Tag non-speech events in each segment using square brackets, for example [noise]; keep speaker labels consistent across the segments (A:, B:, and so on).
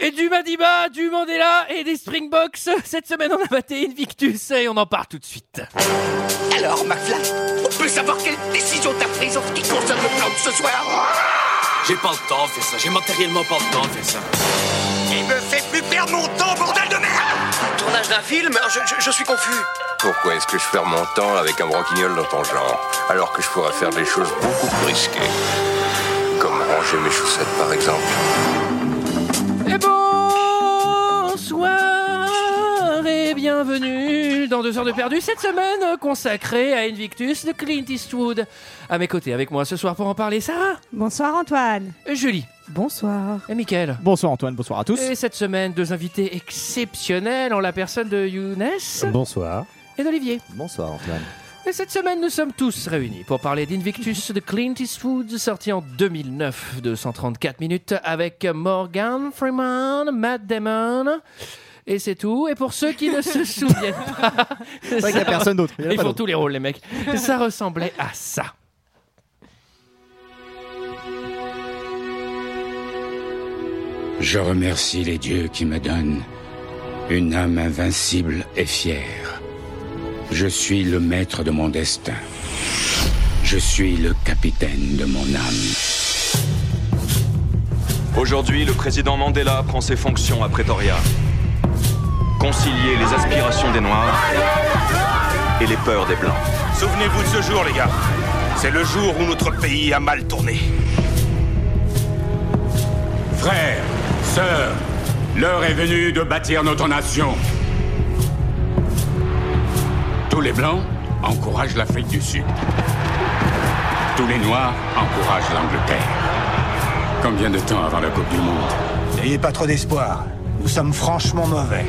A: Et du Madiba, du Mandela et des Springboks. Cette semaine, on a batté Invictus et on en part tout de suite.
B: Alors, McFly, on peut savoir quelle décision t'as prise en ce qui concerne le plan de ce soir
C: J'ai pas le temps de faire ça, j'ai matériellement pas le temps de faire ça.
B: Il me fait plus perdre mon temps, bordel de merde
D: Tournage d'un film je, je- je suis confus.
E: Pourquoi est-ce que je perds mon temps avec un broquignol dans ton genre, alors que je pourrais faire des choses beaucoup plus risquées Comme ranger mes chaussettes, par exemple.
A: Et bonsoir et bienvenue dans deux heures de perdu cette semaine euh, consacrée à Invictus de Clint Eastwood. À mes côtés, avec moi ce soir pour en parler, Sarah,
F: Bonsoir Antoine.
A: Julie
F: Bonsoir.
A: et Mickaël.
G: Bonsoir Antoine, bonsoir à tous.
A: Et cette semaine, deux invités exceptionnels en la personne de Younes
H: Bonsoir.
A: et d'Olivier.
I: Bonsoir Antoine.
A: Et cette semaine, nous sommes tous réunis pour parler d'Invictus de Clint Eastwood, sorti en 2009 de 134 minutes avec Morgan Freeman, Matt Damon. Et c'est tout. Et pour ceux qui ne
G: [laughs]
A: se souviennent pas,
G: C'est vrai qu'il n'y a personne d'autre. Il y en
A: [laughs]
G: a
A: ils
G: pas
A: font
G: d'autre.
A: tous les rôles, les mecs. Ça ressemblait à ça.
J: Je remercie les dieux qui me donnent une âme invincible et fière. Je suis le maître de mon destin. Je suis le capitaine de mon âme.
C: Aujourd'hui, le président Mandela prend ses fonctions à Pretoria. Concilier les aspirations des Noirs et les peurs des Blancs.
B: Souvenez-vous de ce jour, les gars. C'est le jour où notre pays a mal tourné.
J: Frères, sœurs, l'heure est venue de bâtir notre nation. Tous les Blancs encouragent l'Afrique du Sud. Tous les Noirs encouragent l'Angleterre. Combien de temps avant la Coupe du Monde
D: N'ayez pas trop d'espoir. Nous sommes franchement mauvais.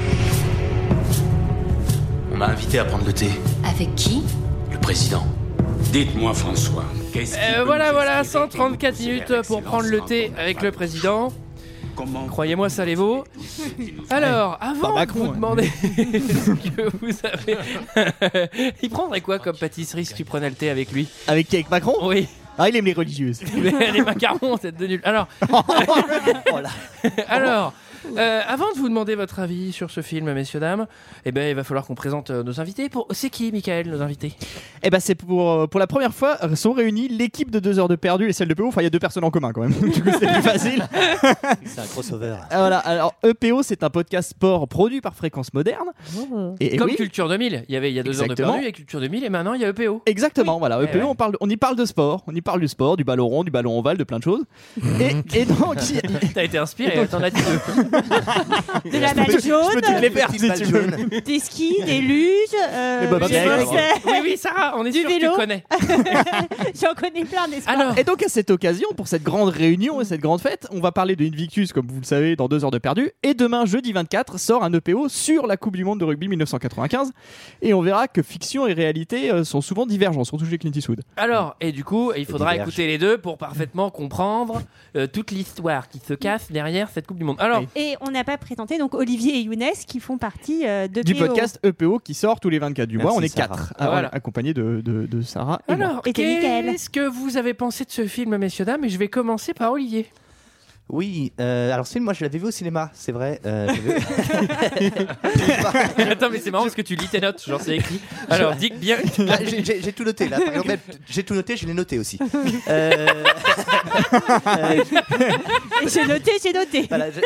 H: On m'a invité à prendre le thé.
K: Avec qui
H: Le président.
J: Dites-moi, François, qu'est-ce qui
A: Euh,
J: peut
A: voilà,
J: nous
A: voilà,
J: inspirer et
A: 134
J: considérer
A: minutes pour
J: l'excellence
A: prendre le
J: quand
A: thé
J: on n'a
A: avec
J: pas
A: le
J: de
A: président.
J: chance Comment
A: Croyez-moi, ça les vaut. Alors, avant de
G: Macron,
A: vous
G: hein. [laughs]
A: demander ce que vous avez... [laughs] Il prendrait quoi comme pâtisserie si tu prenais le thé avec lui
G: Avec qui Avec Macron
A: Oui,
G: Ah, il aime les religieuses.
A: mais [laughs] les macarons, tête de nul.
G: [laughs]
A: Alors, [laughs]
G: Oh là.
A: alors euh, avant de vous demander votre avis sur ce film, messieurs, dames, eh ben, il va falloir qu'on présente euh, nos invités. Pour... C'est qui, Michael, nos invités
G: Eh ben, c'est pour, euh, pour la première fois euh, sont réunies l'équipe de 2 heures de perdu et celle de PO. Enfin, il y a deux personnes en commun quand même. [laughs] du coup, c'est plus facile.
I: [laughs] C'est un crossover.
G: Ah, voilà, alors EPO, c'est un podcast sport produit par Fréquence Moderne. Et, et
A: Comme
G: oui,
A: Culture 2000. Il y avait il y a deux heures de
G: Exactement.
A: perdu, il y a Culture 2000 et maintenant il y a E
G: [laughs]
A: EPO.
G: Exactement, voilà. EPO,
A: Eh ouais.
G: on, parle, on y parle de sport. On y parle du sport, du ballon rond, du ballon ovale, de plein de choses. et, et
I: [laughs]
G: donc, il-
A: T'as été inspiré, t'en as dit [laughs] deux.
F: De la
G: je peux
F: balle
G: toutes
F: jaune,
G: les faire si tu veux.
F: des skis,
G: [laughs]
F: des luges, euh,
G: Les bobsleighs.
F: des bobsleighs.
A: Oui, oui, Sarah, on est sûr que tu
F: vélo.
A: connais.
F: [laughs] J'en connais plein des sports.
A: Alors,
G: Et donc à cette occasion, pour cette grande réunion et cette grande fête, on va parler de Invictus, comme vous le savez, dans deux heures de perdu. Et demain, jeudi 24, sort un EPO sur la Coupe du Monde de rugby 1995. Et on verra que fiction et réalité euh, sont souvent divergents, surtout chez Clint Eastwood.
A: Alors, et du coup, il faudra
I: diverge.
A: écouter les deux pour parfaitement comprendre euh, toute l'histoire qui se casse derrière cette Coupe du Monde. Alors,
G: Oui.
F: Et on n'a pas présenté donc Olivier et Younes qui font partie euh, de
G: Du
F: PO.
G: podcast EPO qui sort tous les 24 du mois.
I: Merci,
G: On est
I: Sarah.
G: quatre,
A: Ah, voilà.
G: accompagnés de, de, de Sarah. et moi.
A: alors
F: Et t'es Mickaël.
A: qu'est-ce que vous avez pensé de ce film, messieurs, dames Et je vais commencer par Olivier.
I: Oui, euh, alors ce film, moi je l'avais vu au cinéma, c'est vrai. euh, je l'avais-
A: [laughs] Attends, mais c'est marrant parce que tu lis tes notes, genre c'est écrit. Alors, dis
F: [laughs]
A: bien.
I: Ah, j'ai- j'ai j'ai tout noté là. Par exemple, j'ai tout noté, je l'ai noté aussi. Euh, euh,
F: Et [laughs] J'ai noté, j'ai noté.
I: voilà, je-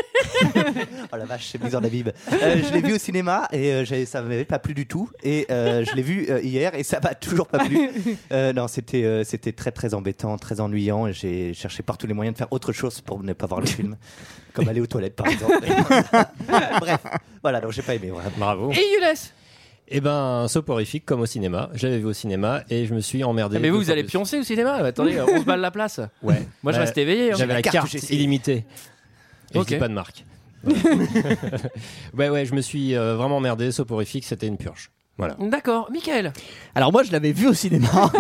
I: [laughs] Oh la vache, c'est bizarre la Bible. Euh, je l'ai vu au cinéma et euh, j'ai- ça m'avait pas plu du tout. Et euh, je l'ai vu euh, hier et ça m'a toujours pas plu. Euh, non, c'était euh, c'était très très embêtant, très ennuyant. et J'ai cherché par tous les moyens de faire autre chose pour ne pas voir le film, comme aller aux toilettes par exemple. Bref, voilà, donc j'ai pas aimé. Vraiment.
H: Bravo.
A: Et Younes
H: Eh ben, soporifique comme au cinéma. Je l'avais vu au cinéma et je me suis emmerdé.
A: Ah, Mais vous,
H: deux
A: vous
H: fois
A: allez
H: plus.
A: pioncer au cinéma Attendez, on se balle la place.
H: Ouais.
A: Moi, je
H: Bah,
A: reste éveillé. hein.
H: J'avais la
I: carte
H: carte,
I: GC.
H: illimitée. Et
A: Ok.
H: je dis pas de marque. ouais, ouais, je me suis euh, vraiment emmerdé. Soporifique, c'était une purge. Voilà.
A: D'accord, Michael.
I: [laughs]
G: Alors moi, je l'avais vu au cinéma. [laughs]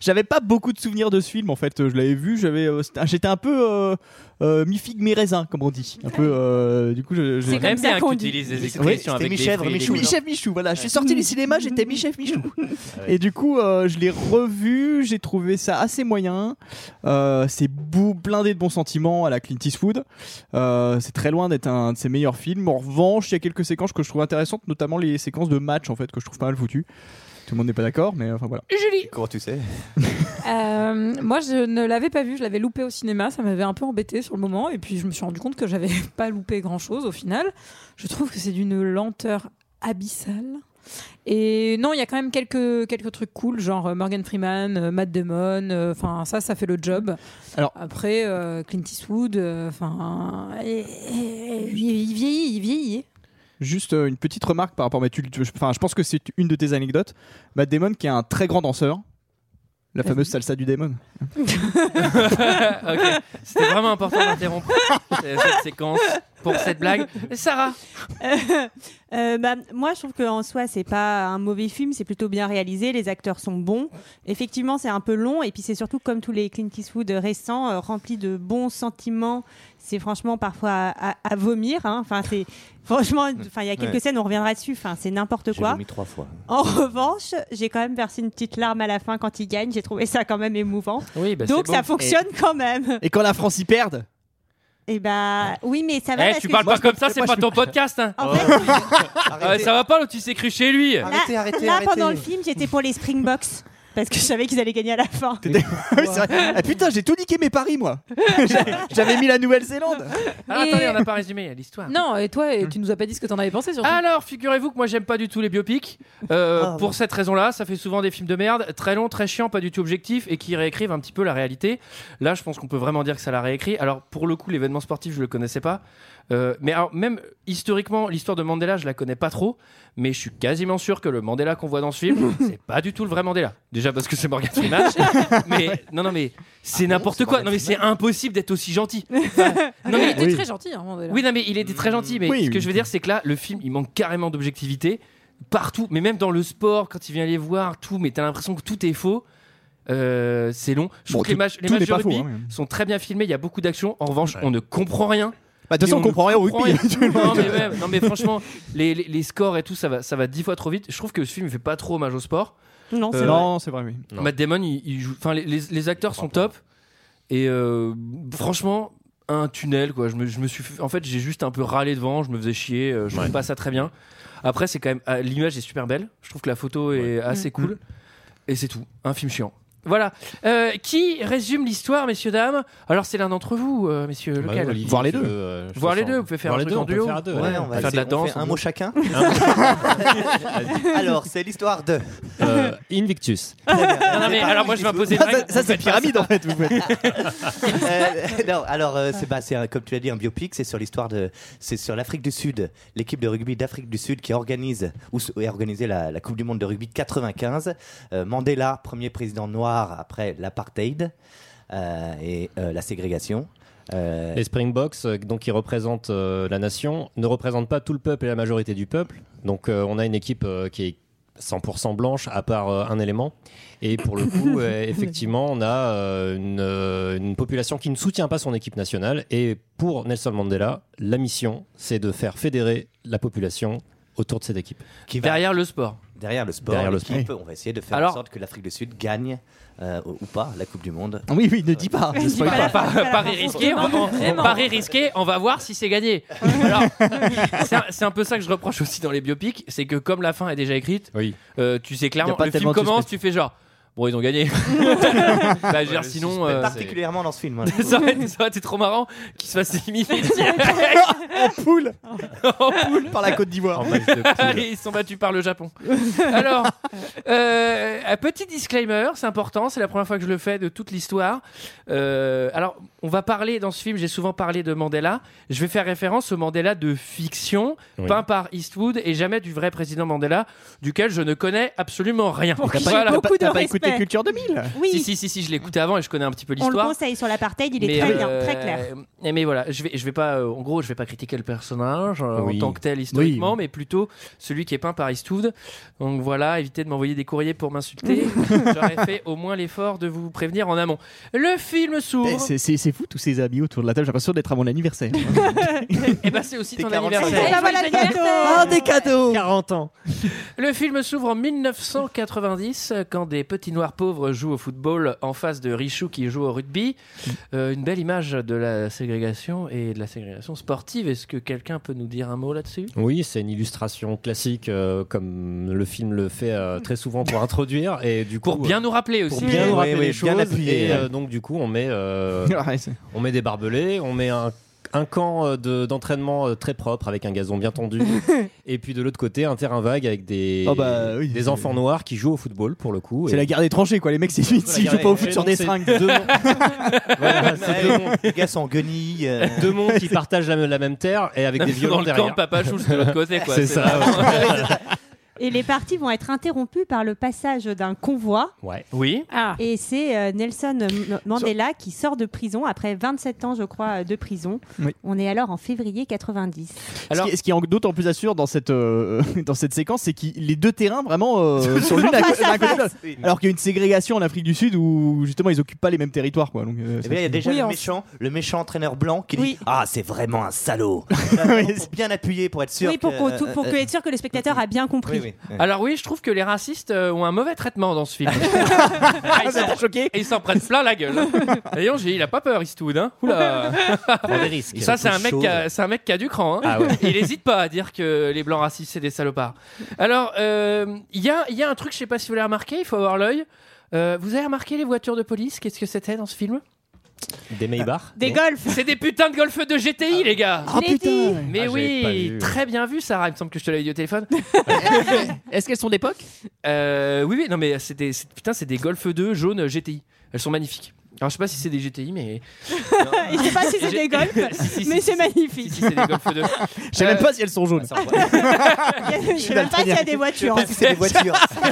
G: J'avais pas beaucoup de souvenirs de ce film en fait. Je l'avais vu, j'avais, euh, c'était- j'étais un peu euh, euh, mi figue mi raisin comme on dit. Un peu, euh, du coup, je. je-
A: C'est J'aime comme ça bien qu'on qu'on dit. utilise des expressions
G: c'était
A: avec des
G: mi-chèvre,
A: fruits et des
G: mi-chou.
A: couleurs.
G: Mi-chèvre, mi-chou, Voilà, je suis sorti du cinéma, j'étais mi-chef, mi-chou. Et du coup, euh, je l'ai revu, j'ai trouvé ça assez moyen. Euh, c'est bou- blindé de bons sentiments à la Clint Eastwood. Euh, c'est très loin d'être un de ses meilleurs films. En revanche, il y a quelques séquences que je trouve intéressantes, notamment les séquences de match en fait que je trouve pas mal foutues. Tout le monde n'est pas d'accord, mais enfin voilà.
K: Julie
I: Comment tu sais
K: Euh, moi, je ne l'avais pas vu, je l'avais loupé au cinéma, ça m'avait un peu embêté sur le moment, et puis je me suis rendu compte que j'avais [laughs] pas loupé grand chose au final. Je trouve que c'est d'une lenteur abyssale. Et non, il y a quand même quelques, quelques trucs cool, genre euh, Morgan Freeman, euh, Matt Damon, euh, enfin ça, ça fait le job.
G: Alors,
K: Après, euh, Clint Eastwood, euh, enfin. et- et- il vieillit, il vieillit.
G: Juste euh, une petite remarque par rapport à tu, tu- je- enfin, je pense que c'est une de tes anecdotes. Matt Damon qui est un très grand danseur. La fameuse salsa du démon.
A: [laughs] ok, c'était vraiment important d'interrompre euh, cette séquence pour cette blague. Sarah
F: Euh, bah, Moi, je trouve qu'en soi, c'est pas un mauvais film, c'est plutôt bien réalisé, les acteurs sont bons. Effectivement, c'est un peu long, et puis c'est surtout comme tous les Clint Eastwood récents, euh, rempli de bons sentiments. C'est franchement parfois à, à- à vomir. hein. Enfin, c'est [laughs] franchement, enfin, il y a quelques
I: Ouais.
F: scènes, on reviendra dessus. Enfin, c'est n'importe
I: J'ai
F: quoi.
I: vomi trois fois.
F: En revanche, j'ai quand même versé une petite larme à la fin quand il gagne. J'ai trouvé ça quand même émouvant.
A: Oui, bah,
F: Donc
A: c'est
F: ça
A: bon.
F: fonctionne quand même.
G: Et quand la France y perd
F: Et bah oui, mais ça va.
A: Eh,
F: parce
A: tu
F: que
A: parles
F: Moi,
A: pas
F: je
A: comme
F: pense-
A: ça, c'est
F: moi,
A: pas
F: je-
A: ton podcast. Hein.
F: En fait,
A: [laughs]
F: Ah.
A: Ah ouais, ça va pas, l'autre il s'est cru chez lui.
F: là, là, pendant le film, j'étais pour les Springboks parce que je savais qu'ils allaient gagner à la fin.
G: Oui, c'est vrai. Ah putain, j'ai tout niqué mes paris moi. [laughs] J'avais mis la Nouvelle-Zélande.
A: Alors,
K: Et-
A: attendez, on n'a pas résumé l'histoire.
K: Non, et toi, et tu nous as pas dit ce que t'en avais pensé surtout.
A: Alors, figurez-vous que moi j'aime pas du tout les biopics. Euh,
K: [laughs] Ah,
A: pour
K: bon.
A: cette raison-là, ça fait souvent des films de merde, très longs, très chiants, pas du tout objectifs et qui réécrivent un petit peu la réalité. Là, je pense qu'on peut vraiment dire que ça l'a réécrit. Alors, pour le coup, l'événement sportif, je le connaissais pas. Euh, mais alors, même historiquement, l'histoire de Mandela, je la connais pas trop. Mais je suis quasiment sûr que le Mandela qu'on voit dans ce
K: [laughs]
A: film, c'est pas du tout le vrai Mandela. Déjà parce que c'est Morgan Freeman. mais non, non, mais
K: Ah
A: c'est n'importe quoi. Non, mais c'est impossible d'être aussi
K: [laughs]
A: gentil. Enfin, non,
K: il
A: mais-
K: était très gentil. hein, Mandela.
A: oui, non, mais il était très gentil. Mais
K: Oui,
A: ce que
K: oui.
A: je veux dire, c'est que là, le film, il manque carrément d'objectivité partout, mais même dans le sport, quand il vient les voir, tout. Mais t'as l'impression que tout est faux. Euh, c'est long. Je
G: Bon,
A: trouve que les
G: tout-
A: matchs, les
G: tout
A: matchs
G: n'est
A: de
G: pas
A: rugby
G: faux, hein, mais-
A: sont très bien filmés. Il y a beaucoup d'action. En revanche, on ne comprend rien.
G: Bah, de toute
A: Mais
G: façon, on
A: ne
G: comprend rien au rugby, hein,
A: rien.
G: actuellement.
A: non, mais même- non, mais franchement, les, les- les scores et tout, ça va, ça va dix fois trop vite. Je trouve que ce film il fait pas trop hommage au sport.
G: Non, c'est
A: Euh,
G: vrai. Non, c'est vrai, oui.
A: Non. Matt Damon, il, il joue. Enfin, les, les- les acteurs sont top. Et euh, franchement, un tunnel, quoi. Je me, je me suis. fait- En fait, j'ai juste un peu râlé devant. Je me faisais chier. euh, Je trouve pas ça très bien. Après, c'est quand même. ah, L'image est super belle. Je trouve que la photo est assez
G: Mm.
A: cool. Et c'est tout. Un film chiant. Voilà. Euh, qui résume l'histoire, messieurs, dames Alors, c'est l'un d'entre vous, euh, messieurs.
H: Bah
A: lequel
H: oui, Olivier,
A: Voir les
H: tu
A: deux.
H: veux, euh, je te
A: Voir les
H: sens.
A: deux. Vous pouvez faire
H: Voir
A: un
H: les
A: truc
H: deux,
A: en
H: on peut
A: duo.
H: faire deux,
A: Ouais,
H: allez.
A: on va faire de
H: essayer,
A: la
H: on
A: danse.
H: fait un
A: on
H: mot
A: joue.
I: chacun. [laughs] Alors, c'est l'histoire de.
H: Euh, Invictus.
A: Non, non, mais alors, moi, je vais imposer. une règle.
G: Ah, Ça, c'est pyramide en fait. vous faites.
I: Euh, non, alors euh, c'est bah, c'est un- comme tu l'as dit un biopic, c'est sur l'histoire de c'est sur l'Afrique du Sud, l'équipe de rugby d'Afrique du Sud qui organise ou s- est organisée la, la Coupe du monde de rugby de 95. Euh, Mandela, premier président noir après l'apartheid euh, et euh, la ségrégation. Euh,
H: Les Springboks, euh, donc qui représentent euh, la nation, ne représentent pas tout le peuple et la majorité du peuple. Donc euh, on a une équipe euh, qui est 100% blanche à part euh, un élément. Et pour le coup, euh, effectivement, on a euh, une, euh, une population qui ne soutient pas son équipe nationale. Et pour Nelson Mandela, la mission, c'est de faire fédérer la population autour de cette équipe.
I: Qui
A: Derrière le sport.
I: Derrière le sport,
H: Derrière le
I: l'équipe,
H: sport.
I: on va essayer de faire
A: Alors-
I: en sorte que l'Afrique du Sud gagne euh, ou ou pas la Coupe du Monde.
G: Oui, oui, ne dis pas. ne spoil pas.
A: Paris risqué, hein. on, on-
K: Vraiment.
A: pari risqué, on va voir si c'est gagné. Alors, c'est un- c'est un, peu ça que je reproche aussi dans les biopics, c'est que comme la fin est déjà écrite, euh, tu sais
I: Y a
A: clairement,
I: pas
A: le film
I: tellement de
A: commence, tu fais genre, bon, ils ont gagné. Bah, je veux dire, sinon, euh,
I: particulièrement dans
A: [laughs]
I: ce film.
A: ça
I: hein. [laughs]
A: aurait ça aurait été trop marrant qu'ils se fassent éliminer
G: en poule
A: en poule.
G: par la Côte d'Ivoire.
A: Et ils sont battus par le Japon. Alors, euh, un petit disclaimer, c'est important, c'est la première fois que je le fais de toute l'histoire. Euh, alors, on va parler dans ce film, j'ai souvent parlé de Mandela. Je vais faire référence au Mandela de fiction,
H: Oui.
A: peint par Eastwood et jamais du vrai président Mandela, duquel je ne connais absolument rien.
K: Pour qui j'ai beaucoup de respect.
G: c'est Culture 2000.
A: Oui. Si, si, si, si, je l'écoutais avant et je connais un petit peu
F: On
A: l'histoire.
F: le conseille sur l'apartheid, il est
A: Mais,
F: très
A: euh,
F: bien,
A: [laughs]
F: très clair.
A: Mais, mais voilà, je vais, je vais pas, euh, en gros, je vais pas critiquer le personnage euh,
H: Oui.
A: en tant que tel historiquement, mais plutôt celui qui est peint par Eastwood. Donc voilà, évitez de m'envoyer des courriers pour
F: [laughs]
A: m'insulter. J'aurais fait au moins l'effort de vous prévenir en amont. Le film
G: Eh,
A: s'ouvre.
G: C'est c'est- c'est fou tous ces amis autour de la table, j'ai l'impression d'être à mon [laughs] anniversaire.
A: Et bah c'est aussi ton
G: 45.
A: anniversaire.
G: Eh ben
F: voilà le cadeau.
G: Ah, des cadeaux 40 ans
A: Le film s'ouvre en 1990 euh, quand des petits noirs pauvres jouent au football en face de Richou qui joue au rugby. Euh, une belle image de la ségrégation et de la ségrégation sportive. Est-ce que quelqu'un peut nous dire un mot là-dessus
H: Oui, c'est une illustration classique, euh, comme le film le fait euh, très souvent pour introduire et du coup euh,
A: Pour bien nous rappeler
H: pour
A: aussi.
H: bien
A: [laughs]
H: nous
I: Oui,
H: rappeler
I: oui,
H: les
I: bien
H: choses.
I: appuyé, hein.
H: et
I: ouais.
H: euh, donc du coup, on met
G: [laughs]
H: euh, on met des barbelés, on met un un camp euh, de- d'entraînement euh, très propre avec un gazon bien tendu et puis de l'autre côté un terrain vague avec des
G: Oh bah oui,
H: des
G: c'est-
H: enfants noirs qui jouent au football pour le coup
G: C'est
H: et-
G: la guerre des tranchées quoi, les mecs c'est vite
H: Voilà,
G: s'ils
H: guerre
G: jouent pas au
H: des-
G: foot sur
H: donc
G: des
H: c'est
G: seringues.
H: deux
G: [laughs]
H: mondes- Voilà, c'est deux mondes-
I: Les gars sont en guenilles. euh,
H: deux
K: Ah.
H: mondes qui partagent la, la même terre et avec des
A: dans
H: violents
A: le camp
H: derrière
A: Papa Chouche de l'autre côté.
H: [laughs]
A: quoi.
H: c'est ça ouais.
F: Et les parties vont être interrompues par le passage d'un convoi.
H: Ouais.
A: Oui.
K: Ah.
F: Et c'est euh, Nelson M- Mandela qui sort de prison après 27 ans, je crois, euh, de prison.
G: Oui.
F: On est alors en février 90.
A: Alors-
G: ce, qui, ce qui est en- d'autant plus assure dans cette, euh, [laughs] dans cette séquence, c'est que les deux terrains vraiment [laughs] euh, sont l'une à côté l'un à côté de l'autre. Mm. Alors qu'il y a une ségrégation en Afrique du Sud où justement ils occupent pas les mêmes territoires quoi. Donc, euh,
I: Et
G: ça-
I: Eh bien, il y a déjà
K: Oui,
I: le
K: en-
I: méchant, le méchant entraîneur blanc qui dit
F: Oui.
I: Ah, c'est vraiment un salaud. pour bien appuyer pour être sûr.
F: oui, pour,
I: que-
F: qu'on- tout- pour
I: euh,
F: que être sûr que le spectateur a bien compris.
I: oui, oui.
A: Alors oui, je trouve que les racistes euh, ont un mauvais traitement dans ce [laughs] film. Ah, ils s'en-
G: choqué
A: et ils s'en prennent plein la [laughs] gueule. D'ailleurs, j'ai- il a pas peur, Eastwood. Hein Oula.
H: Prends des risques.
A: Ça, c'est un, mec qui a- c'est un mec qui a du cran. hein.
H: Ah ouais.
A: Il hésite pas à dire que les blancs racistes, c'est des salopards. Alors, euh, il y, a, il y a un truc, je sais pas si vous l'avez remarqué, il faut avoir l'œil. Euh, vous avez remarqué les voitures de police Qu'est-ce que c'était dans ce film
H: Des Maybach.
A: [laughs]
F: Des golfs
A: C'est des putains de golfs de GTI, les gars
G: Oh putain
I: Euh,
A: mais
H: Ah, j'avais pas
A: oui,
H: vu.
A: très bien vu, Sarah. Il me semble que je te l'avais dit au
F: [laughs]
A: téléphone.
G: Est-ce qu'elles sont d'époque
A: Euh, oui, oui, non, mais c'est des, c'est- putain, c'est des Golf 2 jaunes GTI. Elles sont magnifiques. Alors, je sais pas si c'est des GTI, mais.
F: Et Je sais pas [laughs] si c'est des golfs,
A: [laughs] Si, si, si, si,
F: mais c'est
A: si, si,
F: magnifique.
A: si, c'est des
H: [laughs]
A: Golf 2.
G: Je sais même pas si elles sont jaunes.
F: Je sais même pas s'il y a des voitures.
I: Parce que c'est des voitures.
G: [laughs]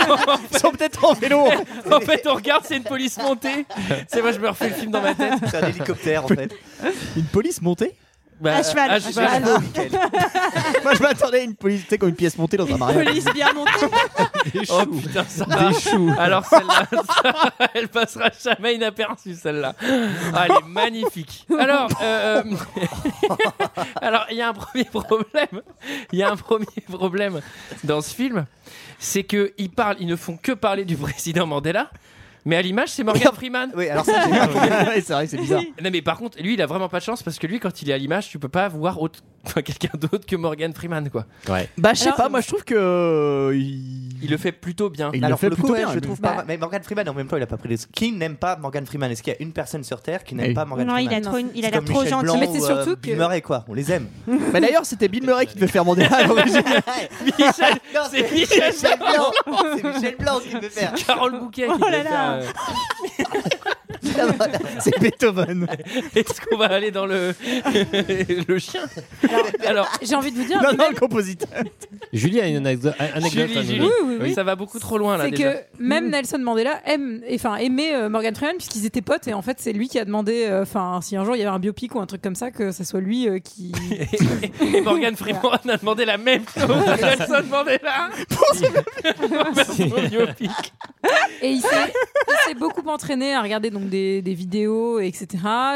G: Elles sont peut-être en
I: [laughs]
G: vélo.
A: [laughs] en fait, on regarde, c'est une police montée. C'est moi, je me refais le film dans ma tête.
I: C'est un hélicoptère en fait.
G: [laughs] Une police montée
A: Bah,
F: À cheval, à cheval.
I: Bravo, Mickaël.
G: Moi je m'attendais à une police, tu sais, comme une pièce montée dans un mariage.
F: Police bien montée.
A: Oh putain, ça va. Alors, celle-là, [laughs] ça- elle passera jamais inaperçue, celle-là. Ah, elle est magnifique. Alors, euh, [laughs] euh, alors il y a un premier problème. Il y a un premier problème dans ce film. C'est qu'ils parlent, ils ne font que parler du président Mandela. Mais à l'image, c'est Morgan Freeman.
I: Oui, alors ça, j'ai pas compris.
G: [laughs] Ouais, c'est vrai, c'est bizarre.
A: Non mais par contre, lui, il a vraiment pas de chance parce que lui, quand il est à l'image, tu peux pas voir autre... [laughs] enfin, quelqu'un d'autre que Morgan Freeman, quoi.
H: Ouais.
G: Bah je sais
K: Alors-
G: pas, moi je trouve que euh, il...
A: Il le fait plutôt bien.
G: il
I: Alors,
G: le fait
I: pour
G: plutôt
I: le coup, ouais,
G: bien.
I: je trouve
K: Bah.
I: pas. mal. Mais Morgan Freeman, en même temps, il a pas pris les. Qui n'aime pas Morgan Freeman Est-ce qu'il y a une personne sur Terre qui n'aime
G: Oui.
I: pas Morgan
F: Non, il
I: Freeman
F: a trop, une- il a
I: C'est
F: l'air
I: comme
F: trop
I: Michel
F: gentil.
I: Blanc
K: Mais c'est
I: ou,
K: surtout
I: euh,
K: que-
I: Bill Murray, quoi. On les aime.
G: Mais d'ailleurs, c'était Bill Murray qui devait faire
I: [laughs]
G: Mandela à l'origine.
A: Michel,
I: Non,
A: c'est Michel
I: Michel Blanc. C'est Michel Blanc qui veut faire.
A: Carole Bouquet. qui
F: Oh là
A: devait
F: là.
A: faire, euh,
G: C'est Beethoven.
A: euh, Est-ce qu'on va aller dans le [laughs] le chien Alors,
K: J'ai envie de vous dire,
G: Non, non, le compositeur.
H: Julie a une anecdote.
K: euh,
H: anecdote hein.
A: Julie,
H: à nous
A: Julie.
H: dire.
K: hein, oui, oui, oui.
A: ça va beaucoup trop loin là
K: c'est
A: déjà.
K: que même Nelson Mandela aime, et, enfin aimait euh, Morgan Freeman puisqu'ils étaient potes et en fait c'est lui qui a demandé, euh, enfin si un jour il y avait un biopic ou un truc comme ça que ça soit lui euh,
H: [laughs]
K: qui.
A: Et Morgan Freeman a demandé la même
K: [laughs]
A: chose à Nelson Mandela. Pour son
K: [laughs]
A: biopic.
K: Et il s'est il s'est beaucoup entraîné à regarder donc des, des vidéos etc.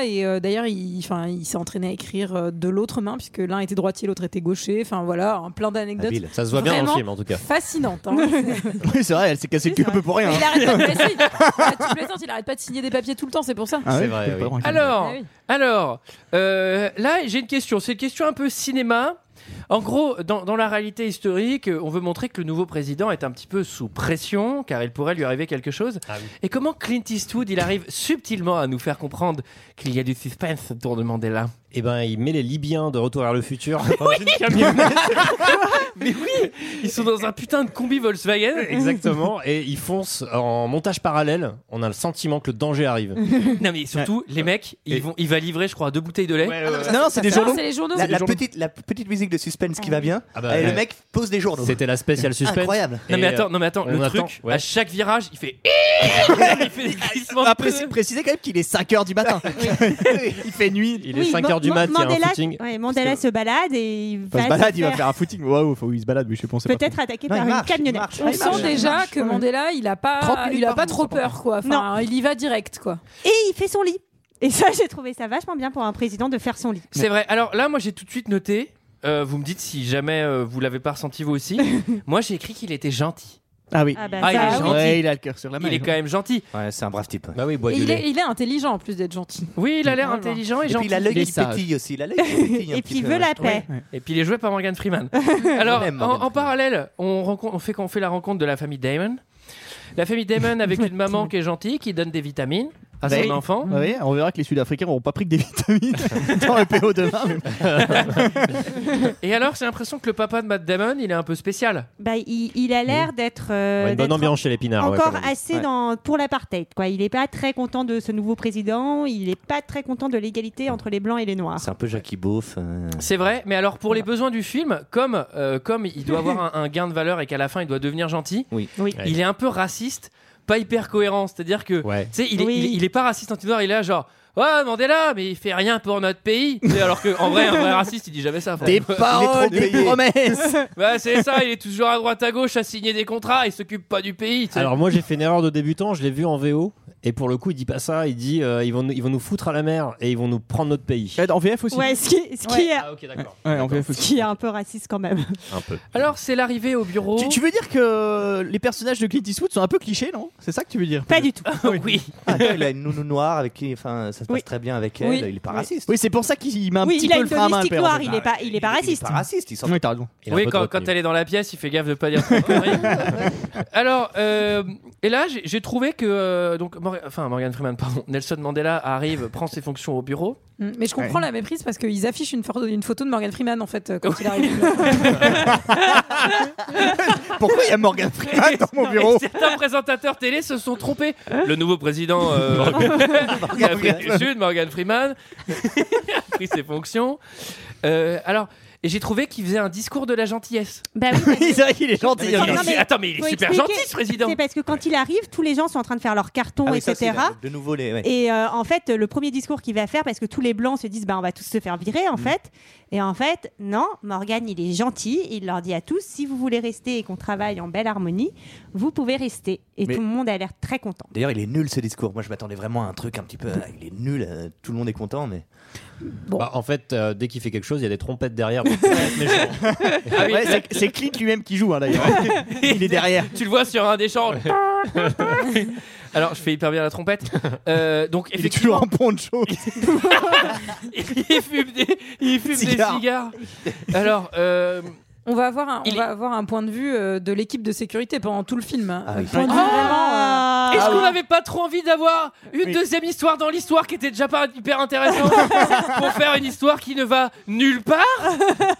K: Et euh, d'ailleurs il, enfin il s'est entraîné à écrire euh, de l'autre main puisque l'un était droitier l'autre était gaucher. Enfin voilà hein, plein d'anecdotes
H: Habile. Ah, Ça se voit bien dans
K: Vraiment.
H: le film en tout cas. Ah
K: fascinantes. hein.
G: Oui, c'est vrai, elle s'est cassée le cul un peu pour rien. hein.
K: Mais il arrête pas de placer- Ah, tu plaisantes, il arrête pas de signer des papiers tout le temps c'est pour ça.
G: Ah
H: C'est
G: ouais,
H: vrai,
G: je peux
H: oui.
G: pas remarquer.
A: Alors,
K: Ah oui.
A: alors euh, là, j'ai une question. C'est une question un peu cinéma. En gros, dans, dans la réalité historique, euh, on veut montrer que le nouveau président est un petit peu sous pression, car il pourrait lui arriver quelque chose.
H: Ah oui.
A: Et comment Clint Eastwood, il arrive subtilement à nous faire comprendre qu'il y a du suspense autour de Mandela
H: et ben il met les Libyens de retour vers le futur [laughs] dans une camionnette.
A: Mais oui, ils sont dans un putain de combi Volkswagen.
H: [laughs] Exactement, et ils foncent en montage parallèle. On a le sentiment que le danger
I: [laughs]
H: arrive.
A: Non mais surtout les mecs, ils vont, il va livrer je crois deux bouteilles de lait.
I: Non, non, c'est des journaux.
K: c'est les journaux.
I: La, la petite, la petite musique de suspense qui va bien.
H: Ah bah,
I: et
H: ouais.
I: le mec pose des journaux.
H: C'était la spéciale suspense.
I: Incroyable.
A: Non mais
H: Et,
A: attends, non mais attends,
H: on
A: le truc
H: attend, ouais.
A: à chaque virage, il fait [laughs] il fait des glissements.
G: Après, c'est précisé Ah, quand même qu'il est 5h du matin. [laughs]
F: Ah,
G: il fait nuit.
H: Il est 5h du mat, il y a un
F: Mandela,
H: footing.
F: ouais, Mandela se balade et il
G: Enfin,
F: va
G: se balade,
F: se
G: il va
F: faire
G: faire un footing. Waouh, faut il se balade, mais je sais pas. on sait pas
F: peut-être attaqué
I: Non,
F: par
I: il marche,
F: une
I: il marche,
F: camionnette.
K: On
I: il marche.
K: sent déjà que Mandela, il a
G: 30
K: pas,
G: minutes
K: il a
G: par
K: pas
G: contre,
K: trop
G: ça prend pas.
K: peur, quoi. Enfin, il y va direct, quoi.
F: Et il fait son lit. Et ça, j'ai trouvé ça vachement bien pour un président de faire son lit.
A: C'est vrai. Alors là, moi j'ai tout de suite noté. euh, vous me dites si jamais euh, vous l'avez pas ressenti vous aussi. moi j'ai écrit qu'il était gentil.
G: Ah oui.
F: Ah bah
A: Ah, il
F: ça,
A: est
F: oui.
A: gentil.
G: Ouais, il a le cœur sur la main.
A: Il est quand même gentil.
I: Ouais, c'est un brave type. ouais.
H: Bah oui, bois
K: Et
H: du
K: il
H: lait.
K: est, il est intelligent en plus d'être gentil.
A: Oui, il a l'air
K: Ouais,
A: intelligent et,
I: Et puis
A: gentil.
I: il a l'œil
G: Il est
I: qui
G: sage.
I: pétille aussi. Il a
F: [laughs]
I: l'œil qui pétille. un
F: Et
I: petit
F: puis il
I: peu,
F: veut
I: ouais.
F: la euh, paix.
A: Et puis il est joué par Morgan [laughs] Freeman. Alors,
I: Même
A: en,
I: Morgan
A: en
I: Freeman.
A: parallèle, on, rencontre- on fait, on fait la rencontre de la famille Damon. La famille Damon avec une maman qui est gentille, qui donne des vitamines à son
G: Oui.
A: enfant.
G: Ah oui, on verra que les Sud-Africains n'auront pas pris que
A: [laughs]
G: des vitamines dans le PO demain. mais bon.
A: Et alors, j'ai l'impression que le papa de Matt Damon, il est un peu spécial.
F: Bah, il, il a l'air d'être euh,
H: Ouais, une bonne
F: d'être
H: ambiance chez les pinards. ouais,
F: encore
H: quand même.
F: assez
G: Ouais.
F: dans, pour l'apartheid. Quoi. Il n'est pas très content de ce nouveau président, il n'est pas très content de l'égalité entre les Blancs et les Noirs.
I: C'est un peu Jackie Beauf. euh.
A: C'est vrai, mais alors pour les besoins du film, comme, euh, comme il doit avoir un, un gain de valeur et qu'à la fin il doit devenir gentil,
F: Oui.
H: Ouais.
A: il est un peu raciste, pas hyper cohérent. C'est-à-dire que,
H: Ouais.
A: tu sais, il, est-
F: Oui.
A: il, est- il est pas raciste anti-noir, il est là genre. Ouais, Mandela, mais il fait rien pour notre pays. Tu sais, Alors que en vrai, un vrai raciste, il dit jamais ça.
G: Des paroles,
I: trop
G: des
I: payé.
G: promesses.
A: [laughs] Bah, c'est ça, il est toujours à droite à gauche à signer des contrats, il s'occupe pas du pays. tu sais.
H: Alors moi j'ai fait une erreur de débutant, je l'ai vu en VO et pour le coup il dit pas ça, il dit euh, ils vont nous- ils vont nous foutre à la mer et ils vont nous prendre notre pays.
G: En VF aussi.
F: Ouais, ce qui, ce qui est,
H: Ah ok d'accord.
G: Ouais, en VF
F: ce
G: aussi.
F: qui est un peu raciste quand même.
H: [laughs] Un peu.
A: Alors, c'est l'arrivée au
F: Oh.
A: bureau.
G: Tu, tu veux dire que les personnages de Clint Eastwood sont un peu clichés, non C'est ça que tu veux dire
F: Pas du tout.
A: Oui.
I: Ah, attends, il a une nounou noire avec qui enfin, ça se passe
F: Oui.
I: très bien avec elle.
K: Oui.
I: Il est pas raciste.
G: Oui, c'est pour ça qu'il met un
F: oui,
G: petit
F: il a
G: peu
F: une
G: le frein à main.
F: domestique
G: le père, en
F: noire,
G: fait.
F: il n'est pas, il est pas raciste.
I: Il est pas raciste. Il s'en
G: Oui, t'as raison.
H: Il a
A: oui,
H: un peu de
A: quand,
H: retenue.
A: quand elle est dans la pièce, il fait gaffe de pas dire trop de
F: [laughs]
A: conneries. Alors, euh, et là, j'ai- j'ai trouvé que euh, donc, Mor- enfin Morgan Freeman, pardon, Nelson Mandela arrive, prend ses fonctions au bureau.
K: Mm. Mais je comprends
G: Ouais.
K: la méprise parce qu'ils affichent une photo, une photo de Morgan Freeman en fait euh, quand il arrive.
G: Pourquoi il y a Morgan Freeman dans mon bureau
A: Et certains présentateurs télé se sont trompés. Le nouveau président euh, d'Afrique du Sud, Morgan Freeman, a pris ses fonctions. Euh, alors, et j'ai trouvé qu'il faisait un discours de la gentillesse.
F: Bah oui, parce que-
G: C'est vrai qu'il est gentil. hein.
A: Il
F: Non,
A: est-
F: non, mais
A: attends, mais il est
F: faut
A: super
F: expliquer.
A: gentil, ce président.
F: C'est parce que quand il arrive, tous les gens sont en train de faire leur carton,
I: Ah oui, ça, c'est
F: etc.
I: de, de nouveau les. ouais.
F: Et euh, en fait, le premier discours qu'il va faire, parce que tous les blancs se disent, bah, on va tous se faire virer,
A: Mm.
F: en fait. Et en fait, non, Morgan, il est gentil. Il leur dit à tous, si vous voulez rester et qu'on travaille en belle harmonie, vous pouvez rester. Et
I: Mais-
F: tout le monde a l'air très content.
I: D'ailleurs, il est nul ce discours. Moi, je m'attendais vraiment à un truc un petit peu. euh, Il est nul. euh, Tout le monde est content, mais.
H: Bah, en fait euh, dès qu'il fait quelque chose, il y a des trompettes derrière. donc, faut être méchant.
A: Ah oui,
G: Ouais, c'est- c'est Clint lui-même qui joue, hein, d'ailleurs. il est derrière.
A: Tu le vois sur un des champs. [laughs] Alors, je fais hyper bien la trompette. Euh, donc,
G: Il est toujours
A: effectivement,
G: en poncho.
A: [laughs] il fume des, il fume des
G: Cigare.
A: cigares. Alors, euh,
K: on va avoir un, on
A: Il
K: va avoir un point de vue euh, de l'équipe de sécurité pendant tout le film. hein.
I: Ah oui.
K: Point de vue vraiment, euh,
A: est-ce
G: Ah
A: qu'on
G: oui.
A: n'avait pas trop envie d'avoir une
G: Oui.
A: deuxième histoire dans l'histoire qui était déjà pas hyper intéressante [laughs] pour faire une histoire qui ne va nulle part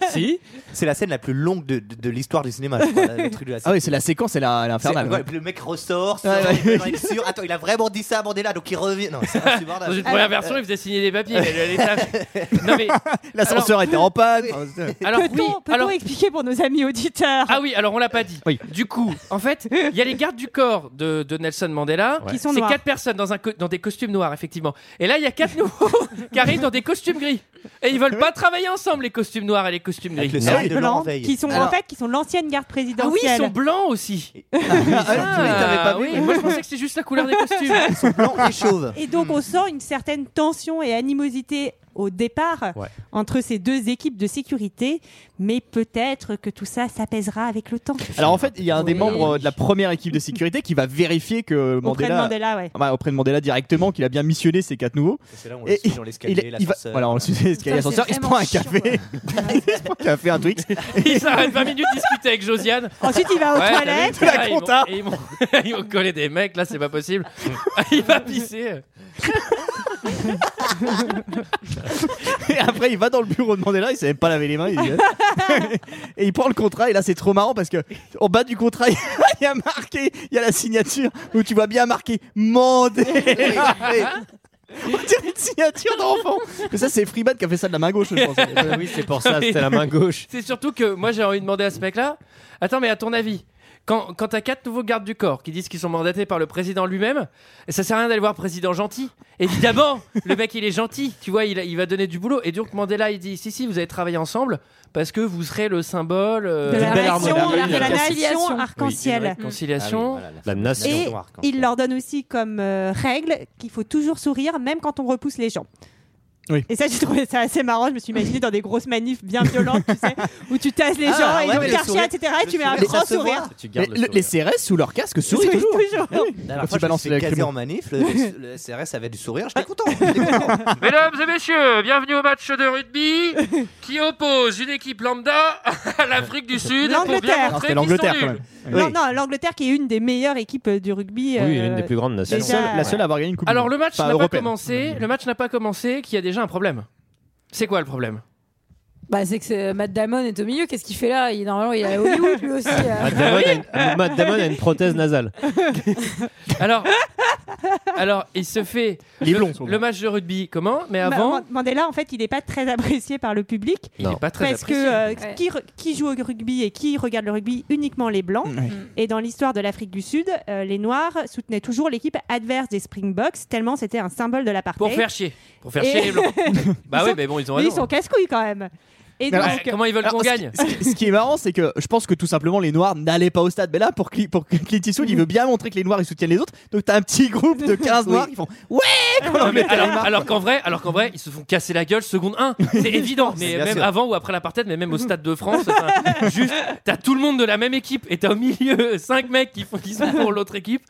A: Si.
I: C'est la scène la plus longue de, de- de l'histoire du cinéma. je crois, le truc de la
G: Ah oui, c'est la séquence, elle est
I: C'est-
G: infernale.
I: ouais, puis le mec ressort, sort,
G: Ouais, ouais.
I: il est dans- il est sûr. Attends, il a vraiment dit ça à Mandela, donc il revient. Non, c'est
A: Dans
I: insupportable.
A: une première
F: euh,
A: version, il faisait signer des papiers. mais elle
F: [laughs]
A: allait- Non mais
G: L'ascenseur était en panne.
I: Ah,
G: Enfin, c'est-
A: alors oui,
F: Peut-on peut-on
A: alors
F: expliquer pour nos amis auditeurs
A: Ah oui, alors on l'a pas dit.
G: Oui.
A: Du coup, en fait, il y a les gardes du corps de, de Nelson Mandela.
F: qui sont
A: C'est
F: noirs
A: quatre personnes dans, un co- dans des costumes noirs, effectivement. Et là, il y a quatre nouveaux [laughs] qui arrivent dans des costumes gris. Et ils veulent pas travailler ensemble, les costumes noirs et les costumes
I: Avec
A: gris.
I: le soleil
F: Les
I: de Laurent
F: blancs,
I: Veil.
F: qui sont en
G: Alors-
F: fait qui sont l'ancienne garde
A: Ah oui, ils
F: présidentielle.
A: sont blancs aussi.
G: Ah,
A: Ah,
G: t'avais pas vu.
A: oui, Moi, je pensais que c'était juste la couleur des
G: [laughs]
A: costumes.
I: blanc et chauve.
F: Et donc on sent une certaine tension et animosité au départ
H: Ouais.
F: entre ces deux équipes de sécurité, mais peut-être que tout ça s'apaisera avec le temps.
G: Alors en fait, il y a un des
K: Oui.
G: membres de la première équipe de sécurité qui va vérifier que
F: Auprès de
G: Mandela.
F: Mandela, ouais.
G: Ah bah, auprès de Mandela directement, qu'il a bien missionné ces quatre nouveaux.
I: C'est là où on
G: Et-
I: le suit dans
G: il,
I: l'escalier,
G: il va,
I: l'ascenseur.
G: voilà, on le suit dans l'escalier,
K: Putain,
G: l'ascenseur,
K: c'est
G: il se prend un
K: vraiment
G: café, il se prend [laughs] un café, un Twix.
A: Ils s'arrêtent 20 minutes, discuter avec Josiane.
F: Ensuite, il va aux
A: Ouais,
F: toilettes.
A: t'as vu,
G: la
A: ils m'ont-
G: compta. [laughs]
A: Ils m'ont ils m'ont collé des mecs, là, c'est pas possible. il va pisser.
G: [laughs] Et après, il va dans le bureau de Mandela, il s'est même pas lavé les mains. il dit, et il prend le contrat, et là, c'est trop marrant parce que en bas du contrat, [laughs] il y a marqué, il y a la signature où tu vois bien marqué Mandela. On dirait une signature d'enfant. Mais ça, c'est Freeman qui a fait ça de la main gauche, je pense.
H: Ah oui, c'est
A: C'est surtout que moi j'ai envie de demander à ce mec-là. Attends, mais à ton avis, quand, quand t'as quatre nouveaux gardes du corps qui disent qu'ils sont mandatés par le président lui-même, ça sert à rien d'aller voir président gentil. [laughs] Évidemment, le mec il est gentil, tu vois, il, il va donner du boulot. Et donc Mandela il dit si si, vous allez travailler ensemble parce que vous serez le symbole euh,
F: De la
A: d'une belle
F: nation,
A: harmonie.
F: de la nation arc-en-ciel.
A: Ah Oui, d'une réconciliation.
H: La
F: Et
H: nation.
F: il leur donne aussi comme euh, règle qu'il faut toujours sourire, même quand on repousse les gens.
G: Oui.
F: Et ça, j'ai trouvé ça assez marrant. Je me suis imaginé dans des grosses manifs bien violentes, tu
G: [laughs]
F: sais, où tu tasses les
G: Ah,
F: gens et
G: ouais,
F: ils
G: mais
F: ont
G: le
F: quartier,
G: sourire-
F: etc. Et
G: le
F: tu mets un
G: sourire,
F: grand
G: ça se voit.
F: sourire.
H: Tu
G: Mais
H: gardes le
G: le- les CRS sous leur casque sourient
F: Sourient
G: toujours.
F: toujours.
G: Ah oui.
I: La dernière
G: Quand
I: fois,
G: ils
I: je me
G: balancent
I: suis
G: la Ah.
I: fait caser
G: criminelle.
I: en manif, le, le CRS avait du sourire, j'étais content.
A: Mesdames et messieurs, bienvenue au match de
F: [laughs]
A: rugby qui oppose une équipe lambda à l'Afrique du Sud pour bien
F: L'Angleterre.
A: montrer qu'ils
G: C'était
A: sont
G: l'Angleterre quand
A: nuls.
G: même.
F: Non, non, l'Angleterre qui est une des meilleures équipes euh, du rugby.
H: Oui,
F: euh,
H: une des plus grandes nations.
G: La
F: Déjà-
G: seule, la seule à avoir gagné une coupe.
A: Alors
G: du
A: le
G: Monde.
A: match
G: Enfin,
A: n'a pas
G: européenne.
A: commencé. Le match n'a pas commencé. Qu'il y a déjà un problème. C'est quoi le problème
K: Bah, c'est que c'est- Matt Damon est au milieu. Qu'est-ce qu'il fait là il, Normalement, il
F: [laughs]
K: est à Hollywood lui aussi. euh.
H: Matt Damon, a une, Matt Damon a une prothèse nasale.
F: [laughs]
A: Alors, alors il se fait
G: Il est
A: le,
G: blond, son
A: le match de rugby. Comment Mais
F: Ma-
A: avant,
F: Man- Mandela, en fait, il n'est pas très apprécié par le public.
A: il n'est
H: Non.
A: pas très
F: parce que
A: apprécié.
F: euh,
K: Ouais.
F: qui, re- qui joue au rugby et qui regarde le rugby Uniquement les Blancs.
G: Ouais.
F: Et dans l'histoire de l'Afrique du Sud, euh, les Noirs soutenaient toujours l'équipe adverse des Springboks, tellement c'était un symbole de l'apartheid.
A: Pour faire chier. Pour faire
F: Et-
A: chier les
F: [laughs]
A: blancs. bah
F: Ils
A: oui,
F: sont-
A: mais bon, ils ont
F: Mais
A: raison.
F: ils sont casse-couilles quand même. Et
G: Mais
F: donc,
A: Ouais, comment ils veulent
G: Alors,
A: qu'on
G: ce qui-
A: gagne
G: ce, qui, ce qui est marrant, c'est que je pense que tout simplement les Noirs n'allaient pas au stade. Mais là, pour, Cli- pour Clint Eastwood, il veut bien montrer que les Noirs ils soutiennent les autres. Donc t'as un petit groupe de 15 Noirs qui font Ouais quand
A: Non, mais
G: l'Angleterre
A: alors,
G: marque.
A: alors qu'en vrai, alors qu'en vrai, ils se font casser la gueule seconde 1 C'est
I: [laughs]
A: évident. Mais
I: C'est bien
A: même
I: sûr.
A: avant ou après l'apartheid, mais même au stade de France, enfin, juste, t'as tout le monde de la même équipe et t'as au milieu 5 mecs qui, font, qui sont pour l'autre équipe.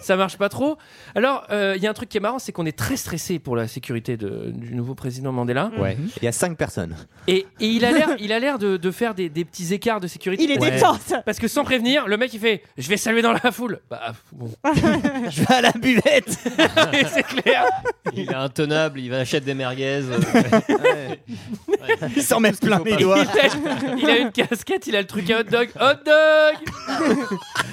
A: Ça marche pas trop. Alors, euh, il y a un truc qui est marrant, c'est qu'on est très stressé pour la sécurité de- du nouveau président Mandela.
H: Ouais.
I: Il y a 5 personnes.
A: Et, et il a l'air, il a l'air de, de faire des, des petits écarts de sécurité.
F: il est
A: Parce-
H: Ouais.
F: détente.
A: Parce que sans prévenir, le mec il fait Je vais saluer dans la foule. Bah,
F: [laughs]
A: bon. [laughs]
G: Je vais à la buvette
A: c'est clair.
H: Il est intenable, il va acheter des merguez. euh,
G: Ils s'en mettent plein les doigts.
A: Il a- il a une casquette, il a le truc à hot dog. Hot dog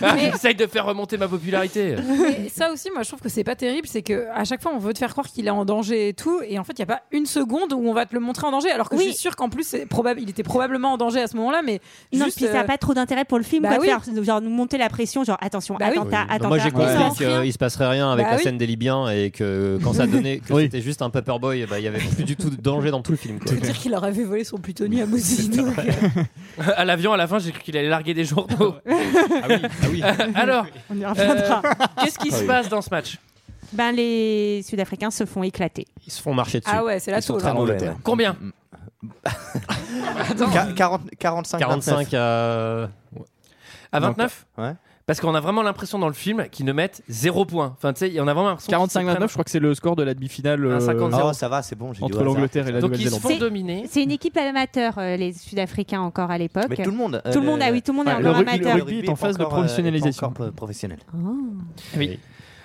A: ah, J'essaye de faire remonter ma popularité.
K: Mais ça aussi, moi, je trouve que c'est pas terrible. C'est que à chaque fois, on veut te faire croire qu'il est en danger et tout, et en fait, il y a pas une seconde où on va te le montrer en danger. Alors que
F: Oui.
K: je suis sûr qu'en plus, c'est probable, il était probablement en danger à ce moment-là, mais
F: Non,
K: juste,
F: puis ça
K: euh,
F: n'a pas trop d'intérêt pour le film.
K: bah
F: quoi, de
K: oui.
F: faire, genre nous monter la pression, genre attention,
K: Bah oui.
H: Oui.
F: attentat,
H: Non,
F: attentat.
H: moi j'ai compris
K: attentat.
H: qu'il se passerait rien avec
K: Bah
H: la
K: oui.
H: scène des Libyens et que quand ça donnait que
G: [laughs] Oui.
H: c'était juste un paperboy, eh ben, il y avait plus du tout de danger dans tout le film. quoi.
K: dire qu'il aurait fait voler son plutonium
G: [laughs]
K: aussi. donc, euh,
A: À l'avion, à la fin, j'ai cru qu'il allait larguer des journaux.
H: Ah oui, ah oui.
A: [laughs] Alors,
F: On y
A: euh,
F: reviendra.
A: qu'est-ce qui se passe dans ce match
F: Ben, les Sud-Africains se font éclater.
H: Ils se font marcher dessus.
K: Ah ouais, c'est la tour.
I: très mauvais. ouais.
A: Combien
G: Mm.
F: [laughs]
I: Qua- 40, 45, 45.
H: 45 à.
A: À 29
I: ouais.
A: Parce qu'on a vraiment l'impression dans le film qu'ils ne mettent zéro point. Enfin, tu sais, on a vraiment l'impression. qu'ils se
G: 45-29, je crois que c'est le score de la demi-finale
A: Un
G: euh,
A: 50.
I: Oh, ça va, c'est bon, j'ai du
G: entre
I: hasard.
G: l'Angleterre et la
A: prennent- Donc ils se font
G: Nouvelle-Zélande.
A: dominer.
F: C'est une équipe amateur, euh, les Sud-Africains encore à l'époque.
I: Mais tout le monde. euh,
F: Tout le monde, ah oui, tout le monde est
G: Ouais,
F: encore
G: le rugby-
F: amateur.
G: le rugby est en
I: pas
G: phase de
I: encore, euh, est pas
G: professionnalisation.
I: encore, euh, professionnel.
F: Oh.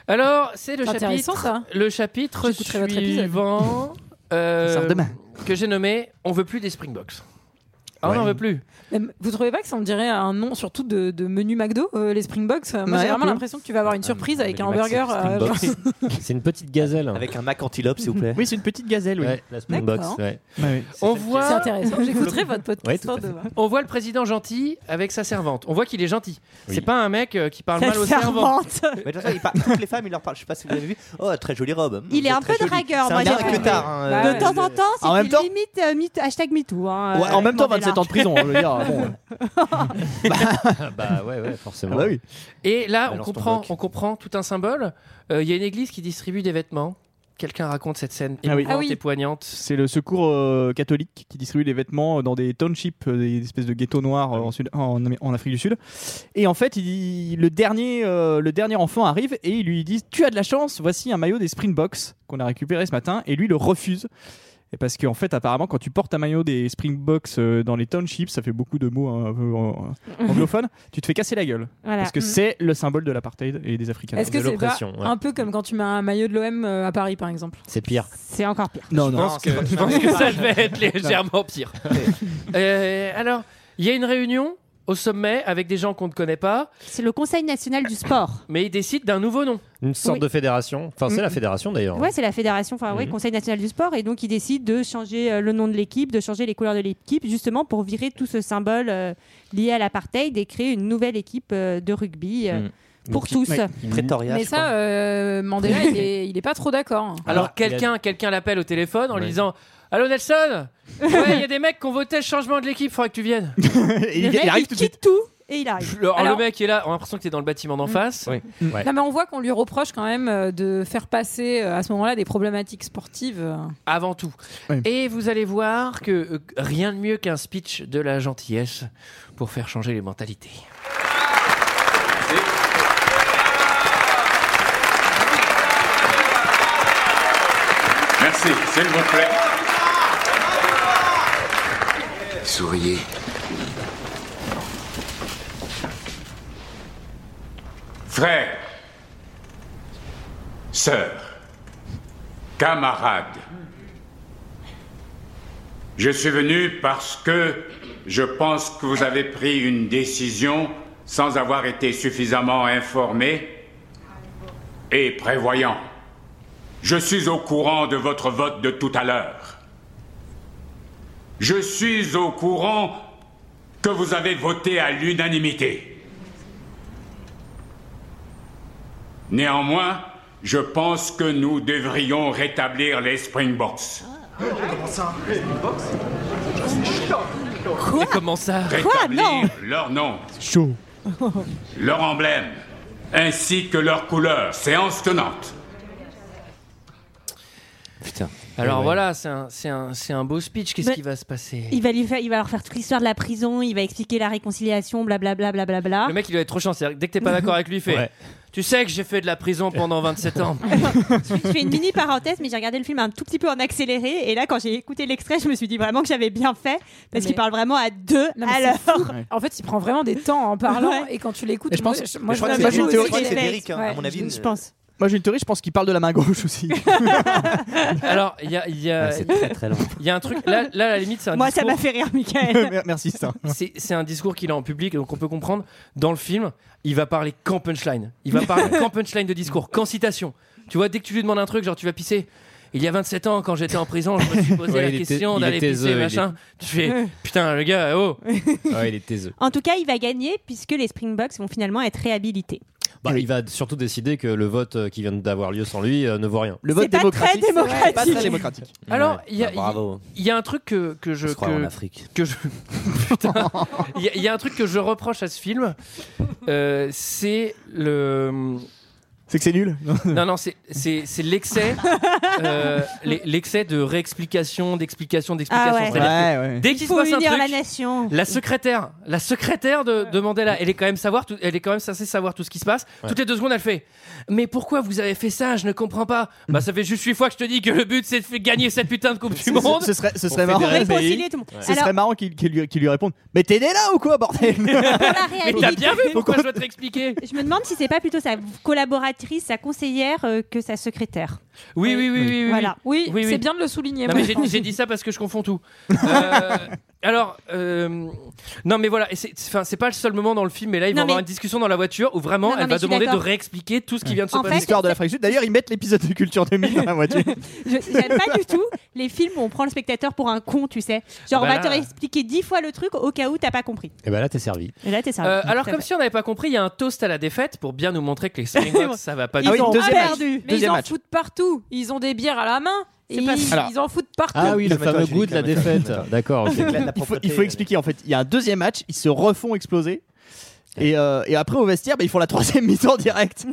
A: Alors, c'est le
K: C'est intéressant,
A: chapitre.
K: ça.
A: Le chapitre
K: J'écouterai votre épisode.
A: suivant. euh,
G: Ça sort demain.
A: que j'ai nommé On veut plus des Springboks. Ah, on n'en veut plus.
K: Même- Vous trouvez pas que ça me dirait un nom surtout de, de menu McDo, euh, les Springboks Moi,
G: Ouais,
K: j'ai
G: un
K: vraiment
G: peu.
K: l'impression que tu vas avoir une
I: Ah,
K: surprise avec un hamburger. euh, genre-
H: Springboks. [laughs] C'est une petite gazelle.
I: Avec un Mac antilope, s'il vous
F: [laughs]
I: plaît.
G: Oui, c'est une petite gazelle, oui.
H: Ouais, la Springboks.
K: D'accord.
H: Ouais.
G: Ouais, oui.
A: On
K: C'est
A: voit,
K: intéressant. J'écouterai votre
H: Ouais,
K: podcast.
H: tout à
K: histoire de voir.
A: on voit le président gentil avec sa servante. On voit qu'il est gentil.
H: Oui.
A: C'est pas un mec euh, qui parle
F: La
A: mal aux servants.
F: servante.
I: Mais de toute façon, il parle- toutes les femmes, il leur parle. Je sais pas si vous l'avez vu. Oh, très jolie robe.
F: Il est un
I: Très
F: peu
I: jolie.
F: dragueur,
I: C'est
F: moi,
I: un
F: j'ai
I: gars que
F: compris.
I: tard. hein,
K: Bah
I: euh,
F: De temps en temps, c'est
G: En même
F: qu'il
G: temps-
F: limite euh, me- hashtag MeToo. hein,
G: Ouais,
F: euh,
G: en même temps,
F: Mandela.
G: 27 ans de prison, hein, je veux dire.
H: [laughs]
G: bon.
I: Ah
H: Bah ouais, ouais, forcément.
G: Ah bah oui.
A: Et là, on
I: Balance ton
A: comprend,
I: bloc.
A: on comprend tout un symbole. Euh, Il y a une église qui distribue des vêtements. Quelqu'un raconte cette scène
G: Ah oui.
A: émouvante
K: Ah oui.
A: et poignante.
G: C'est le secours euh, catholique qui distribue des vêtements dans des townships, euh, des espèces de ghettos noirs euh, en, Sud- en, Amé- en Afrique du Sud. Et en fait, il- le, dernier, euh, le dernier enfant arrive et ils lui disent Tu as de la chance, voici un maillot des Springboks qu'on a récupéré ce matin. Et lui le refuse. Et parce qu'en fait, apparemment, quand tu portes un maillot des Springboks euh, dans les townships, ça fait beaucoup de mots hein, un peu, euh, anglophones, tu te fais casser la gueule.
K: Voilà.
G: Parce que
K: Mm.
G: c'est le symbole de l'apartheid et des Africains.
K: Est-ce que c'est pas un peu comme quand tu mets un maillot de l'OM à Paris, par exemple
H: C'est pire.
K: C'est encore pire.
A: Je
G: Non, non.
A: pense que, je pense que ça va être légèrement pire. Euh, alors, il y a une réunion au sommet avec des gens qu'on ne connaît pas,
F: C'est le Conseil national du sport.
A: mais ils décident d'un nouveau nom.
H: Une sorte
F: Oui.
H: de fédération. Enfin, c'est
F: Mm.
H: la fédération d'ailleurs.
F: Ouais, c'est la fédération, enfin ouais,
H: Mhm.
F: Conseil national du sport, et donc ils décident de changer euh, le nom de l'équipe, de changer les couleurs de l'équipe, justement pour virer tout ce symbole euh, lié à l'apartheid et créer une nouvelle équipe euh, de rugby euh,
H: Mhm.
F: pour
H: Donc,
F: tous.
I: Pretoria,
K: Mais
I: je crois.
K: ça, euh, Mandela, il est, il est pas trop d'accord.
A: Alors,
H: Alors,
A: quelqu'un quelqu'un l'appelle au téléphone en lui
H: Ouais.
A: disant Allô Nelson Ouais, il y a des mecs qui ont voté le changement de l'équipe, faudrait que tu viennes.
G: Et
F: Le
G: il,
F: mec,
G: il arrive
F: il
G: tout de suite.
F: quitte tout et il arrive.
A: Alors,
K: Alors-
A: le mec est là, on a l'impression que t'es dans le bâtiment d'en face.
H: Ouais.
K: Non, mais on voit qu'on lui reproche quand même euh, de faire passer euh, à ce moment-là des problématiques sportives. euh.
A: avant tout.
G: Oui.
A: Et vous allez voir que euh, rien de mieux qu'un speech de la gentillesse pour faire changer les mentalités.
J: Merci, s'il vous plaît.
E: Souriez.
J: Frères, sœurs, camarades, je suis venu parce que je pense que vous avez pris une décision sans avoir été suffisamment informé et prévoyant. Je suis au courant de votre vote de tout à l'heure. Je suis au courant que vous avez voté à l'unanimité. Néanmoins, je pense que nous devrions rétablir les Springboks.
A: Et comment ça
J: Rétablir
F: non
J: leur nom,
G: Chaud.
J: leur emblème, ainsi que leur couleur. Séance tenante.
I: Putain.
A: Alors voilà, c'est un, c'est un, c'est un beau speech. Qu'est-ce
F: Mais-
A: qui va se passer
F: Il va, lui faire, il va leur faire toute l'histoire de la prison, il va expliquer la réconciliation, blablabla. Bla, bla, bla,
A: Le mec, il doit être trop chanceux. Dès que t'es pas d'accord avec lui, il fait.
H: Ouais.
A: Tu sais que j'ai fait de la prison pendant 27 ans.
F: Je fais une mini parenthèse, mais j'ai regardé le film un tout petit peu en accéléré, et là, quand j'ai écouté l'extrait, je me suis dit vraiment que j'avais bien fait, parce
K: Mais-
F: qu'il parle vraiment à deux
K: Non, mais
F: à
K: c'est
F: l'heure.
K: En fait, il prend vraiment des temps en parlant
F: Ouais.
K: et quand tu l'écoutes,
G: Et je pense-
K: moi, je, moi,
I: je crois
K: me
I: que
K: mets
I: c'est-
K: au
I: je crois
K: niveau
I: que c'est
K: des mecs.
I: Derrick, hein, à
K: Ouais.
I: mon avis.
F: Je pense.
G: Moi j'ai une théorie, je pense qu'il parle de la main gauche aussi.
A: Alors, il y a, il y, a,
I: Ah, C'est très très long.
A: il y a un truc. Là, là, à la limite, c'est euh, un
F: Moi, ça
A: discours.
F: m'a fait rire,
A: [laughs]
F: Michael.
G: Mer- Merci, ça.
A: c'est, c'est un discours qu'il a en public, donc on peut comprendre. Dans le film, il va parler qu'en punchline. Il va
H: [laughs]
A: parler qu'en punchline de discours, qu'en citation. Tu vois, dès que tu lui demandes un truc, genre tu vas pisser. Il y a 27 ans, quand j'étais en prison, je me suis
H: [laughs]
A: posé
H: Ouais,
A: la
H: il était-
A: question
H: il
A: d'aller
H: était
A: pisser,
H: zeu, il
A: machin.
H: [laughs]
A: Tu fais, putain, le gars, oh
H: Ouais, il est taiseux.
F: En tout cas, il va gagner puisque les Springboks vont finalement être réhabilités.
H: Bah, Il va surtout décider que le vote euh, qui vient d'avoir lieu sans lui euh, ne vaut rien.
G: Le
F: vote
G: vote
F: C'est pas démocratique,
G: démocratique.
F: très c'est vrai, c'est pas très
G: pas
F: démocratique.
G: très
A: [laughs] Alors,
G: démocratique.
A: il y a-
H: Bah,
I: Ah, bravo.
A: Il y a un truc que, que je.
I: Je crois en
A: Que,
I: Afrique.
A: que je... [laughs] Putain. Il y, a- il y a un truc que je reproche à ce film. Euh, c'est le.
G: C'est que c'est nul.
A: Non, non, c'est- c'est c'est l'excès.
F: [laughs]
A: euh, l'e- l'excès de réexplication, d'explication, d'explication.
F: Ah
G: [laughs]
F: ouais.
A: C'est-à-dire que Dès
F: Il
A: qu'il se
F: faut
A: passe un
F: unir
A: truc,
F: la nation.
A: La secrétaire, la secrétaire de, de Mandela, elle est quand même savoir, tout- elle est quand même censée savoir tout ce qui se passe. Toutes les deux secondes, elle fait. Mais pourquoi vous avez fait ça Je ne comprends pas. Bah ça fait juste huit fois que je te dis que le but c'est de f- gagner cette putain de coupe du monde.
G: Ce serait, ce serait
H: Pour
G: marrant.
H: fédérer le
F: Réconcilier tout le monde.
G: Ce
F: Alors,
G: serait marrant qu'il qu'il lui, qu'il lui réponde Mais t'es né là ou quoi,
F: [laughs]
G: bordel [laughs]
F: pour la
A: Mais t'as
F: réhabiliter,
A: bien vu pourquoi je dois te l'expliquer.
F: je me demande si c'est pas plutôt sa collaboratrice, sa conseillère euh, que sa secrétaire.
A: Oui, oui, oui, oui, oui, oui.
F: Voilà.
K: Mm. Oui,
A: Oui,
K: c'est
A: oui.
K: bien de le souligner.
A: Non mais
K: moi, je
A: j'ai-
K: pense.
A: j'ai dit ça parce que je confonds tout. Euh, alors, euh, non mais voilà, et c'est c'est- enfin, c'est pas le seul moment dans le film, mais là ils vont
F: Non,
A: avoir
F: mais-
A: une discussion dans la voiture où vraiment
F: Non, non,
A: elle
F: mais
A: va
F: je suis
A: demander de
F: d'accord.
A: réexpliquer tout ce qui vient de se
F: En
A: passer.
F: fait,
G: L'histoire de l'Afrique du Sud. D'ailleurs, ils mettent l'épisode de Culture 2000 dans la voiture.
F: Je j'aime pas du tout les films où on prend le spectateur pour un con, tu sais. Genre,
A: Bah
F: on va te
A: là-
F: réexpliquer dix fois le truc au cas où t'as pas compris.
H: Et bah là, t'es servi.
F: Et là, t'es sérieux.
A: Euh,
I: Ah,
A: alors
F: Tout à
A: comme
F: fait.
A: si on n'avait pas compris, il y a un toast à la défaite pour bien nous montrer que les Springboks ça va pas
F: Ils
A: du
G: Ah oui,
F: ont
G: deuxième match.
F: perdu.
K: Mais ils
G: Deuxième
K: en
G: match.
K: foutent partout. Ils ont des bières à la main et
F: C'est pas-
K: ils,
G: Alors-
K: ils en foutent partout.
H: Ah oui, le
I: Calme-toi,
H: fameux
I: Julie,
H: goût de la
I: calme-toi,
H: défaite.
I: calme-toi.
H: D'accord. ok.
I: La-
G: il,
I: la
G: faut, il faut
I: propreté,
G: expliquer en fait. Il y a un deuxième match, ils se refont exploser. Et, euh, et après au vestiaire, bah, ils font la troisième [laughs] mi-temps
F: [laughs]
G: direct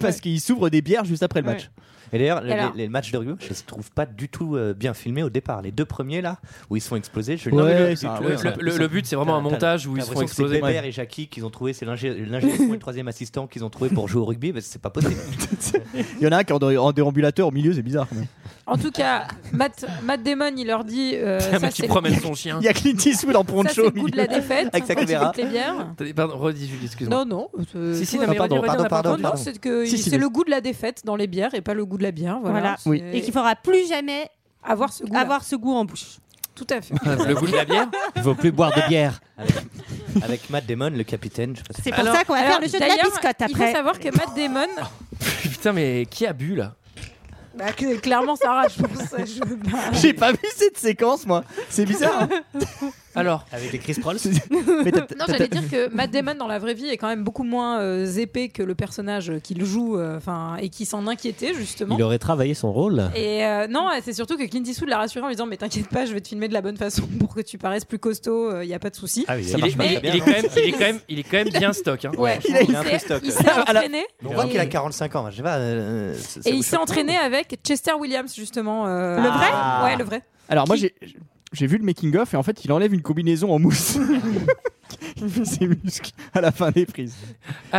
G: parce qu'ils s'ouvrent des bières juste après le match.
I: Et d'ailleurs, les,
K: Alors-
I: les- les matchs de rugby, je les trouve pas du tout euh, bien filmés au départ. Les deux premiers là, où ils sont explosés, je
G: Ouais,
I: Non, mais le-
G: c'est un-
A: Le,
G: ouais, c'est un-
A: le- le- le but, c'est vraiment un
I: T'as-
A: montage où ils
I: t'as
A: se font
I: l'impression que
A: exploser.
I: C'est
A: [laughs]
I: Bébert et Jackie qu'ils ont trouvé, c'est l'ingé l'ingé son et le troisième assistant qu'ils ont trouvé pour jouer au rugby, mais c'est pas possible.
F: [laughs]
G: Il y en a un qui est en, dé- en déambulateur au milieu, c'est bizarre. quand même.
K: En tout cas, Matt, Matt Damon, il leur dit. euh,
A: Il y a un
K: ça,
A: mec qui
K: c'est-
A: promène son chien.
G: Il y a Clint Eastwood en
K: Ça, c'est
G: poncho.
K: le
G: au
K: goût de
G: milieu.
K: la défaite.
G: Avec sa caméra.
K: Toutes les bières.
A: Attendez, Pardon, redis, Julie, excuse-moi.
K: Non, non. euh,
A: Si, si,
K: tout
A: non,
K: va
A: mais
K: bien.
A: redis, redis, on n'a pas
I: pardon,
A: entendu.
K: Non, c'est que
G: Si, si,
K: c'est
G: mais-
K: le goût de la défaite dans les bières et pas le goût de la bière. Voilà.
F: Voilà.
G: Oui.
K: C'est-
F: Et qu'il faudra plus jamais
K: avoir ce goût.
F: avoir ce goût en bouche.
K: Tout à fait.
A: Le goût de la bière
H: Il faut plus boire de bière.
I: Avec Matt Damon, le capitaine. Je sais pas si-
F: C'est pour
A: Alors-
F: ça qu'on va
K: Alors,
F: faire le jeu de la
K: d'ailleurs,
F: biscotte
K: Il faut
F: après.
K: savoir que Matt Damon,
A: Putain, mais qui a bu là
K: bah, que- clairement Sarah, je pense. Je veux pas-
G: [laughs] J'ai pas vu cette séquence, moi. C'est bizarre. hein.
A: Alors,
I: Avec les Chris Prolls.
G: Mais t'as-
K: Non,
G: t'as-
K: j'allais dire que Matt Damon dans la vraie vie est quand même beaucoup moins euh, épais que le personnage qu'il joue, euh, enfin et qui s'en inquiétait justement.
H: Il aurait travaillé son rôle.
K: Et euh, non, c'est surtout que Clint Eastwood l'a rassuré en lui disant mais t'inquiète pas, je vais te filmer de la bonne façon [laughs] pour que tu paraisses plus costaud, il y a pas de souci.
H: Ah oui,
A: il est,
K: marche pas
A: il est-
K: très bien,
A: il est quand même, il est quand même, il est quand même bien stock. hein.
K: Ouais.
G: Il a-
I: il a un
K: s'est-
I: peu stock.
K: il s'est
G: À la-
K: entraîné.
I: On voit
K: Et-
I: qu'il a 45 ans. Je sais pas. euh, ça- ça
K: Et
I: vous
K: il s'est
I: choque
K: entraîné avec Chester Williams justement. euh,
F: Le
I: vrai
K: à- Ouais, le vrai.
G: Alors moi j'ai j'ai vu le making of et en fait il enlève une combinaison en mousse. [laughs] Ses muscles à la fin des prises.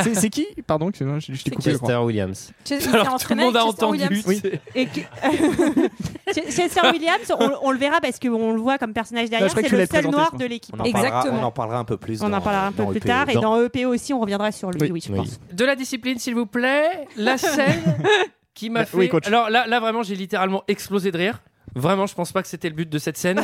G: C'est c'est qui Pardon, excuse-moi, je, je
K: C'est
G: t'ai coupé. je crois.
H: Chester Williams.
K: Ch- il s'est
A: Alors tout le
K: entraîné
A: monde a
K: avec Chester
A: entendu.
K: Williams.
A: Oui.
F: Et que- [laughs] Ch- Chester Williams, on, on le verra parce qu'on le voit comme personnage derrière.
G: je crois que
F: C'est le
G: tu l'avais
F: seul
G: présenté, je
F: noir
G: crois.
F: de l'équipe.
I: On en, parlera,
K: Exactement.
I: on en parlera un peu plus.
F: On
I: dans-
F: en parlera un peu
I: dans E.
F: plus
I: EPO.
F: tard. Et
I: Dans-
F: dans EPO aussi, on reviendra sur lui,
G: Oui.
F: oui, je
H: Oui.
F: pense.
A: De la discipline, s'il vous plaît.
F: [laughs]
A: La scène qui m'a
G: Bah,
A: fait.
G: oui, coach.
A: Alors là, là vraiment, j'ai littéralement explosé de rire. Vraiment, je pense pas que c'était le but de cette
F: [laughs]
A: scène.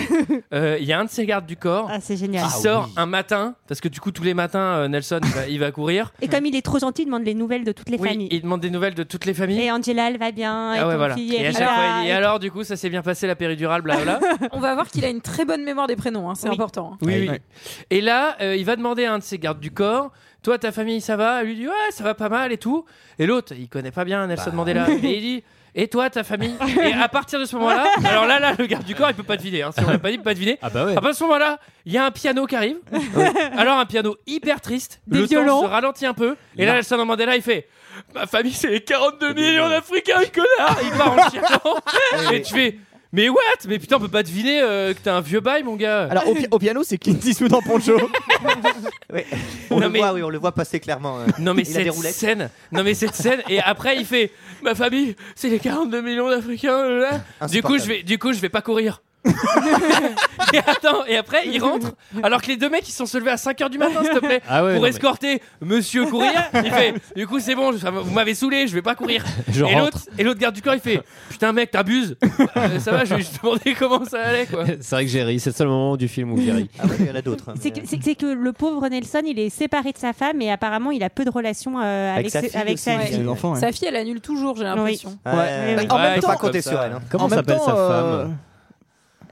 A: Euh, Il y a un de ses gardes du corps.
F: Ah, c'est
A: qui
F: génial.
A: sort un matin, parce que du coup tous les matins euh, Nelson il va, il va courir.
F: Et comme il est trop gentil, il demande les nouvelles de toutes les
A: Oui,
F: familles.
A: il demande des nouvelles de toutes les familles.
F: Et Angela, elle va bien. Et
A: ah ouais
F: ton
A: voilà.
F: fille,
A: Et à
F: elle
A: chaque
F: va,
A: fois il dit
F: et-
A: alors du coup ça s'est bien passé la péridurale blabla.
K: On va voir qu'il a une très bonne mémoire des prénoms, hein, c'est
F: Oui.
K: important.
A: Oui, oui.
G: Ouais.
A: Et là, euh, il va demander à un de ses gardes du corps Toi, ta famille, ça va Elle lui dit Ouais, ça va pas mal et tout. Et l'autre, il connaît pas bien Nelson Mandela. Et il dit Et toi, ta famille Et à partir de ce [laughs] moment-là, alors là, là, le garde du corps, il peut pas deviner. Hein, si on l'a pas dit, il peut pas deviner.
H: Ah bah ouais.
A: À partir de ce moment-là, il y a un piano qui arrive. Alors, un piano hyper triste.
F: Des
A: le
F: violons.
A: temps se ralentit un peu. Et là, Nelson Mandela, il fait Ma famille, c'est les 42 millions d'Africains, connard Il part en [laughs] chiant. et tu fais Mais what Mais putain, on peut pas deviner euh, que t'as un vieux bail, mon gars.
G: Alors au, pi- au piano c'est Clint Eastwood en poncho.
I: Oui. On,
A: Non,
I: le
A: mais-
I: voit, oui, on le voit passer clairement. euh.
A: Non mais
I: Il a des
A: cette
I: roulettes.
A: scène, non mais cette scène et après il fait ma famille, c'est les 42 millions d'Africains. euh, là. Du coup je vais, du coup je vais pas courir. [laughs] et attends et après il rentre alors que les deux mecs ils sont se levés à 5 heures du matin s'il te plaît
H: Ah ouais,
A: pour
H: non,
A: escorter Monsieur courir. Il fait du coup c'est bon, je- vous m'avez saoulé, je vais pas courir.
H: mais Je rentre.
A: et Eh, l'autre et l'autre garde du corps il fait putain mec t'abuses. Euh, ça va, je vais juste demander comment ça allait quoi.
H: C'est vrai que j'ai ri. C'est le seul moment du film où j'ai ri.
I: Ah ouais, il y en a d'autres. hein,
F: C'est
I: mais-
F: que, c'est que- c'est que le pauvre Nelson, il est séparé de sa femme et apparemment, il a peu de relations euh, avec,
I: Avec sa
F: ses-
I: fille
F: avec
I: aussi,
F: sa
K: ouais.
F: fille.
G: Les enfants. ouais.
K: Sa fille, elle annule toujours, j'ai l'impression.
I: Ouais,
G: Ouais. En
I: ouais, ouais,
G: même
I: on peut
G: temps-
I: pas compter sur elle. hein.
H: Comment
G: En même
H: s'appelle
G: temps,
H: sa
G: euh,
H: femme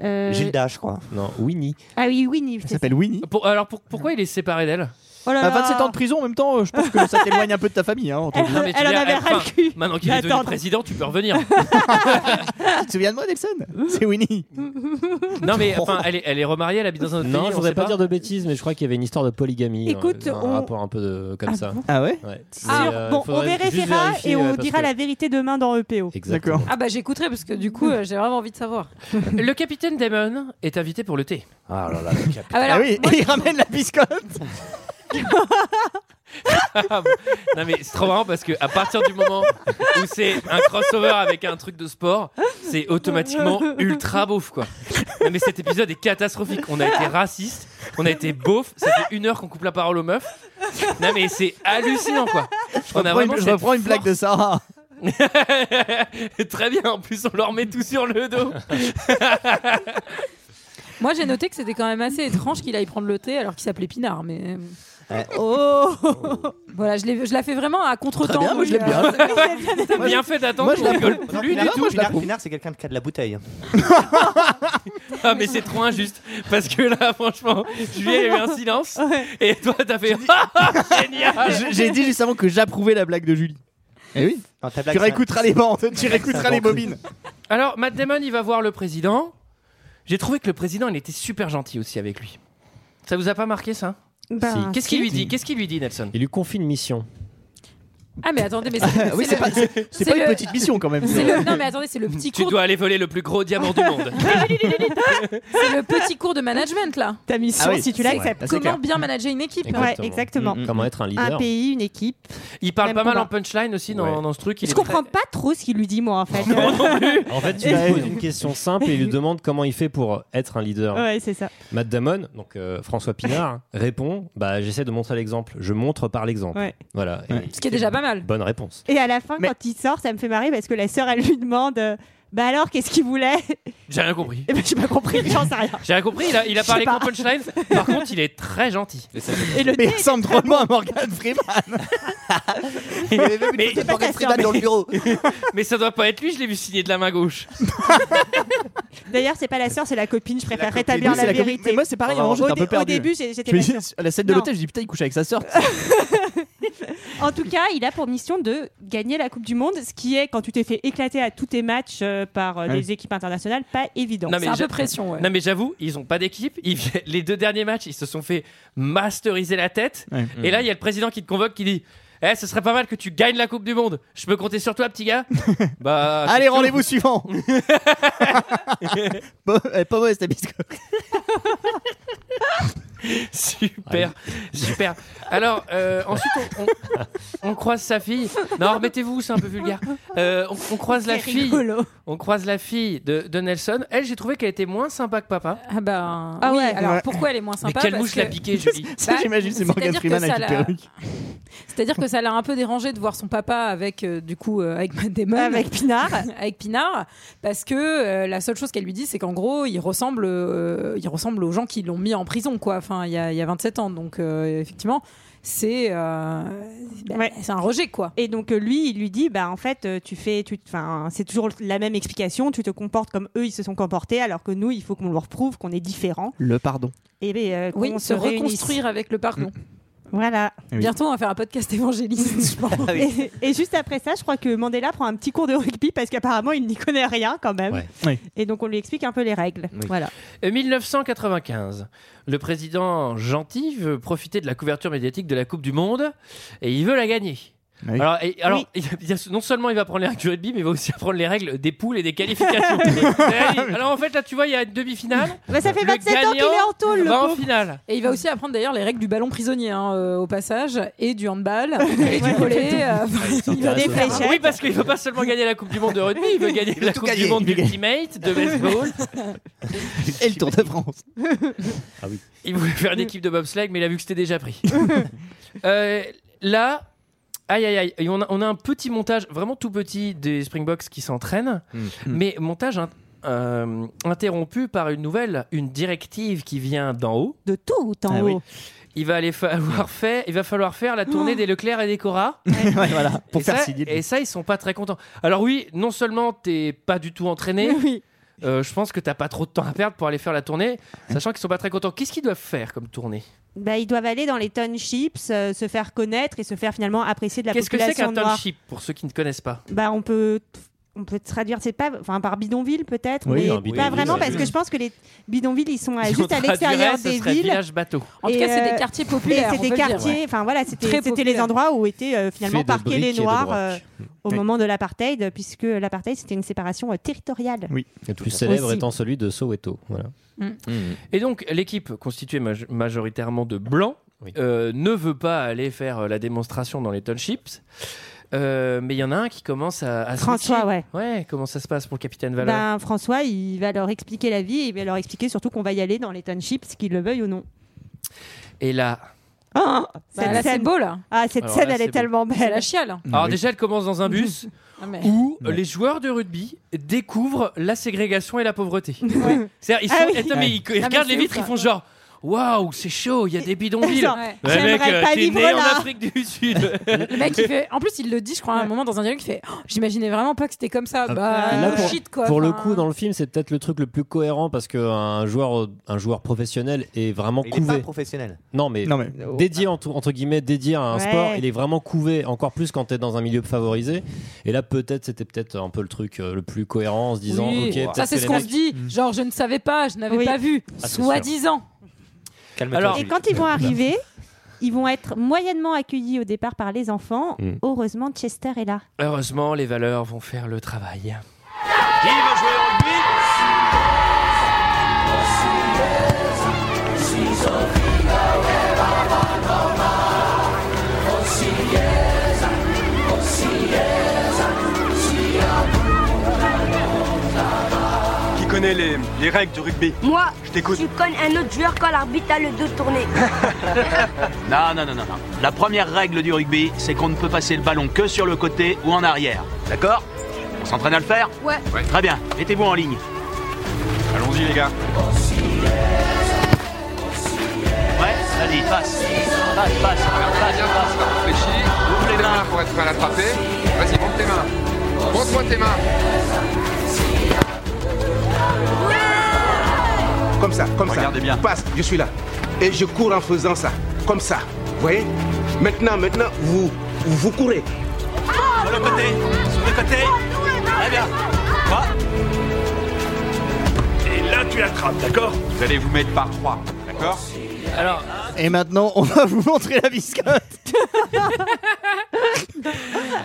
F: Euh,
I: Gilda, je crois.
H: Non, Winnie.
F: Ah oui, Winnie.
G: Elle s'appelle Winnie.
A: Pour- alors pour- pourquoi il est séparé d'elle
F: Oh là
G: Bah,
F: là.
G: 27 ans de prison en même temps, euh, je pense que ça t'éloigne un peu de ta famille. Hein, en tant que-
A: Non, mais tu
F: Elle en
A: viens-
F: avait
A: elle-
F: ras le
A: enfin,
F: cul.
A: Maintenant qu'il est devenu
F: Attends.
A: président, tu peux revenir.
G: Tu te souviens de moi Nelson C'est Winnie.
A: Non mais enfin, elle est, elle est remariée, elle habite dans un autre pays.
H: Non,
A: on
H: je voudrais
A: sait
H: pas, dire de bêtises, mais je crois qu'il y avait une histoire de polygamie. hein,
F: Écoute,
H: un
F: on-
H: rapport un peu de, comme
F: Ah
H: ça.
G: Ah ouais
H: Ouais.
F: Ah,
H: Mais, euh,
F: bon, on
H: faudrait juste
F: vérifiera
H: vérifier,
F: et
H: ouais,
F: on
H: parce
F: dira
H: que-
F: la vérité demain dans E EPO.
H: Exactement.
G: D'accord.
K: Ah bah j'écouterai parce que du coup euh, j'ai vraiment envie de savoir.
A: Le capitaine Damon est invité pour le thé.
I: Ah là là, le cap-
K: Ah, bah,
G: Ah
K: alors,
G: oui, [laughs]
K: moi,
G: et il ramène la biscotte.
A: non mais c'est trop marrant parce que à partir du moment où c'est un crossover avec un truc de sport, c'est automatiquement ultra beauf quoi. Non mais cet épisode est catastrophique. On a été raciste, on a été beauf. Ça fait une heure qu'on coupe la parole aux meufs. Non mais c'est hallucinant quoi. On a
G: Je reprends une-
A: vraiment
G: je
A: cette
G: reprends une blague de Sarah.
A: [laughs] Très bien. En plus on leur met tout sur le dos.
K: moi j'ai noté que c'était quand même assez étrange qu'il aille prendre le thé alors qu'il s'appelait Pinard mais euh.
G: Ah.
F: Oh
K: [laughs] voilà je, l'ai- je la fais vraiment à contre-temps.
G: bien, moi, je
K: oui,
G: l'aime bien.
K: euh,
A: T'as bien fait d'attendre.
G: moi, je
A: qu'on rigole
G: l'approuve.
I: Non,
A: plus
I: Pinard,
A: du
G: moi,
A: tout.
G: je la
I: Pinard,
G: trouve.
I: Pinard, c'est quelqu'un qui a de la bouteille. hein.
A: Ah mais c'est trop injuste parce que là franchement Julien il y a eu un silence et toi t'as fait Ah, ah, génial
G: Je- J'ai dit juste avant que j'approuvais la blague de Julie. Eh oui.
I: Non, ta blague,
G: Tu
I: c'est un-
G: réécouteras les bandes, tu réécouteras
I: un
G: les
I: bon
G: bobines.
A: Alors Matt Damon il va voir le président j'ai trouvé que le président il était super gentil aussi avec lui ça vous a pas marqué ça
F: Ben,
A: qu'est-ce qu'il lui dit qu'est-ce qu'il lui dit Nelson
H: Il lui confie une mission.
K: Ah mais attendez, mais c'est
G: [laughs] Oui, c'est
K: le-
G: pas, c'est- c'est pas
K: c'est
G: une
K: le-
G: petite mission quand même.
K: c'est le- non mais attendez, c'est
G: [laughs]
K: le petit
A: Tu
K: cours,
A: dois aller voler le plus gros diamant du monde.
K: c'est le petit cours de management là.
F: Ta mission,
G: Ah oui,
F: si tu
K: C'est
F: l'acceptes.
K: Comment bien manager une équipe
F: Ouais, exactement.
H: Mm, mm. Comment être un
F: Un
H: leader
F: pays, une équipe.
A: Il parle
F: Même
A: pas mal
F: combat.
A: en punchline aussi dans,
H: Ouais.
A: dans ce truc. il
F: Je
A: est
F: comprends pas trop ce qu'il lui dit, moi, en
G: [laughs]
F: fait.
H: En fait, tu lui poses une question simple et il lui demande comment il fait pour être un leader.
F: ouais, c'est ça.
H: Matt Damon, donc euh, François Pinard, répond bah, J'essaie de montrer l'exemple. Je montre par l'exemple.
F: Ouais.
H: Voilà.
G: Ouais.
H: Et
K: Ce qui est déjà pas mal.
H: Bonne réponse.
F: Et à la fin,
G: Mais-
F: quand il sort, ça me fait marrer parce que la sœur, elle lui demande euh, Bah alors, qu'est-ce qu'il voulait
A: J'ai rien compris.
F: Et ben, j'ai pas compris, j'en sais
G: [laughs]
F: rien.
A: J'ai rien compris, il a, il a
F: Je
A: parlé
F: sais pas.
A: qu'en punchline. Par contre, il est très gentil.
F: Et le
G: Mais il
F: nez,
G: ressemble drôlement à Morgan [laughs] Freeman.
I: Il y avait même une photo de
F: pas
I: Morgan
F: ta sœur,
I: Freeman dans le
F: mais-
I: bureau.
A: Mais ça doit pas être lui, je l'ai vu signer de la main gauche.
F: D'ailleurs, c'est pas la sœur, c'est la copine. Je préfère rétablir
G: Oui,
F: la,
G: c'est la copine.
F: vérité.
G: Mais moi, c'est pareil,
I: Oh,
G: avant,
F: Au,
G: j'étais un
F: dé-
G: peu
F: au
G: perdu.
F: début, j'ai- j'étais
G: Je me
F: pas
G: dis,
F: sûre.
G: à la scène de
F: Non.
G: l'hôtel, je dis putain, il couche avec sa sœur.
F: En tout cas, il a pour mission de gagner la Coupe du Monde, ce qui est, quand tu t'es fait éclater à tous tes matchs euh, par euh,
G: Ouais.
F: des équipes internationales, pas évident.
A: Non, mais
K: C'est un
A: j'a-
K: peu pression, ouais.
A: Non mais j'avoue, ils ont pas d'équipe. Ils vi- Les deux derniers matchs, ils se sont fait masteriser la tête.
G: Ouais.
A: Et là, il y a le président qui te convoque, qui dit Eh, ce serait pas mal que tu gagnes la Coupe du Monde. Je peux compter sur toi, petit
G: [laughs]
A: gars Bah.
G: Allez,
A: surtout-
G: rendez-vous suivant. Bon, elle est [laughs] pas mauvaise ta biscotte.
A: [laughs] Super, super. Alors, euh, ensuite, on, on- on croise sa fille. Non, remettez-vous, c'est un peu vulgaire. Euh, on, on croise la
F: C'est
A: fille.
K: [laughs]
F: rigolo.
A: On croise la fille de, de Nelson. Elle, j'ai trouvé qu'elle était moins sympa que papa.
K: Ah ben.
F: Ah
K: oui,
F: ouais.
K: Alors
G: Ouais.
K: pourquoi elle est moins sympa
A: mais quelle
K: Parce
A: mouche
K: que-
A: l'a piqué, Julie
G: Ça,
K: Bah,
G: j'imagine, c'est Morgan
K: c'est-à-dire que
G: Freeman
K: ça
G: avec une
K: l'a-
G: perruque.
K: C'est-à-dire que ça l'a un peu dérangé de voir son papa avec euh, du coup euh, avec Matt Damon.
F: Avec Pinard.
K: avec Pinard parce que euh, la seule chose qu'elle lui dit c'est qu'en gros il ressemble euh, il ressemble aux gens qui l'ont mis en prison quoi enfin il y a, il y a 27 ans donc euh, effectivement c'est euh, bah,
F: Ouais.
K: c'est un rejet quoi
F: Et donc euh, lui, il lui dit, bah en fait, euh, tu fais, tu, enfin, c'est toujours la même explication. Tu te comportes comme eux, ils se sont comportés, alors que nous, il faut qu'on leur prouve qu'on est différent.
G: Le pardon.
F: Et ben, euh,
K: oui
F: qu'on
K: se
F: réunisse.
K: reconstruire avec le pardon
F: Voilà.
G: Oui.
K: bientôt on va faire un podcast
F: [laughs]
K: évangéliste je pense
F: Et, et juste après ça, je crois que Mandela prend un petit cours de rugby parce qu'apparemment, il n'y connaît rien quand même.
H: Ouais.
G: Oui.
F: Et donc on lui explique un peu les règles.
I: Oui.
F: Voilà.
A: Euh, 1995, le président Gentil veut profiter de la couverture médiatique de la Coupe du Monde et il veut la gagner.
G: Oui.
A: Alors, et- alors
F: Oui.
A: il y a- il y a- non seulement il va prendre les règles du rugby, mais il va aussi apprendre les règles des poules et des
F: [laughs]
A: qualifications. Et- alors en fait, là, tu vois, il y a une demi-finale.
F: Bah, ça fait
A: Le
F: 27 ans qu'il est
A: gagnant
F: en tôle, Oh, le
A: va en
F: pauvre.
A: finale.
K: et il va aussi apprendre d'ailleurs les règles du ballon prisonnier hein, euh, au passage et du
F: [laughs]
K: handball et du volet
F: Ah,
K: euh, il va
F: Des
K: tout faire.
F: fléchettes.
A: Oui, parce qu'il veut pas seulement gagner la Coupe du Monde de rugby, il veut gagner la
I: tout
A: Coupe
I: gagner.
A: du Monde
G: Il veut
A: d'Ultimate, de baseball.
G: Et le Tour de France.
A: Il voulait faire
G: Mm.
A: une équipe de bobsleigh, mais il a vu que c'était déjà
G: [laughs]
A: pris. Euh, là, aïe aïe aïe, et on a, on a un petit montage, vraiment tout petit, des Springboks qui s'entraînent,
I: Mm.
A: mais montage in- euh, interrompu par une nouvelle, une directive qui vient d'en haut.
F: De tout en
G: Ah
F: haut.
G: oui.
A: Il va, aller falloir faire, il va falloir faire la tournée
F: Oh.
A: des Leclerc et des Cora.
G: Mm. [laughs] Ouais, voilà, pour
A: et,
G: faire
A: ça,
G: signer le-
A: et ça, ils sont pas très contents. Alors oui, non seulement t'es pas du tout entraîné,
F: Oui.
A: euh, je pense que t'as pas trop de temps à perdre pour aller faire la tournée, sachant qu'ils sont pas très contents. Qu'est-ce qu'ils doivent faire comme tournée
F: Bah, ils doivent aller dans les townships, euh, se faire connaître et se faire finalement apprécier de la
A: Qu'est-ce que c'est
F: population
A: qu'un
F: noire.
A: township pour ceux qui ne connaissent pas
F: Bah, on peut on peut traduire c'est pas enfin par bidonville peut-être
H: Oui,
F: mais
H: un bidonville,
F: pas vraiment
H: oui.
F: parce que je pense que les bidonvilles ils sont à-
A: Si on
F: Bah, juste à l'extérieur
A: traduirait, ce
F: des
A: serait
F: villes
A: Village bateau.
K: en tout
F: Et,
K: cas c'est
F: euh,
K: des quartiers
F: et
K: populaires on
F: c'était
K: peut le dire.
F: quartiers enfin voilà c'était
K: Très
F: c'était les
K: populaire.
F: endroits où étaient euh, finalement
H: Fait de
F: parqués
H: briques et
F: les
H: de
F: noirs
H: brocs.
F: euh, au
G: Oui.
F: moment de l'apartheid puisque l'apartheid c'était une séparation euh, territoriale
H: Le plus célèbre
F: Aussi.
H: étant celui de Soweto. Voilà.
A: Et donc, l'équipe constituée maj- majoritairement de blancs
H: Oui.
A: euh, ne veut pas aller faire euh, la démonstration dans les townships. Euh, mais il y en a un qui commence à, à
F: François
A: switcher.
F: ouais
A: Ouais, comment ça se passe pour le capitaine Valor
F: ben François il va leur expliquer la vie et il va leur expliquer surtout qu'on va y aller dans les townships qu'ils le veuillent ou non
A: Et là,
F: Ah,
K: Bah,
F: cette
K: là, c'est
F: scène
K: beau là
F: ah cette
A: Alors
F: scène
A: là,
F: elle
A: c'est
F: est,
A: beau.
F: tellement
K: c'est
F: belle
K: la chiale
A: alors déjà, elle commence dans un
F: [laughs]
A: bus
K: Non, mais-
A: où
G: Ouais.
A: les joueurs de rugby découvrent la ségrégation et la pauvreté. C'est-à-dire, ils,
F: Ah
A: sont-
F: oui.
A: attends, mais ils- ils
K: mais
A: regardent les
K: c'est
A: vitres,
K: ouf,
A: ils font
K: ça.
A: genre, waouh, c'est chaud, il y a des bidonvilles.
F: Genre,
K: Ouais.
A: Ouais, mec,
F: J'aimerais
A: euh,
F: pas
A: t'es
F: vivre
A: né
F: là.
A: en Afrique [laughs] du Sud.
K: Le mec, il fait. En plus, il le dit, je crois, à un moment dans un dialogue, il fait Oh, J'imaginais vraiment pas que c'était comme ça.
H: Ah,
K: bah,
F: là, pour-
K: shit, quoi.
H: Pour le
K: Enfin,
H: coup, dans le film, c'est peut-être le truc le plus cohérent parce qu'un joueur, un joueur professionnel est vraiment
I: Il est pas
H: couvé.
I: professionnel.
H: Non, mais
G: Non, mais.
F: oh.
H: dédié entre, entre guillemets dédié à un
F: Ouais.
H: sport il est vraiment couvé encore plus quand t'es dans un milieu favorisé et là peut-être c'était peut-être un peu le truc euh, le plus cohérent en se disant
K: oui.
H: ok peut-être
K: ça, c'est
H: que
K: ce
H: les
K: qu'on
H: mecs-
K: se dit. Genre, je ne savais pas, je n'avais
F: Oui.
K: pas vu.
H: [laughs] Ah, c'est sûr.
K: Soi-disant.
I: Calme-toi.
A: Alors- [laughs]
F: Et quand ils vont arriver, Ils vont être moyennement accueillis au départ par les enfants.
A: Mm.
F: Heureusement, Chester est là.
A: Heureusement, les valeurs vont faire le travail.
B: Qui veut jouer au rugby
C: Qui connaît les, les règles du rugby
L: Moi,
C: Je t'écoute.
L: tu connais un autre joueur quand l'arbitre a le dos tourné.
M: Non, non, non, non, non. La première règle du rugby, c'est qu'on ne peut passer le ballon que sur le côté ou en arrière. D'accord On s'entraîne à le faire
L: Ouais.
M: Très bien, mettez-vous en ligne. Allons-y, les gars. Ouais, vas-y, passe. Passe, passe, passe, passe.
N: Ouvre les mains pour être prêt à l'attraper. Vas-y, monte tes mains. Monte-moi tes mains.
D: Comme ça, comme ça. Bien. Passe, je suis là. Et je cours en faisant ça. Comme ça. Vous voyez Maintenant, maintenant, vous, vous courez.
M: Sur le côté, sur le côté. Très bien. Va.
C: Et là, tu attrapes, d'accord Vous allez vous mettre par trois, d'accord
A: Alors,
G: Et maintenant, on va vous montrer la biscotte.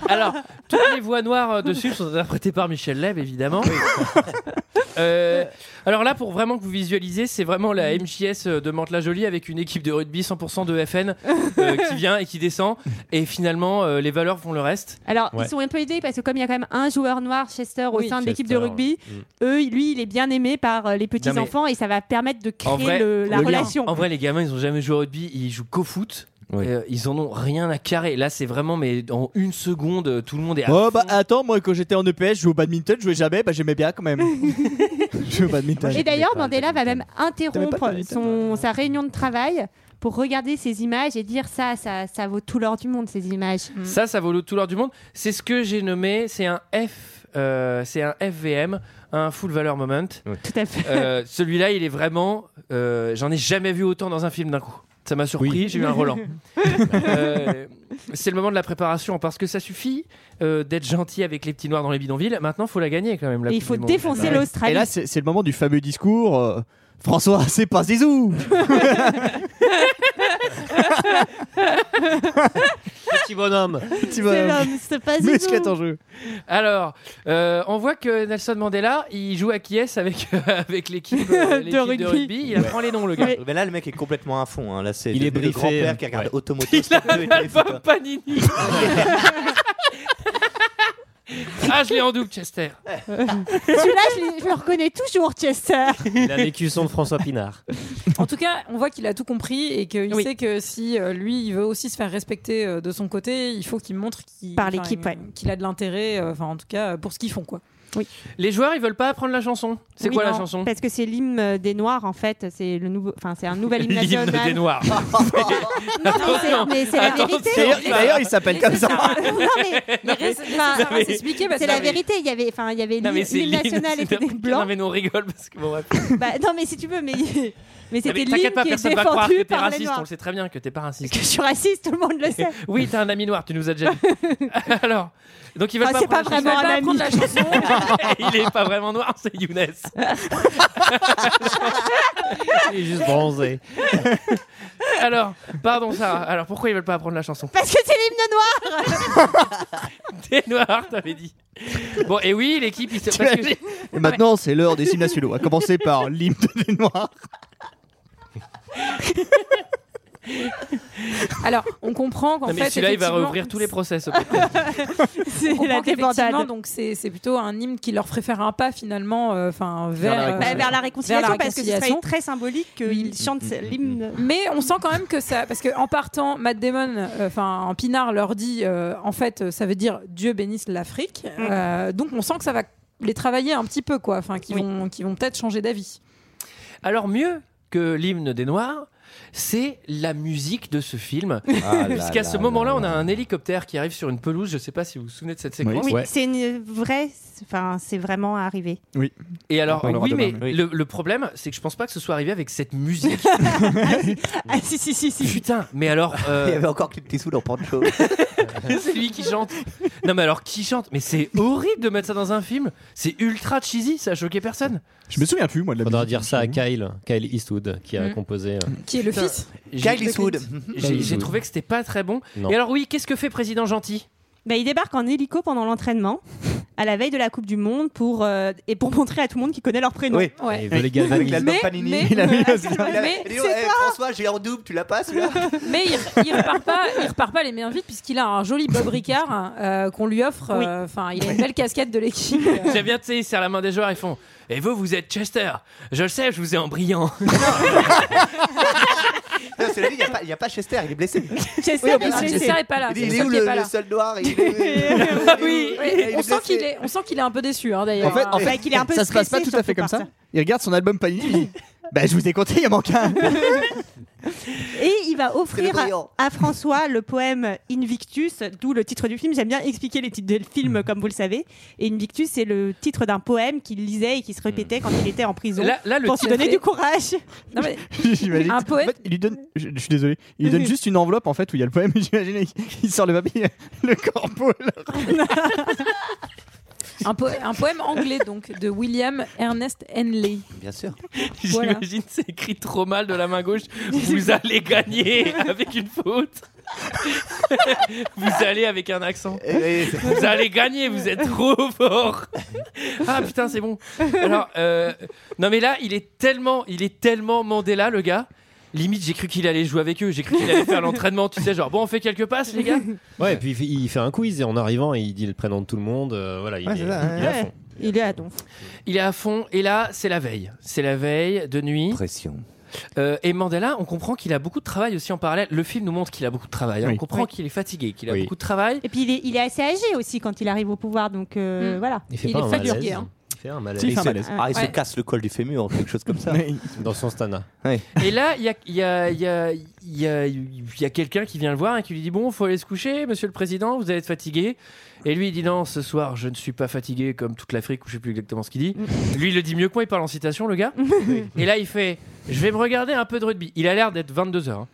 A: Alors, toutes les voix noires euh, dessus sont interprétées par Michel Leb, évidemment. [laughs] Euh, alors là, pour vraiment que vous visualisez, c'est vraiment la MJS euh, de Mantes-la-Jolie avec une équipe de rugby 100% de FN euh, qui vient et qui descend. Et finalement, euh, les valeurs font le reste.
F: Alors, ils sont un peu aidés parce que comme il y a quand même un joueur noir, Chester, au
A: Oui.
F: sein de l'équipe de
A: Chester, Mm.
F: rugby, eux, lui, il est bien aimé par euh, les
A: mais-
F: petits-enfants et ça va permettre de créer
A: En vrai,
F: le- la
A: le lien.
F: relation.
A: En vrai, les gamins, ils ont jamais joué au rugby, ils jouent qu'au foot. Euh, ils en ont rien à carrer. Là, c'est vraiment, mais en une seconde, euh, tout le monde est à
G: Oh bah attends, moi quand j'étais en EPS, je jouais au badminton, je jouais jamais, bah j'aimais bien
F: [laughs]
G: quand même. je jouais au badminton.
F: Et d'ailleurs, Mandela va même
G: pas
F: interrompre
G: de
F: son, sa réunion de travail pour regarder ces images et dire ça, ça, ça vaut tout l'or du monde, ces images.
A: Ça, ça vaut le tout l'or du monde. C'est ce que j'ai nommé, c'est un F, euh, c'est un FVM, un Full Valor Moment.
F: Tout à fait.
G: [laughs]
A: Euh, Celui-là, il est vraiment, euh, j'en ai jamais vu autant dans un film d'un coup. Ça m'a surpris, j'ai eu un
G: [laughs]
A: Roland. Euh, c'est le moment de la préparation parce que ça suffit euh, d'être gentil avec les petits noirs dans les bidonvilles. Maintenant, faut la gagner quand même. la
F: Et il
A: Coupe
F: faut
A: du monde.
F: défoncer
A: Bah,
F: l'Australie.
G: Et là, c'est c'est le moment du fameux discours euh, François, c'est pas
F: [laughs]
G: Zizou
H: Petit bonhomme.
G: Petit bonhomme.
F: c'est pas
G: euh, Mais ce qu'il y a en jeu.
A: Alors, euh, on voit que Nelson Mandela, il joue à qui est avec, avec
F: [laughs]
A: l'équipe euh, l'équipe de,
I: rugby.
A: rugby. Il apprend les noms, le gars.
I: Mais ben là, le mec est complètement à fond. hein. Là, c'est
H: Il
I: le-
H: est briefé,
I: le grand-père
H: hein.
I: qui regarde
H: Ouais.
I: Automoto.
A: Il a l'album Panini. [laughs] ah, je l'ai en double, Chester.
F: Celui-là, je, l'ai- je le reconnais toujours, Chester.
H: Il a l'écusson de François Pinard.
K: En tout cas, on voit qu'il a tout compris et qu'il sait que si euh, lui, il veut aussi se faire respecter euh, de son côté, il faut qu'il montre qu'il
F: Par
K: enfin,
F: l'équipe,
K: il- qu'il a de l'intérêt, euh, enfin en tout cas euh, pour ce qu'ils font quoi.
F: Oui.
A: Les joueurs, ils veulent pas apprendre la chanson. C'est
F: Oui,
A: quoi la
F: non,
A: chanson
F: Parce que c'est l'hymne euh, des Noirs, en fait. C'est le nouveau, enfin, c'est un nouvel hymne
A: [laughs] L'hymne
F: national.
A: des
F: [laughs]
A: Noirs.
F: Non, mais c'est- mais c'est la vérité.
G: D'ailleurs, d'ailleurs, il s'appelle comme ça.
A: [laughs]
F: Non, mais,
K: Non, mais-
F: enfin,
K: ça va s'expliquer parce
F: c'est
K: que-
F: la vérité. Il y avait, enfin, il y avait
A: Non, mais
F: l'hymne
A: c'est
F: l'hymne
A: l'hymne,
F: national
A: c'est
F: était des
A: n'importe- Non,
F: blancs.
A: mais nous on rigole parce que bon, bref.
F: Bah, non, mais si tu veux, mais, [laughs] mais
A: Non, mais
F: c'était l'hymne
A: T'inquiète pas,
F: qui est
A: personne va croire que
F: défendu
A: t'es
F: par les
A: raciste. On
F: noirs.
A: le sait très bien que t'es pas raciste.
F: Je suis raciste, tout le monde le sait.
A: Oui, t'as un ami noir, tu nous as déjà
F: [laughs]
A: dit. Alors, donc ils veulent
F: Ah,
A: pas
F: c'est pas
A: apprendre la
F: vraiment
A: chanson. pas apprendre la
K: Ils veulent
F: un
A: chanson. [laughs] Il est pas vraiment noir, c'est [laughs] Younes.
H: Il est juste bronzé.
A: Alors, pardon Sarah, alors pourquoi ils veulent pas apprendre la chanson
F: [laughs] Parce que c'est l'hymne noir.
A: [laughs] T'es noir, t'avais dit. Bon, et oui, l'équipe, ils se... parce que-
G: Et maintenant, c'est l'heure des signes nationaux, à commencer par l'hymne des Noirs.
K: Alors, on comprend qu'en
A: Non, mais
K: fait,
A: celui-là, il va
K: effectivement,
A: réouvrir tous les process.
K: c'est
F: la débandade.
K: Donc c'est c'est plutôt un hymne qui leur ferait faire un pas finalement, euh, enfin
A: Vers la
K: vers, euh,
A: réconciliation.
F: Eh, Vers la réconciliation, Mm,
K: vers la
F: parce que ce
K: réconciliation.
F: serait très symbolique qu'il chante l'hymne.
K: Mais on sent quand même que ça, parce que en partant, Matt Damon, euh, enfin en Pinard leur dit, euh, en fait, euh, ça veut dire Dieu bénisse l'Afrique. Euh, donc on sent que ça va les travailler un petit peu, quoi. Enfin, qui vont, qui vont peut-être changer d'avis.
A: [laughs] Alors, mieux que l'hymne des Noirs, c'est la musique de ce film.
I: Ah là
A: Puisqu'à
I: là
A: ce moment-là, on a un hélicoptère qui arrive sur une pelouse. Je sais pas si vous vous souvenez de cette séquence.
F: Oui, c'est une vraie. Enfin, c'est vraiment arrivé.
G: Oui.
A: Et alors,
G: On en parlera
A: oui, mais
G: demain,
A: Le, le problème, c'est que je pense pas que ce soit arrivé avec cette musique. [laughs]
F: ah, si, si, si, si.
A: Putain, mais alors. euh,
I: Il [laughs] y avait encore [laughs] Clint Eastwood dans Pancho.
A: c'est lui qui chante. Non, mais alors, qui chante Mais c'est horrible de mettre ça dans un film. C'est ultra cheesy, ça a choqué personne.
G: Je me souviens plus, moi, de la
H: Faudra dire ça à Kyle, Kyle Eastwood, qui a
A: Mm.
H: composé. euh,
K: Qui est le fils
I: Kyle Eastwood.
A: J'ai j'ai trouvé que c'était pas très bon. Et alors, oui, qu'est-ce que fait Président Gentil
F: [laughs] Bah, il débarque en hélico pendant l'entraînement, à la veille de la Coupe du Monde, pour, euh, et pour montrer à tout le monde qu'il connaît leur prénom. [laughs]
I: Oui.
H: Ouais. Il veut les galvaniser.
I: Avec l'album
F: Mais-
I: Panini.
F: mais-
I: il a mis
F: mais-
I: il a- il a-
K: mais
I: il a dit,
K: c'est
I: Eh,
K: ça.
I: François, j'ai en double, tu l'as pas celui-là
K: [laughs] Mais il, il repart pas, il repart pas les mains vides puisqu'il a un joli Bob Ricard hein, euh, qu'on lui offre. euh, Enfin, il a une belle casquette de l'équipe.
A: J'aime bien, tu sais, ils serrent la main des joueurs, ils font Et vous, vous êtes Chester Je le sais, je vous ai en brillant.
I: Non, cela dit, il n'y a, pas- il y a pas Chester, il est blessé.
K: Chester
I: en plus,
K: est blessé.
I: il est-
K: Chester est pas là.
I: Il, dit, il
K: C'est
I: est
K: ça
I: où
K: qui est
I: le,
K: pas là.
I: le seul noir Il est-
K: oui,
I: il
K: on
I: est
K: sent qu'il est, on sent qu'il est un peu déçu hein, d'ailleurs.
G: En fait, en
K: Hein.
G: fait ça se passe pas tout à fait comme ça. Il regarde son album Panini. il dit, [laughs] Bah, je vous ai compté, il en manque [laughs] un.
F: Et il va offrir
I: Très brillant.
F: à, à François le poème Invictus, d'où le titre du film. J'aime bien expliquer les titres du film, comme vous le savez. Et Invictus, c'est le titre d'un poème qu'il lisait et qui se répétait quand il était en prison
A: Là- là, le
F: pour se [laughs]
A: titre-
F: donner du courage.
G: J'imagine.
F: Un poète.
G: En fait, il lui donne. Je, je suis désolé. Il lui donne juste une enveloppe en fait où il y a le poème. [laughs] J'imagine. Il sort le papier, le corbeau.
K: Un, po- un poème anglais donc de William Ernest Henley.
I: Bien sûr.
K: Voilà.
A: J'imagine, c'est écrit trop mal de la main gauche. Vous allez gagner avec une faute. [laughs] vous allez avec un accent. Vous allez gagner, vous êtes trop
F: [laughs]
A: fort. Ah putain, c'est bon. Alors, euh, non mais là, il est tellement, il est tellement Mandela, le gars. Limite, j'ai cru qu'il allait jouer avec eux. J'ai cru qu'il allait faire l'entraînement. Tu sais, genre, bon, on fait quelques passes, les gars.
H: Ouais, et puis il fait- il fait un quiz et en arrivant, il dit le prénom de tout le monde. euh, voilà, il,
A: Ouais,
H: est,
A: c'est
I: Ah,
A: ça,
H: il est à
A: ouais.
H: fond.
F: Il est à don.
A: Il est à fond. Et là, c'est la veille. C'est la veille de nuit. Euh,
I: Pression.
A: et Mandela, on comprend qu'il a beaucoup de travail aussi en parallèle. Le film nous montre qu'il a beaucoup de travail. hein.
F: Oui.
A: On comprend
F: Oui.
A: qu'il est fatigué, qu'il a beaucoup de travail.
F: Et puis il est, il est assez âgé aussi quand il arrive au pouvoir, donc
K: Hmm.
F: euh, voilà. est fatigué, hein.
H: Il fait un malaise.
I: Si, il fait un malaise. Ah, il
F: Ouais.
I: se casse le col du fémur, quelque chose comme ça.
H: Dans son stana.
A: Et là, il y a, il y a- il y a- il y a- il y a quelqu'un qui vient le voir et qui lui dit Bon, faut aller se coucher, monsieur le président, vous allez être fatigué. Et lui, il dit Non, ce soir, je ne suis pas fatigué comme toute l'Afrique, ou je sais plus exactement ce qu'il dit. Lui, il le dit mieux que moi, il parle en citation, le gars. et là, il fait Je vais me regarder un peu de rugby. Il a l'air d'être 22h.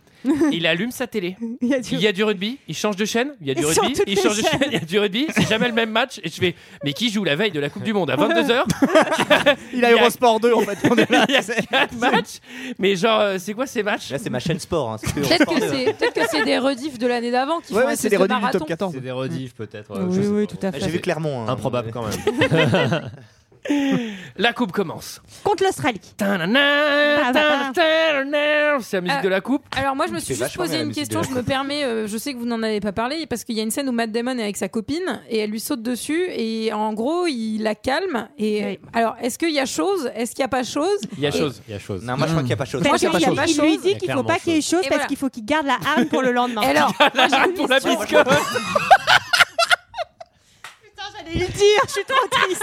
A: Il allume sa télé.
F: Il y a
A: Il y a du rugby, il change de chaîne, il y a du
F: Et sur
A: rugby,
F: toutes
A: il
F: les
A: change de chaîne,
F: chaînes.
A: il y a du rugby, c'est jamais le même match. Et je fais, mais qui joue la veille de la Coupe du Monde à
F: [laughs]
A: 22h
G: Il a Eurosport 2 en fait. On [laughs] est là.
A: [laughs] Il y a quatre matchs, mais genre, euh, c'est quoi ces matchs
I: Là, c'est ma chaîne sport. Hein, c'est que on
K: Peut-être
I: sport
K: que
I: de-
K: c'est peut-être que c'est des rediffs de l'année d'avant qui
I: Ouais,
K: font
I: ouais,
K: un
I: c'est
K: espèce
I: des
K: de
I: rediffs du
K: marathon.
I: top
H: C'est des rediffs peut-être.
K: Oui,
H: je sais
K: oui,
H: pas.
K: tout à fait.
I: J'ai vu Clermont. hein.
H: Improbable quand même.
A: La Coupe commence.
F: Contre l'Australie. Bah,
A: Ta-na-na, ta-na-na, ta-na-na. C'est la musique
K: Euh,
A: de la Coupe.
K: Alors moi je me
A: Il
K: suis
A: fait
K: juste
A: vachement
K: posé
A: bien la
K: une
A: musique
K: question,
A: de
K: je
A: la
K: me permets, euh, je sais que vous n'en avez pas parlé, parce qu'il y a une scène où Matt Damon est avec sa copine et elle lui saute dessus et en gros il la calme. Et euh, alors est-ce qu'il y a chose Est-ce qu'il n'y a pas chose
A: Il y a [laughs] chose.
H: Il y a chose.
I: Non, moi, je crois qu'il n'y a pas chose.
F: Parce qu'il
K: pas
F: il
K: chose.
F: lui
K: Il
F: dit
K: y a
F: qu'il faut
K: clairement
F: pas qu'il y ait chose
K: Et
F: parce
K: voilà.
F: qu'il faut qu'il garde la arme
K: [laughs]
F: pour le lendemain.
I: Ah,
K: Et
I: [laughs]
K: alors moi, j'ai une
A: Ah, pour la
K: question.
A: [laughs] biscotte.
F: [laughs] J'allais le dire, je suis trop triste.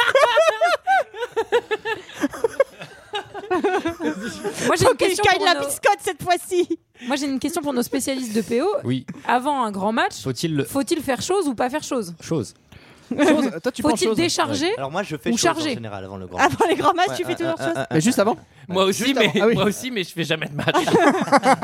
K: Moi j'ai
F: Faut
K: une
F: qu'il
K: question
F: gagne
K: pour
F: la
K: nos-
F: biscotte cette fois-ci.
K: Moi j'ai une question pour nos spécialistes de PO.
H: Oui.
K: Avant un grand match,
H: Faut-il le.
K: faut-il faire chose ou pas faire chose
H: Chose.
G: Toi, tu
K: Faut-il
H: hein.
K: décharger
I: Alors moi, je fais
K: ou
I: chose en
K: charger
I: général avant le grand.
F: Avant les grands matchs,
I: Ouais,
F: tu fais
I: un,
F: toujours
I: un,
F: chose.
I: un, un.
G: Mais Ah, juste avant.
A: Moi aussi, mais,
G: avant. Ah oui.
A: moi aussi, mais je fais jamais de
F: [laughs]
A: match.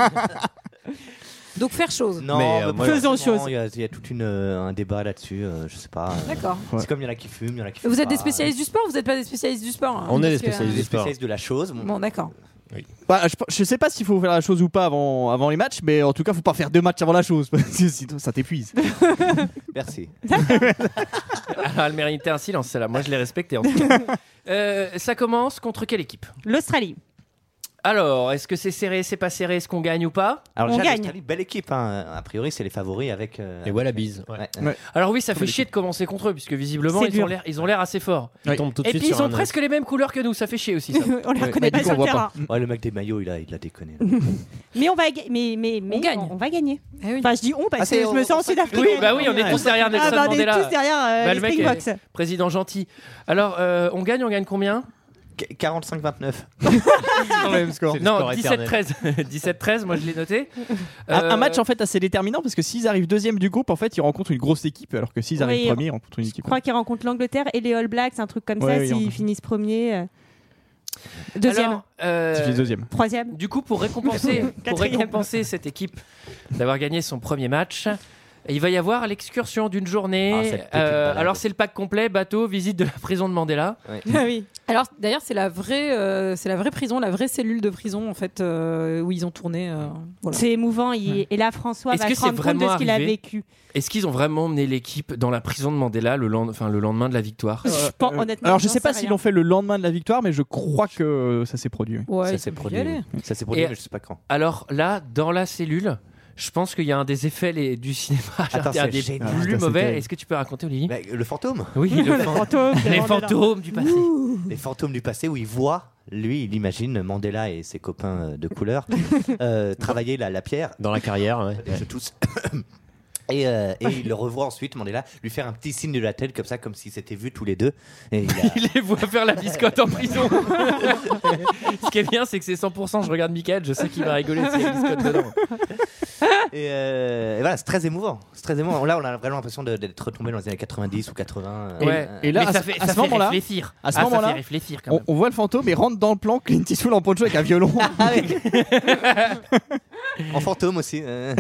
K: Donc faire chose.
I: Non,
H: Mais, euh,
I: mais
H: moi,
I: forcément,
F: chose.
I: Il y a, il y a tout une, euh, un débat là-dessus. euh, je sais pas. euh,
K: D'accord.
I: C'est comme il y en a qui fument, il y en a qui fument.
K: Vous êtes des
I: pas.
K: spécialistes du sport ou vous n'êtes pas des spécialistes du sport hein,
H: On est
K: parce
H: des
K: que- euh,
H: spécialistes.
I: Bah, Des spécialistes de la chose. Bon,
K: Bon d'accord.
G: Bah, je, je sais pas s'il faut faire la chose ou pas avant, avant les matchs, mais en tout cas, faut pas faire deux matchs avant la chose. [laughs] parce que Sinon, ça t'épuise.
I: Merci.
A: Alors, elle méritait un silence, celle-là. Moi, je l'ai respectée. en tout cas.
F: [laughs]
A: Euh, ça commence contre quelle équipe
F: L'Australie.
A: Alors, est-ce que c'est serré, c'est pas serré, est-ce qu'on gagne ou pas
I: Alors,
F: On
I: déjà,
F: gagne.
I: l'Australie, belle équipe. hein. A priori, c'est les favoris avec. euh,
H: Les Wallabies. ouais.
I: ouais.
A: Alors oui, ça fait chier de commencer contre eux, puisque visiblement,
F: C'est
A: ils
F: dur.
A: ont, l'air, ils ont l'air assez forts.
H: Ils tombent tout de
A: Et
H: suite
A: puis, ils
H: sur
A: ont
H: un
A: presque les mêmes couleurs que nous, ça fait chier aussi.
F: [laughs]
A: ça.
F: on les reconnaît pas sur le terrain.
I: Ouais, le mec des maillots, il a, il a déconné.
F: Mais on va, ga- mais, mais, mais
K: gagne.
F: On, va gagner.
K: Eh oui.
F: Enfin, je dis on parce
I: Ah,
F: que
I: c'est-
F: je me
I: on-
F: sens
I: on
F: en
I: s'en-
F: Sud-Afrique.
A: Oui, bah oui, on est tous derrière
F: Ah,
A: Nelson
F: bah, on est
A: Mandela.
F: tous derrière euh,
A: Bah,
F: les
A: le mec
F: Springboks.
A: est président gentil. Alors, euh, on gagne, on gagne combien
I: Qu- 45-29.
H: C'est le
A: Non,
H: score éternel.
A: 17-13. [laughs] 17-13, moi je l'ai noté.
G: Un,
A: Euh,
G: un match en fait assez déterminant parce que s'ils arrivent deuxième du groupe, en fait, ils rencontrent une grosse équipe, alors que s'ils
F: Oui,
G: arrivent
F: on-
G: premier, ils rencontrent une équipe.
F: Je crois qu'ils rencontrent l'Angleterre et les All Blacks, un truc comme
G: Ouais,
F: ça,
G: oui, on-
F: s'ils finissent premier. euh. Deuxième,
A: alors, euh,
G: Ils finissent deuxième.
A: [laughs]
F: troisième.
A: Du coup, pour récompenser, pour
F: Quatrième.
A: récompenser cette équipe d'avoir gagné son premier match, Et il va y avoir l'excursion d'une journée.
I: Ah, ça peut être une
A: Euh,
I: balade.
A: alors c'est le pack complet, bateau, visite de la prison de Mandela.
K: Alors d'ailleurs c'est la vraie euh, c'est la vraie prison la vraie cellule de prison en fait euh, où ils ont tourné euh, voilà.
F: C'est émouvant. il- Et là, François
A: Est-ce
F: va
A: que
F: se
A: c'est
F: rendre compte de
A: vraiment
F: ce qu'il a
A: arrivé
F: vécu.
A: Est-ce qu'ils ont vraiment emmené l'équipe dans la prison de Mandela le, lend- enfin, le lendemain de la victoire
G: Euh,
F: pense- honnêtement,
G: Alors je
F: j'en
G: sais pas
F: sais
G: s'ils
F: rien.
G: l'ont fait le lendemain de la victoire, mais je crois que euh, ça s'est produit. oui.
F: Ouais,
I: Ça s'est produit. oui. Ça s'est produit,
A: Et-
I: mais je sais pas quand.
A: Alors là, dans la cellule, je pense qu'il y a un des effets les- du cinéma, [laughs]
I: Attends,
A: un
I: c'est
A: des
I: génial.
A: plus
I: Putain, c'est
A: mauvais.
I: terrible.
A: Est-ce que tu peux raconter, Olivier
I: euh, Le fantôme
A: Oui, le
I: Le
A: fan-
I: fantôme de
A: les
I: Mandela.
A: fantômes du passé.
I: Les fantômes du passé où il voit, lui, il imagine Mandela et ses copains euh, de couleur [laughs] euh, travailler la, la pierre.
H: Dans la carrière,
I: Je tousse. [coughs] Et, euh, et il le revoit ensuite, Mandela, lui faire un petit signe de la tête comme ça, comme s'ils s'étaient vus tous les deux. Et
H: [laughs]
I: il a-
A: [laughs] Il les voit faire la biscotte en prison. Ce qui est bien, c'est que c'est 100%. Je regarde Mickaël, je sais qu'il va rigoler s'il y a une biscotte dedans.
I: et, euh, et voilà, c'est très émouvant. C'est très émouvant. Là, on a vraiment l'impression de- d'être retombé dans les années 90 ou euh, 80.
G: Et, et là, à, ce- à ce moment-là, à
A: Ah,
G: ce moment-là, on, on voit le fantôme et rentre dans le plan [laughs] Clint Eastwood en poncho avec un violon. [laughs]
I: en fantôme aussi. euh.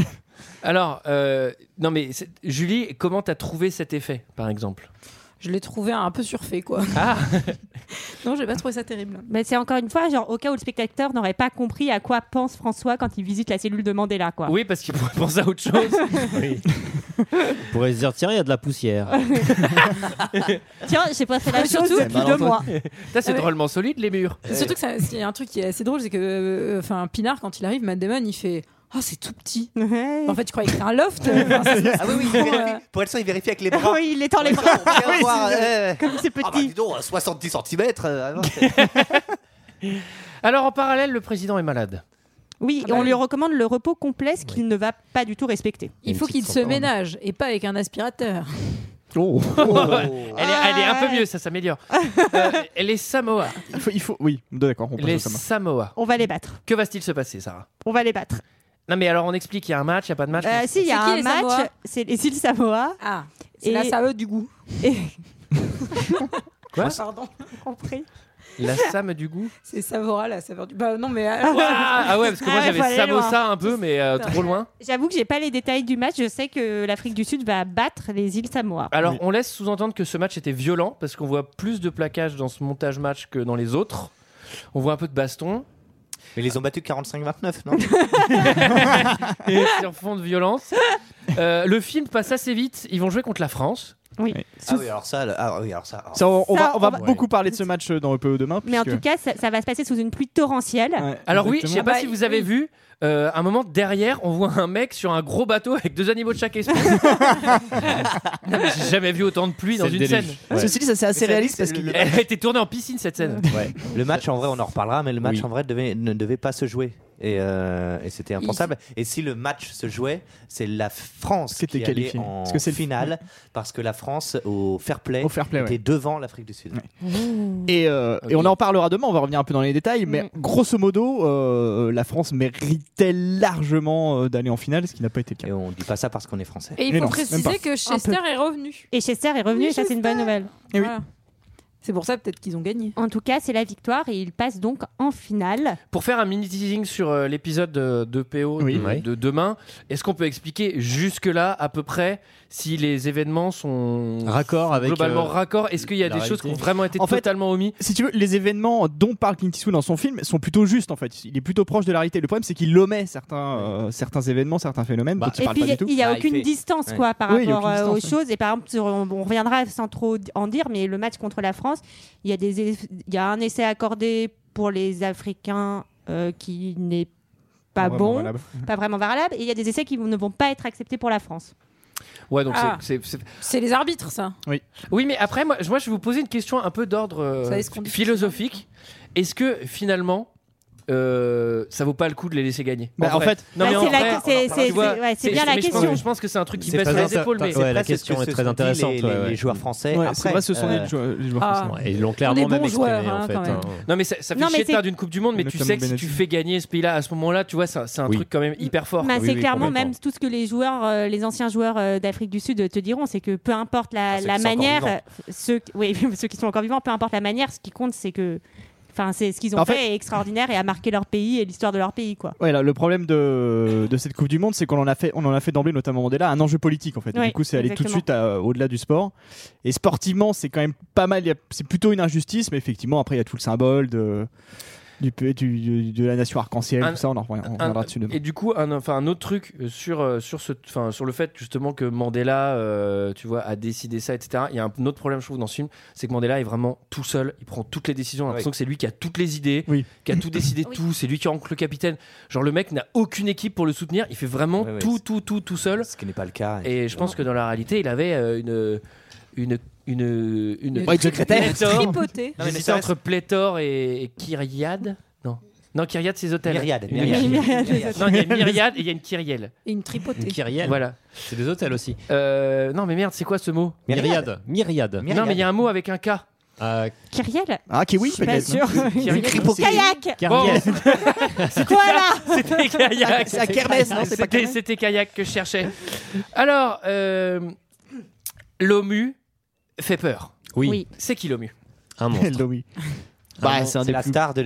A: Alors, euh, non mais c'est- Julie, comment t'as trouvé cet effet, par exemple
K: Je l'ai trouvé un peu surfait quoi.
A: Ah
K: [laughs] non j'ai pas trouvé ça terrible.
F: Mais c'est encore une fois, genre au cas où le spectateur n'aurait pas compris à quoi pense François quand il visite la cellule de Mandela, quoi.
A: Oui, parce qu'il pourrait penser à autre [laughs] chose.
H: On pourrait se dire, tiens, il y a de la poussière.
F: Tiens, j'ai pas fait la chose
K: Surtout-
F: depuis deux mois.
A: Ça, c'est
G: Ah
K: Ouais.
A: drôlement solide, les murs.
K: Surtout que ça- il y a un truc qui est assez drôle, c'est que euh, enfin Pinard quand il arrive, Matt Damon il fait ah c'est tout petit. En fait je croyais que c'était un loft. euh, Enfin, ça, c'est-
I: [laughs]
K: euh,
I: Ah
K: [laughs]
I: oui, oui, il vérifie. Pour être sûr, il vérifie avec les bras.
F: [laughs] Ah Oui, il étend les
I: Pour être
F: bras.
I: sûr, [laughs]
F: [laughs]
I: on vient
F: Oui,
I: voir,
F: c'est vrai.
I: euh,
F: Comme c'est
I: ah bah, dis donc, euh, 70 cm.
F: [laughs]
A: Alors, en parallèle, le président est malade.
F: Oui,
A: Ah
F: et
A: bah
F: on
A: oui.
F: lui recommande le repos complet, ce qu'il ne va pas du tout respecter.
K: il faut qu'il se ménage et pas avec un aspirateur.
G: Oh.
A: elle, est, elle est un peu mieux, ça s'améliore. Euh, les Samoa.
G: il, faut, il faut- oui, d'accord. Ah. on passe
A: Les
G: au Samoa.
A: Samoa.
F: On va les battre.
A: Que va-t-il se passer, Sarah
F: On va les battre.
A: Non, mais alors, on explique, il y a un match, il n'y a pas de match.
F: Euh,
G: Bah,
A: mais-
F: si, il y a un match, c'est les îles Samoa.
K: Ah, c'est la Samoa du goût.
F: Et...
A: Quoi
K: Pardon, compris.
A: La Sam du goût
K: C'est Savora la saveur du. Bah non mais. [laughs]
A: Ouah Ah ouais, parce que moi,
F: Ah ouais, faut
A: j'avais
F: aller
A: Samosa
F: loin.
A: un peu, mais euh, trop loin.
F: J'avoue que j'ai pas les détails du match. Je sais que l'Afrique du Sud va battre les îles Samoa.
G: Ah,
A: Alors, on laisse sous-entendre que ce match était violent parce qu'on voit plus de plaquage dans ce montage match que dans les autres. On voit un peu de baston.
I: Mais ils les ont battus 45-29, non
A: [laughs] Et sur fond de violence. Euh, le film passe assez vite. Ils vont jouer contre la France.
F: Oui.
I: Ah oui, alors ça, là- ah oui, alors ça.
G: Ça, on, on
F: Ça,
G: va, on va
F: on va-
G: beaucoup parler de ce match euh, dans le PO demain.
F: Mais en
G: puisque-
F: tout cas, ça, ça va se passer sous une pluie torrentielle.
A: Alors oui, je
G: Exactement.
A: sais pas
G: Ah bah,
A: si vous avez vu, euh, un moment derrière, on voit un mec sur un gros bateau avec deux animaux de chaque espèce. Non, mais J'ai jamais vu autant de pluie dans
I: C'est le
A: une
I: déluge.
A: scène.
I: Ouais. Ceci dit, ça, c'est assez
A: Mais
I: réaliste parce
A: le-
I: qu'il-
A: Elle a été tournée en piscine cette scène.
I: Le match en vrai, on en reparlera, mais le match en vrai devait- ne devait pas se jouer. Et, euh, et c'était impensable. Et si le match se jouait, c'est la France qui,
G: était
I: allait
G: qualifiée.
I: en
G: Parce que c'est le-
I: finale, parce que la France au fair play,
G: play,
I: était
G: ouais.
I: devant l'Afrique du Sud.
G: Et, euh, et on en reparlera demain, on va revenir un peu dans les détails, mais
K: Mm.
G: grosso modo, euh, la France méritait largement euh, d'aller en finale, ce qui n'a pas été le cas.
I: Et on dit pas ça parce qu'on est français.
K: Et il faut préciser que Chester est revenu.
F: Et Chester est revenu, et ça, c'est une bonne nouvelle.
K: Voilà. C'est pour ça peut-être qu'ils ont gagné.
F: En tout cas, c'est la victoire et il passe donc en finale.
A: Pour faire un mini teasing sur euh, l'épisode de, de PO de- de, demain, est-ce qu'on peut expliquer jusque-là à peu près si les événements sont
H: Raccord avec,
A: globalement
H: euh,
A: raccord Est-ce qu'il y a des
H: la
A: choses qui ont
H: réalité.
A: vraiment été
G: En fait,
A: totalement omis
G: Si tu veux, les événements dont parle Clint Eastwood dans son film sont plutôt justes en fait. Il est plutôt proche de la réalité. Le problème, c'est qu'il omet certains, euh, certains événements, certains phénomènes
H: Bah,
G: dont il
F: et
G: parle
F: puis,
G: pas du tout.
F: il n'y a aucune distance quoi, par
G: Oui, il y a
F: rapport
G: aucune
F: euh, aux
G: distance, ouais.
F: choses. Et par exemple, sur- on, on reviendra sans trop d- en dire, mais le match contre la France, il y, a des eff- il y a un essai accordé pour les Africains euh, qui n'est pas,
G: Pas vraiment
F: bon,
G: valable.
F: pas vraiment valable. Et il y a des essais qui ne vont pas être acceptés pour la France.
A: Ouais, donc
K: Ah.
A: c'est- c'est- c'est-
K: C'est les arbitres ça.
G: Oui.
A: Oui, mais après, moi, je- moi, je vais vous poser une question un peu d'ordre euh,
K: Ça, est-ce qu'on dit-
A: philosophique. Est-ce que finalement, euh, ça vaut pas le coup de les laisser gagner
G: Bah, en
A: vrai.
G: fait-
A: Non,
F: Bah,
A: mais en
F: c'est la-
A: vrai,
F: c'est-
A: tu
F: c'est-
A: vois,
F: c'est- ouais, c'est bien la
A: mais je pense-
F: question.
A: Je pense que c'est un truc qui
H: C'est
A: baisse
H: pas
A: les
H: inter-
A: épaules. Mais
H: Ouais, la question est très intéressante,
I: Les,
H: ouais,
I: les
H: ouais.
I: joueurs français.
G: Ouais,
I: après,
G: c'est vrai, ce sont
I: euh,
G: des joueurs, les joueurs
K: Ah.
G: français.
H: Ils l'ont
K: On
H: clairement
K: est bons
H: même exprimé
K: joueurs,
H: en
K: hein,
H: fait.
K: quand même.
H: hein.
A: Non mais ça, ça fait
F: Non, mais
A: chier de
F: c'est-
A: perdre une Coupe du Monde, mais tu
G: Notamment
A: sais que si tu
G: Benassi.
A: fais gagner ce pays-là à ce moment-là, tu vois, c'est un- c'est un
H: Oui.
A: truc quand même hyper fort.
F: Bah,
A: quoi.
F: c'est clairement même tout ce que les joueurs, euh, les anciens joueurs euh, d'Afrique du Sud euh, te diront, c'est que peu importe la,
A: ceux
H: Ah,
F: la
A: qui sont encore
F: manière,
A: vivants.
F: [laughs] euh, ceux, oui, ceux qui sont encore vivants, peu importe la manière, ce qui compte, c'est que Enfin, c'est ce qu'ils ont
G: En
F: fait,
G: fait-
F: est extraordinaire et a marqué leur pays et l'histoire de leur pays, quoi.
G: Ouais, là, le problème de, de cette Coupe du Monde, c'est qu'on en a fait, on en a fait d'emblée, notamment Mandela, un enjeu politique en fait. Et
F: Ouais,
G: du coup, c'est aller tout de
F: exactement.
G: suite à- au-delà du sport. Et sportivement, c'est quand même pas mal. il y a- C'est plutôt une injustice, mais effectivement, après, il y a tout le symbole de, du, pe- du- du- de la nation arc-en-ciel,
A: Un-
G: tout ça. On en revient- on
A: Un-
G: reviendra dessus demain.
A: et du coup, un, enfin, un autre truc euh, sur, euh, sur, ce, enfin, sur le fait justement que Mandela, euh, tu vois, a décidé ça, etc. Il y a un autre problème, je trouve, dans ce film, c'est que Mandela est vraiment tout seul. Il prend toutes les décisions. On a l'impression
G: Oui.
A: que c'est lui qui a toutes les idées, qui a tout décidé, tout. C'est lui qui rentre le capitaine. Genre, le mec n'a aucune équipe pour le soutenir. Il fait vraiment tout, tout, tout, tout seul.
I: Ce qui n'est pas le cas.
A: Et je pense que dans la réalité, il avait euh, une. une une, une,
G: Ouais, une secrétaire.
K: Tripotée.
A: Non, mais
K: J'hésitais
A: J'hésitais entre pléthore et, et kyriade. Non. Non, kyriade, c'est les hôtels.
I: Myriade,
A: Une
I: myriade.
A: myriade.
I: Myriade.
A: Non, il y a une myriade et il y a une kyrielle.
K: Et une tripotée.
A: Voilà.
H: C'est des hôtels aussi.
A: Euh, non, mais merde, c'est quoi ce mot
H: Myriade. Myriade.
A: Non, mais il y a un mot avec un K.
H: Euh,
F: Kyrielle
G: Ah, kiwi,
F: Je suis pas
H: Eh peut-être,
F: sûre.
H: non [laughs] Kyrielle.
F: Kayak
A: Bon. [laughs]
F: Quoi là
H: [laughs]
A: C'était kayak.
F: C'est à kermesse, non, Ah, c'est pas
A: C'était-
F: kermesse
A: C'était kayak que je cherchais. Alors, euh, l'OMU fait peur.
H: Oui. Oui.
A: C'est qui l'OMU
H: Un
G: [laughs]
H: monstre.
I: Bah,
H: mon-
I: c'est un des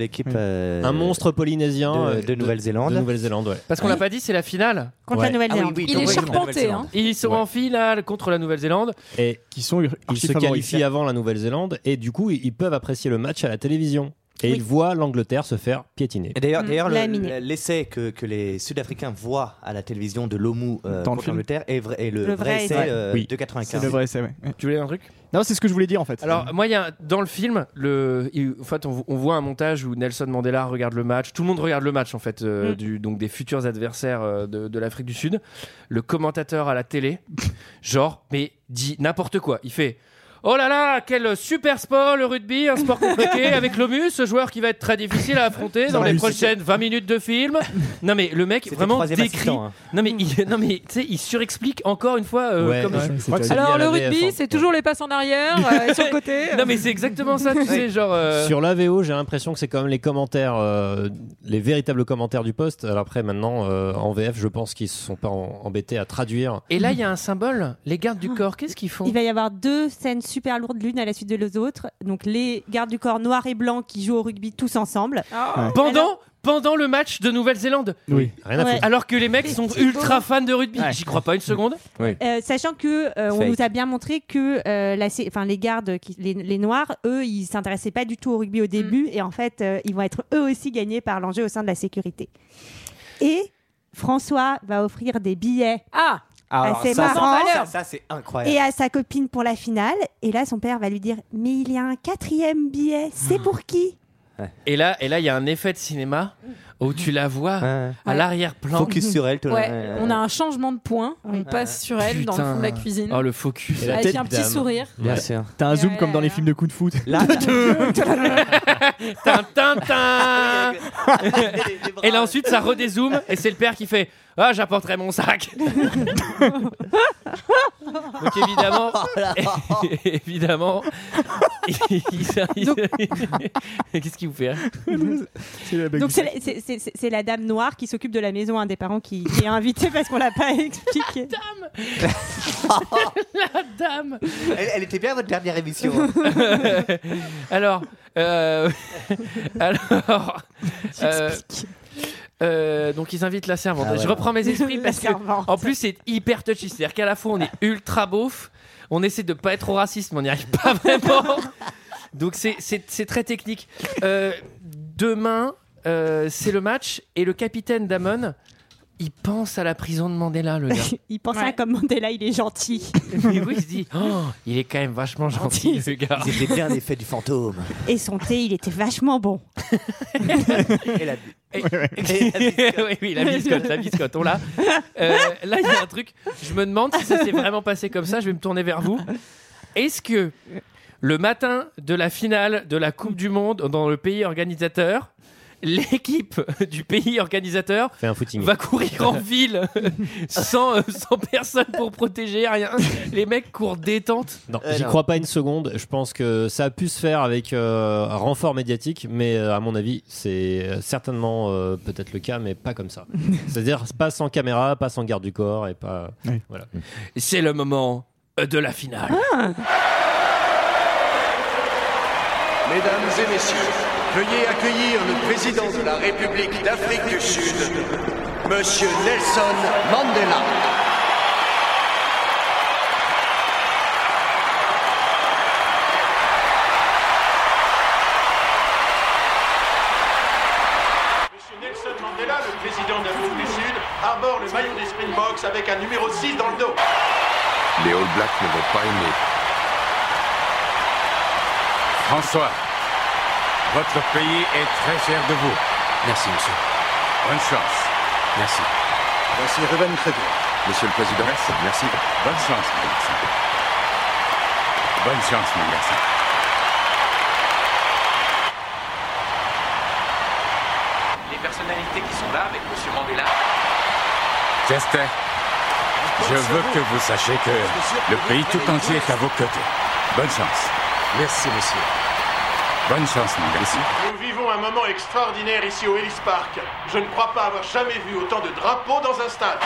I: plus- Oui.
H: un monstre polynésien
I: euh, de-
H: euh,
I: de Nouvelle-Zélande.
H: De Nouvelle-Zélande, ouais.
A: Parce qu'on l'a pas dit, c'est la finale
H: Contre la Ouais. Nouvelle-Zélande.
A: Ah oui, oui,
H: Il
A: donc
H: est
A: oui,
H: charpenté,
A: contre la Nouvelle-Zélande.
H: hein.
A: Ils sont en finale contre la Nouvelle-Zélande.
H: Et
G: qui sont
H: ils se
G: favoris.
H: qualifient avant la Nouvelle-Zélande et du coup ils ils peuvent apprécier le match à la télévision et ils voient l'Angleterre se faire piétiner.
I: Et D'ailleurs, d'ailleurs, le- l'essai que, que les Sud-Africains voient à la télévision de l'OMU euh,
G: Dans le
I: contre
G: film.
I: l'Angleterre est, vrai- est le,
G: Le
I: vrai
G: vrai
I: essai
G: essai.
I: euh,
G: Oui.
I: de 95.
G: C'est le vrai essai, ouais.
A: Tu voulais un truc
G: Non, c'est ce que je voulais dire en fait.
A: Alors, moi, il y a, un- dans le film, le, il- en fait, on, on voit un montage où Nelson Mandela regarde le match. Tout le monde regarde le match, en fait, euh,
G: Mm.
A: du, donc des futurs adversaires euh, de, de l'Afrique du Sud. Le commentateur à la télé, genre, mais dit n'importe quoi. Il fait. Oh là là, quel super sport le rugby, un sport compliqué avec l'OMU, ce joueur qui va être très difficile à affronter dans
G: Non,
A: les
G: mais
A: prochaines 20 minutes de film. Non mais le mec vraiment
G: troisième
A: décrit.
G: assistant, hein.
A: Non mais il, non mais tu sais, il surexplique encore une fois. euh,
H: Ouais,
A: comme
H: ouais,
A: je
H: c'est
A: crois que c'est lié à
K: Alors,
A: la
K: le
A: VF,
K: rugby,
A: hein.
K: c'est toujours les passes en arrière euh, et sur le
A: [laughs]
K: côté.
A: Non mais c'est exactement ça, tu sais, genre. euh,
H: Sur la VO, j'ai l'impression que c'est quand même les commentaires, euh, les véritables commentaires du poste. Alors après, maintenant, euh, en VF, je pense qu'ils se sont pas en- embêtés à traduire.
A: Et là, il y a un symbole. Les gardes du corps, qu'est-ce qu'ils font
F: Il va y avoir deux scènes super lourdes l'une à la suite de les autres. Donc les gardes du corps noirs et blancs qui jouent au rugby tous ensemble.
A: Ouais. Pendant, pendant le match de Nouvelle-Zélande.
G: Oui.
H: Rien à
F: Ouais.
H: foutre.
A: Alors que les mecs sont
F: petits
A: ultra
F: beaux.
A: fans de rugby.
H: Ouais.
A: J'y crois pas une seconde.
F: Euh, sachant que euh, on
A: Fake.
F: nous a bien montré que euh, la sé- enfin, les gardes, qui, les, les noirs, eux, ils s'intéressaient pas du tout au
A: Mm.
F: rugby au début et en fait, euh, ils vont être eux aussi gagnés par l'enjeu au sein de la sécurité. Et François va offrir des billets
K: ah,
I: Alors,
F: à ses
I: ça,
F: parents
I: ça, ça, ça, c'est incroyable.
F: et à sa copine pour la finale. Et là, son père va lui dire Mais il y a un quatrième billet, c'est pour qui
A: Et là, et là, il y a un effet de cinéma où tu la vois
I: Hein.
A: à l'arrière-plan.
I: Focus sur elle, tout le-
K: Ouais, on a un changement de point. On passe sur elle dans le fond de la
A: Putain.
K: cuisine.
A: Oh le focus.
K: Avec un petit sourire.
I: Bien sûr.
G: T'as un zoom comme dans les films de coup de foot. [laughs] Là,
A: Tintin Et là ensuite ça redézoome et c'est le père qui fait Ah j'apporterai mon sac Donc évidemment
I: Oh
A: [laughs] Évidemment il-
I: [laughs]
A: il- [laughs] Qu'est-ce qui vous fait hein rire
F: Donc c'est la, c'est- c'est- c'est- c'est la dame noire qui s'occupe de la maison, un des parents qui, qui est invité parce qu'on l'a pas [laughs] expliqué.
A: La dame
I: Elle, elle était bien à votre dernière émission.
A: alors, euh, [laughs] alors,
F: [laughs]
A: euh, euh, donc ils invitent la servante.
I: Ah ouais.
A: Je reprends mes
I: [laughs]
A: esprits
F: La
A: parce que,
F: servante.
A: en plus, c'est hyper touchy. C'est-à-dire qu'à la fois, on est ultra beauf, on essaie de pas être trop raciste, mais on n'y arrive pas [laughs] vraiment. Donc c'est- c'est c'est très technique. Euh, demain, euh, c'est le match et le capitaine Damon. Il pense à la prison de Mandela, le gars.
F: [laughs] il pense à comme Mandela, il est gentil.
A: [laughs] Mais oui, il se dit, oh, il est quand même vachement [laughs] gentil, ce gars.
I: C'était bien l'effet du fantôme.
F: [laughs] Et son thé, il était vachement bon.
I: Et la-
A: [laughs] oui, oui, la biscotte, la biscotte, on l'a. Euh, là, il y a un truc. Je me demande si ça s'est vraiment passé comme ça. Je vais me tourner vers vous. Est-ce que le matin de la finale de la Coupe du Monde dans le pays organisateur, l'équipe du pays organisateur
H: Fait un footing.
A: va courir
H: [laughs]
A: en ville sans, euh, sans personne pour protéger rien Les mecs courent détente.
H: Non, j'y crois pas une seconde. Je pense que ça a pu se faire avec euh, un renfort médiatique, mais euh, à mon avis, c'est euh, certainement euh, peut-être le cas, mais pas comme ça. C'est-à-dire pas sans caméra, pas sans garde du corps et pas. Voilà.
A: C'est euh, le moment de la finale.
N: Mesdames et messieurs, veuillez accueillir le président de la République d'Afrique du Sud, Monsieur Nelson Mandela.
O: Monsieur Nelson Mandela, le président d'Afrique du Sud, arbore le maillot des Springboks avec un numéro 6 dans le dos.
E: Les All Blacks ne vont pas aimer.
P: François, votre pays est très fier de vous. Merci, monsieur. Bonne chance. Merci. Voici Ruben Crédit. Monsieur le Président. Merci. Merci. Bonne chance, mon garçon. Bonne chance, mon garçon.
O: Les personnalités qui sont là avec Monsieur Mandela.
P: Chester, je veux que vous sachiez que le pays tout entier est à vos côtés. Bonne chance. Merci, monsieur. Bonne chance, mon garçon.
O: Nous vivons un moment extraordinaire ici au Ellis Park. Je ne crois pas avoir jamais vu autant de drapeaux dans un stade.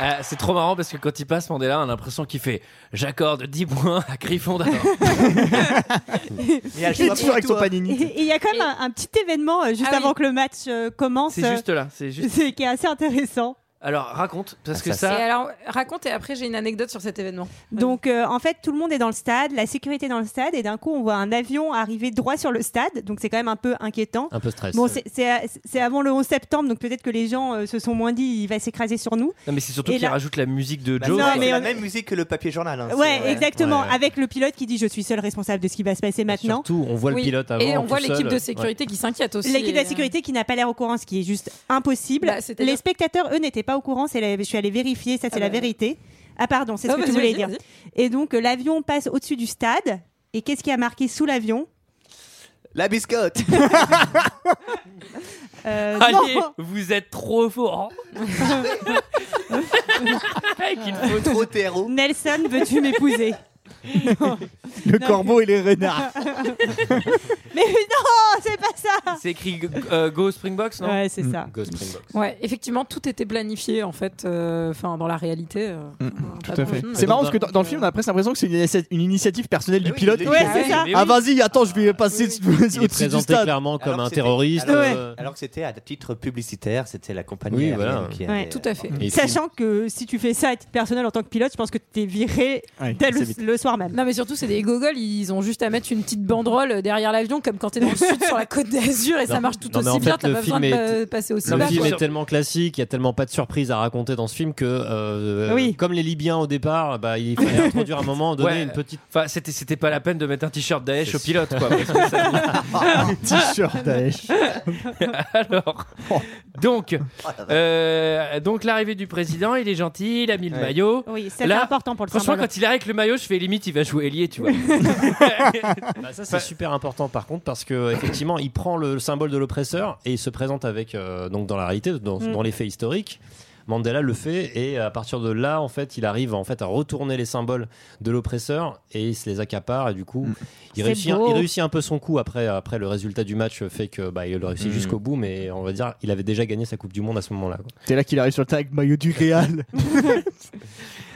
A: Euh, c'est trop marrant parce que quand il passe, Mandela, on a l'impression qu'il fait J'accorde 10 points à Gryffondor. [laughs]
G: Ah,
F: Et puis-
H: [laughs]
F: et- et il y a quand même un, un petit événement euh, juste avant que le match euh, commence.
A: C'est juste là, c'est juste.
F: [laughs] C'est qui est assez intéressant.
A: Alors, raconte, parce que
K: Et
A: ça.
K: alors, raconte et après j'ai une anecdote sur cet événement.
F: Donc euh, en fait tout le monde est dans le stade, la sécurité est dans le stade et d'un coup on voit un avion arriver droit sur le stade, donc c'est quand même un peu inquiétant.
A: Ah,
H: Un peu
A: bah,
H: stress.
F: Bon c'est- euh, c'est c'est avant le 11 septembre, donc peut-être que les gens euh, se sont moins dit il va s'écraser sur nous.
A: Non, mais c'est surtout
F: Et
A: qu'il
F: là-
A: rajoute la musique de
F: Bah
A: Joe.
F: non, mais
I: la
F: on-
I: même musique que le papier journal. hein,
F: Ouais,
I: c'est-
F: exactement.
I: Ouais.
F: Avec le pilote qui dit je suis seul responsable de ce qui va se passer maintenant.
H: Surtout, on voit le
F: Oui.
H: pilote avant.
K: et on
H: tout
K: voit
H: seul.
K: l'équipe de sécurité qui s'inquiète aussi. euh.
F: L'équipe de la
K: Et-
F: sécurité qui n'a pas l'air au courant, ce qui est juste impossible.
K: Bah, c'est-à-dire-
F: les spectateurs, eux, n'étaient pas au courant. C'est la- Je suis allée vérifier, ça, c'est
K: Ah
F: la
K: bah.
F: vérité. Ah, pardon, c'est ce
K: Ah,
F: que tu
K: vas-y,
F: voulais
K: vas-y,
F: dire.
K: vas-y.
F: Et donc, euh, l'avion passe au-dessus du stade. Et qu'est-ce qui a marqué sous l'avion
I: La biscotte
A: [laughs]
F: Euh,
A: Allez,
F: non.
A: vous êtes trop
F: [laughs]
A: fort.
F: Nelson, veux-tu m'épouser
G: Le corbeau et les renards.
F: [laughs]
H: [laughs]
F: Mais non, c'est pas ça
A: C'est écrit euh, Go Springboks, non
F: Ouais, c'est ça.
H: Go Springboks.
K: Ouais, effectivement, tout était planifié en fait, euh, enfin dans la réalité. euh,
H: Mm,
K: on a pas
G: Tout à
K: de-
G: fait.
K: Hmm.
G: C'est marrant parce que dans, dans le film, on a presque l'impression que c'est une, initia- une initiative personnelle
H: Eh
G: du pilote.
K: il
G: qui
K: est-
G: fait,
K: Ouais, c'est ça.
G: Ah vas-y, attends, je vais passer
H: Il est
G: au-dessus du
H: présenté
G: stade.
H: clairement comme
I: Alors
H: un
I: que c'était-
H: terroriste.
I: Alors,
H: euh,
I: alors que c'était à titre publicitaire, c'était la compagnie
H: Oui,
I: aérienne
H: voilà.
I: qui
F: Ouais.
I: avait- euh,
K: Tout à fait.
H: Mm.
F: Sachant que si tu fais ça à titre personnel en tant que pilote, je pense que tu es viré
K: Ouais,
F: dès
K: assez vite.
F: le, le soir même.
K: Non mais surtout c'est des gogoles, ils ont juste à mettre une petite banderole derrière l'avion comme quand t'es dans le sud sur la côte d'Azur et ça marche tout
H: Non, mais
K: aussi
H: en
K: bien,
H: fait,
K: t'as
H: le
K: pas
H: film
K: besoin de
H: est-
K: pa- passer aussi
H: le
K: bas.
H: film
K: quoi.
H: est tellement classique, il y a tellement pas de surprises à raconter dans ce film que, euh,
K: Oui.
H: comme les Libyens au départ, bah, il
G: [laughs]
H: fallait introduire à un moment, donner
A: Ouais.
H: une petite.
A: Enfin, c'était, c'était pas la peine de mettre un t-shirt Daesh au pilote, quoi. parce que ça-
H: [laughs]
G: T-shirt Daesh.
A: Alors, donc, euh, donc l'arrivée du président, il est gentil, il a mis le
F: Ouais.
A: maillot.
F: Oui, c'est
A: Là,
F: important pour le
A: Franchement,
F: symbole.
A: quand il arrive avec le maillot, je fais limite, il va jouer ailier, tu vois.
H: Bah, ça c'est super important par contre parce que effectivement il prend le symbole de l'oppresseur et il se présente avec euh, donc dans la réalité dans,
K: Mm.
H: dans les faits historiques Mandela le fait et à partir de là en fait il arrive en fait à retourner les symboles de l'oppresseur et il se les accapare et du coup il
K: C'est
H: réussit
K: beau.
H: il réussit un peu son coup après après le résultat du match fait que bah il le réussit
G: Mm.
H: jusqu'au bout mais on va dire il avait déjà gagné sa coupe du monde à ce moment-là quoi.
G: C'est là qu'il arrive sur le terrain avec le maillot du Real.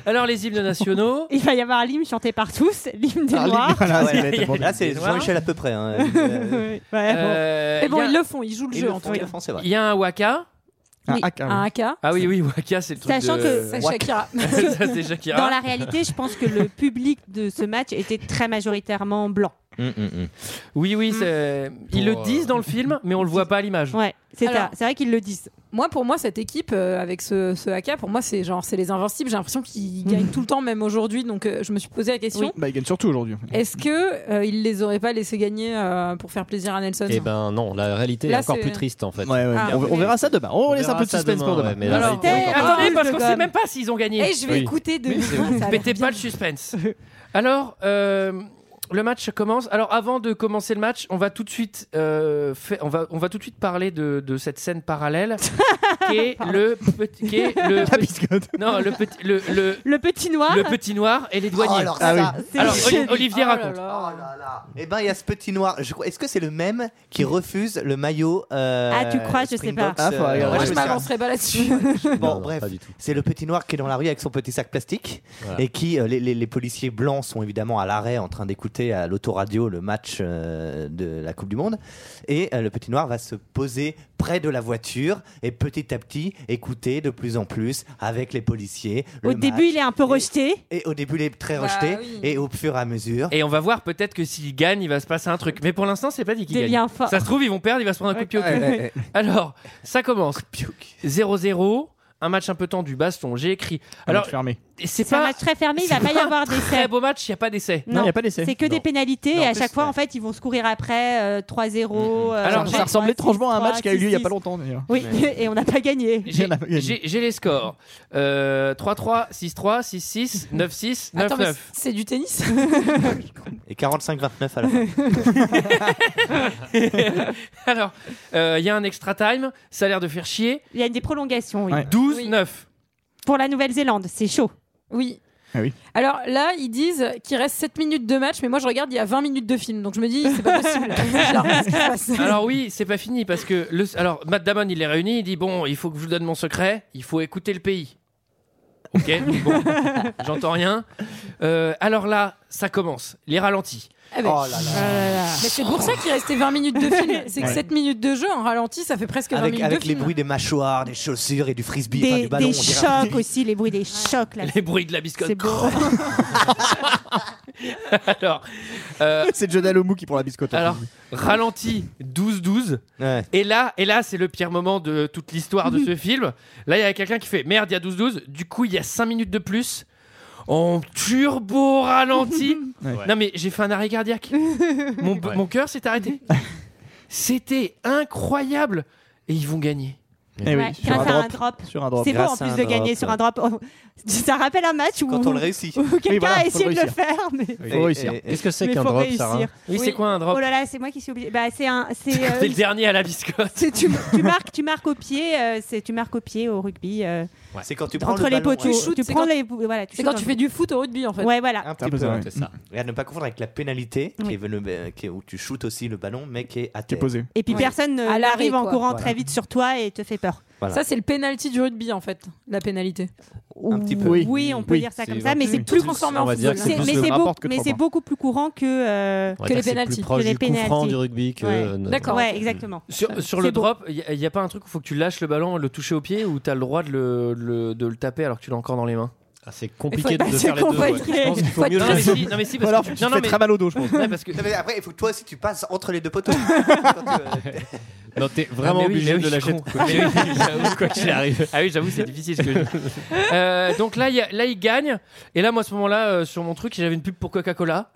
A: Alors, les hymnes
F: [laughs]
A: nationaux.
F: Il va y avoir l'hymne chanté par tous, [laughs] l'hymne des
I: Ah,
G: [laughs]
F: Noirs.
H: [laughs]
I: l'hymne- voilà, ouais,
A: Il y a-
I: bon,
A: il y a
I: là, c'est
A: des
I: Jean
A: noirs.
I: Michel à peu près. hein.
K: [laughs]
F: Ouais, bon.
A: Euh,
K: Mais Eh bon,
A: il y a-
K: ils le font, ils jouent le
A: Ils
K: jeu
A: le
K: en
A: font,
K: tout
A: ils
K: cas.
A: le font, Il y a un Waka.
K: Un Oui,
H: hein.
K: haka, un oui. haka. euh,
A: Ah oui, oui, Waka, c'est le truc
F: Sachant
A: de- [laughs]
F: que- C'est Shakira.
A: Ça, c'est Shakira.
F: Dans la réalité, je pense que le public de ce match était très majoritairement blanc.
H: Mm,
A: Oui, oui, c'est- ils le
F: Pour, euh,
A: disent dans le film, mais on le voit pas à l'image.
F: Mm. Ouais, c'est
K: Alors-
F: ça. C'est vrai qu'ils le disent.
K: Moi, pour moi, cette équipe euh, avec ce, ce AK, pour moi, c'est genre, c'est les invincibles. J'ai l'impression qu'ils
H: Mm.
K: gagnent tout le temps, même aujourd'hui. Donc, euh, je me suis posé la question.
G: Bah, il gagne surtout aujourd'hui.
K: Est-ce que euh, ils les auraient pas laissés gagner euh, pour faire plaisir à Nelson
H: Eh ben non, la réalité
K: Là,
H: est encore
K: c'est-
H: plus triste en fait.
G: ouais. Ah, On- oui. on verra ça demain. On laisse
H: verra
G: un peu de
H: ça
G: suspense pour demain.
H: ouais, mais la
G: Alors,
H: réalité-
A: Eh, attendez, parce qu'on
K: de
A: sait
K: gomme.
A: même pas s'ils ont gagné.
K: Eh, je vais Oui. écouter demain,
A: Mais c'est bon.
K: ça a l'air
A: Pétez pas le suspense. Alors, euh, le match commence. Alors, avant de commencer le match, on va tout de suite, euh, fait- on va, on va tout de suite parler de, de cette scène parallèle qui est
I: [laughs]
A: le petit, qui est le petit- non le petit le, le
F: le petit noir
A: le petit noir et les douaniers.
I: Ah. Oh, alors ça, Ah oui. c'est
A: Alors,
I: génial.
A: Oli- Olivier
I: Oh là
A: raconte.
I: Eh ben, il y a ce petit noir. Je crois- Est-ce que c'est le même qui refuse le maillot euh,
F: Ah, tu crois Je sais pas.
I: Springboks,
F: Ah, faut
I: euh,
F: regarder.
I: ouais,
F: Moi,
I: me
F: je
I: suis-
F: m'avancerai pas là-dessus.
I: Bon, bref, c'est le petit noir qui est dans la rue avec son petit sac plastique
H: Voilà.
I: et qui, euh, les, les- les policiers blancs sont évidemment à l'arrêt en train d'écouter à l'autoradio le match euh, de la Coupe du Monde. Et euh, le petit noir va se poser près de la voiture et petit à petit écouter de plus en plus avec les policiers.
F: Au
I: le
F: début,
I: match.
F: il est un peu rejeté.
I: Et au début, il est très
F: Bah
I: rejeté
F: oui.
I: et au fur et à mesure.
A: Et on va voir peut-être que s'il gagne, il va se passer un truc. Mais pour l'instant, c'est pas dit qu'il
I: Des
A: gagne.
I: liens forts.
A: Ça se trouve, ils vont perdre, il va se prendre un coup de pied au cul.
I: Ouais, ouais, ouais.
A: Alors, ça commence. 0-0, un match un peu tendu, baston, j'ai écrit.
G: Un
A: Alors,
G: match fermé.
A: C'est
F: C'est un
A: pas
F: match Mm. très fermé, il va
A: c'est
F: pas y
A: pas
F: avoir
A: un
F: d'essai.
A: Très beau match, il n'y a pas d'essai.
F: C'est que des pénalités et à chaque fois, en fait, ils vont se courir après euh, 3-0. euh,
G: Alors,
F: après,
G: ça
F: 3-6,
G: ressemblait étrangement à un match qui a eu lieu il y a
F: 3-6.
G: pas longtemps d'ailleurs.
F: Oui,
A: Mais-
F: [laughs] et on n'a pas gagné.
A: J'ai j'ai- j'ai les scores. Euh, 3-3, 6-3, 6-6, 9-6,
K: Attends, mais
A: 9-9.
K: c'est du tennis
I: Et 45-29 à la fin.
A: [laughs] Alors, euh, il y a un extra time, ça a l'air de faire chier.
F: Il y a des prolongations, oui.
A: 12-9.
F: [laughs] Pour la Nouvelle-Zélande, c'est chaud.
K: Oui.
G: Ah oui.
K: Alors là, ils disent qu'il reste 7 minutes de match, mais moi je regarde, il y a 20 minutes de film, donc je me dis, c'est pas possible.
A: Alors oui, c'est pas fini parce que le alors Matt Damon il les réunit, il dit bon, il faut que je vous donne mon secret, il faut écouter le pays. Ok, [laughs] bon, j'entends rien. Euh, alors là, ça commence, les ralentis.
K: Ah ben.
F: Euh,
K: Mais c'est pour ça qu'il restait 20 minutes de film. C'est que
I: Oh. Ouais.
K: 7 minutes de jeu en ralenti, ça fait presque 20
I: Avec,
K: minutes
I: avec
K: de
I: les
K: film.
I: bruits des mâchoires, des chaussures et du frisbee, enfin,
F: Des,
I: du ballon.
F: des
I: on dirait.
F: chocs aussi, les bruits des
A: [laughs]
F: chocs. Là.
A: Les bruits de la biscotte.
F: C'est beau.
A: [laughs] Alors, euh,
G: C'est John Alomou qui prend la biscotte.
A: alors ralenti 12-12. Et là, et là c'est le pire moment de toute l'histoire
F: [laughs]
A: de ce film. Là, il y a quelqu'un qui fait merde, il y a 12-12. Du coup, il y a 5 minutes de plus. En turbo
F: [laughs]
A: ralenti.
G: Ouais.
A: Non, mais j'ai fait un arrêt cardiaque. mon, b- mon cœur s'est
F: [laughs]
A: arrêté. C'était incroyable. Et ils vont gagner.
G: Eh oui,
F: Ouais,
G: sur
F: grâce
G: un
F: à un
G: drop.
F: drop.
G: Sur un drop.
F: C'est beau en
G: Grâce à
F: plus
G: un
F: de gagner
G: drop,
F: sur
G: ouais.
F: un drop. Oh, Ça rappelle un match où,
I: Quand on le réussit.
F: où
I: Oui,
F: quelqu'un
I: voilà,
F: a
I: faut
F: essayé
I: le
F: de le
I: réussir.
F: faire. Mais...
A: Faut réussir.
I: Et- et-
H: Qu'est-ce que c'est
F: mais
H: qu'un
F: faut
H: drop,
F: réussir.
H: Sarah
A: Oui, c'est quoi un drop
F: Oh là là, c'est moi qui suis obligée. Bah, c'est un. C'est euh,
A: T'es le dernier à la biscotte.
F: c'est- tu, tu marques, tu marques au pied. euh, c'est tu marques au pied au rugby. euh,
I: C'est quand tu prends
F: entre
I: le
F: les
I: ballon,
F: poteaux.
I: ouais.
F: Tu
K: c'est
F: prends
K: quand-
F: les. Voilà.
K: C'est quand
F: shoots
K: tu
F: un-
K: fais du foot au rugby en fait.
F: Ouais, voilà.
I: Un petit peu, ouais, c'est ça. Et à ne pas confondre avec la pénalité, qui est venu- euh, qui est où tu shootes aussi le ballon, mais qui est à terre.
G: posé.
F: Et puis
K: Ouais.
F: personne
K: À
F: euh,
K: l'arrêt,
F: n'arrive en
K: quoi.
F: courant
I: Voilà.
F: très vite sur toi et te fait peur.
I: Voilà.
K: Ça, c'est le penalty du rugby en fait, la pénalité.
I: Un petit peu.
F: Oui, on peut dire ça comme ça, mais c'est plus transformé
K: transformé en
F: en
K: football.
F: football. C'est- Mais c'est beau- mais c'est beaucoup plus courant que euh,
H: On va dire que bah, c'est plus proche
F: que les
H: du coup franc
F: pénaltys.
H: du rugby que,
F: Ouais.
H: euh, notre-
F: D'accord. Ouais, exactement.
A: Sur, sur
F: C'est
A: le
F: beau.
A: drop, il n'y a, pas un truc où il faut que tu lâches le ballon, le toucher au pied, ou t'as le droit de le, le- de le taper alors que tu l'as encore dans les mains
H: Ah, c'est
I: compliqué de-
F: [laughs]
I: de faire les deux, ouais. Je pense qu'il faut mieux
A: non,
I: le
A: mais
I: faire.
A: si, non, mais si,
I: Ou
A: parce
I: alors,
A: que
I: tu te fais très mal au dos, je pense.
A: Ouais, parce [laughs] que...
I: Non, mais après, il faut que toi aussi tu passes entre les deux [laughs] poteaux. Quand tu, euh,
H: Non, t'es vraiment
A: Ah, mais oui,
H: obligé
A: mais oui,
H: de lâcher
A: je
H: de
A: comprends.
H: côté.
A: Mais [laughs] oui, j'avoue,
H: quoi qu'il arrive.
A: Ah oui, j'avoue, c'est difficile ce que je [laughs] dis. Euh, donc là, il y a- là, il gagne. Et là, moi, à ce moment-là, euh, sur mon truc, j'avais une pub pour Coca-Cola.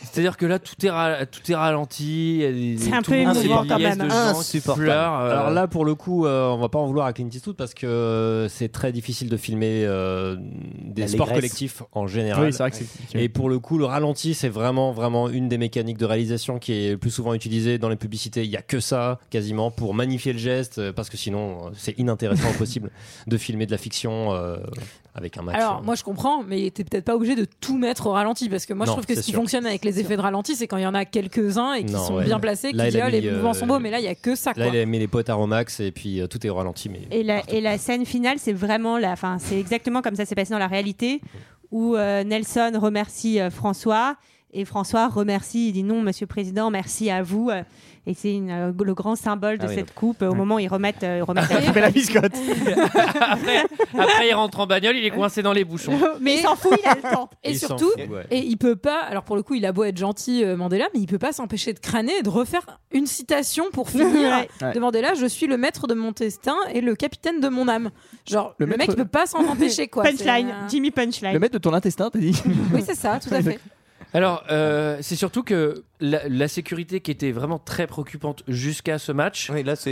A: C'est-à-dire que là, tout est, ra- tout est ralenti. il y a des-
F: C'est un
A: tout
F: peu
A: le monde
F: émouvant
A: est
F: quand
A: liesse
F: même.
A: de gens qui pleurent, euh,
H: Alors là, pour le coup, euh, on va pas en vouloir à Clint Eastwood parce que euh, c'est très difficile de filmer euh, des
G: La
H: sports
G: légresse.
H: collectifs en général.
G: Oui, c'est vrai que c'est compliqué.
H: Et pour le coup, le ralenti, c'est vraiment, vraiment une des mécaniques de réalisation qui est le plus souvent utilisée dans les publicités. Il y a que ça, quasiment, pour magnifier le geste, euh, parce que sinon, euh, c'est
I: [laughs]
H: inintéressant possible de filmer de la fiction euh, avec un match.
K: Alors, moi je comprends, mais t'es peut-être pas obligé de tout mettre au ralenti parce que moi
H: Non,
K: je trouve que
H: c'est
K: ce qui
H: sûr.
K: fonctionne avec les effets de ralenti, c'est quand il y en a quelques-uns et qui
H: Non,
K: sont
H: ouais.
K: bien placés,
H: Là,
K: qui
H: il
K: disent
H: a
K: ah,
H: mis,
K: les mouvements
H: euh,
K: sont beaux, mais là il y a que ça.
H: Là,
K: quoi.
H: il a mis les potes à Romax et puis euh, tout est au ralenti, mais
F: Et la, et la scène finale, c'est vraiment la. Enfin, c'est exactement comme ça s'est passé dans la réalité, où euh, Nelson remercie euh, François et François remercie. Il dit non, Monsieur le Président, merci à vous. euh, Et c'est une, euh, le grand symbole de
A: Ah oui,
F: cette coupe. euh, Au moment où ils remettent, euh, ils remettent [laughs] la-
G: la biscotte.
A: après, après, il rentre en bagnole, il est coincé dans les bouchons.
K: Mais il s'en fout, il a le temps. [laughs] Et
A: Il s'en
K: surtout,
A: fout, ouais.
K: et il peut pas. Alors pour le coup, il a beau être gentil, euh, Mandela, mais il peut pas s'empêcher de crâner et de refaire une citation [laughs] pour finir.
F: Ouais. Ouais.
K: De Mandela, je suis le maître de mon destin et le capitaine de mon âme. Genre
G: Le
K: le,
G: maître-
K: mec il peut pas [laughs] s'en empêcher quoi.
F: Punchline,
K: C'est-
F: Jimmy Punchline.
G: Le maître de ton intestin, t'as dit
K: [laughs] Oui c'est ça, tout à fait.
A: Alors, euh, c'est surtout que la, la sécurité qui était vraiment très préoccupante jusqu'à ce match,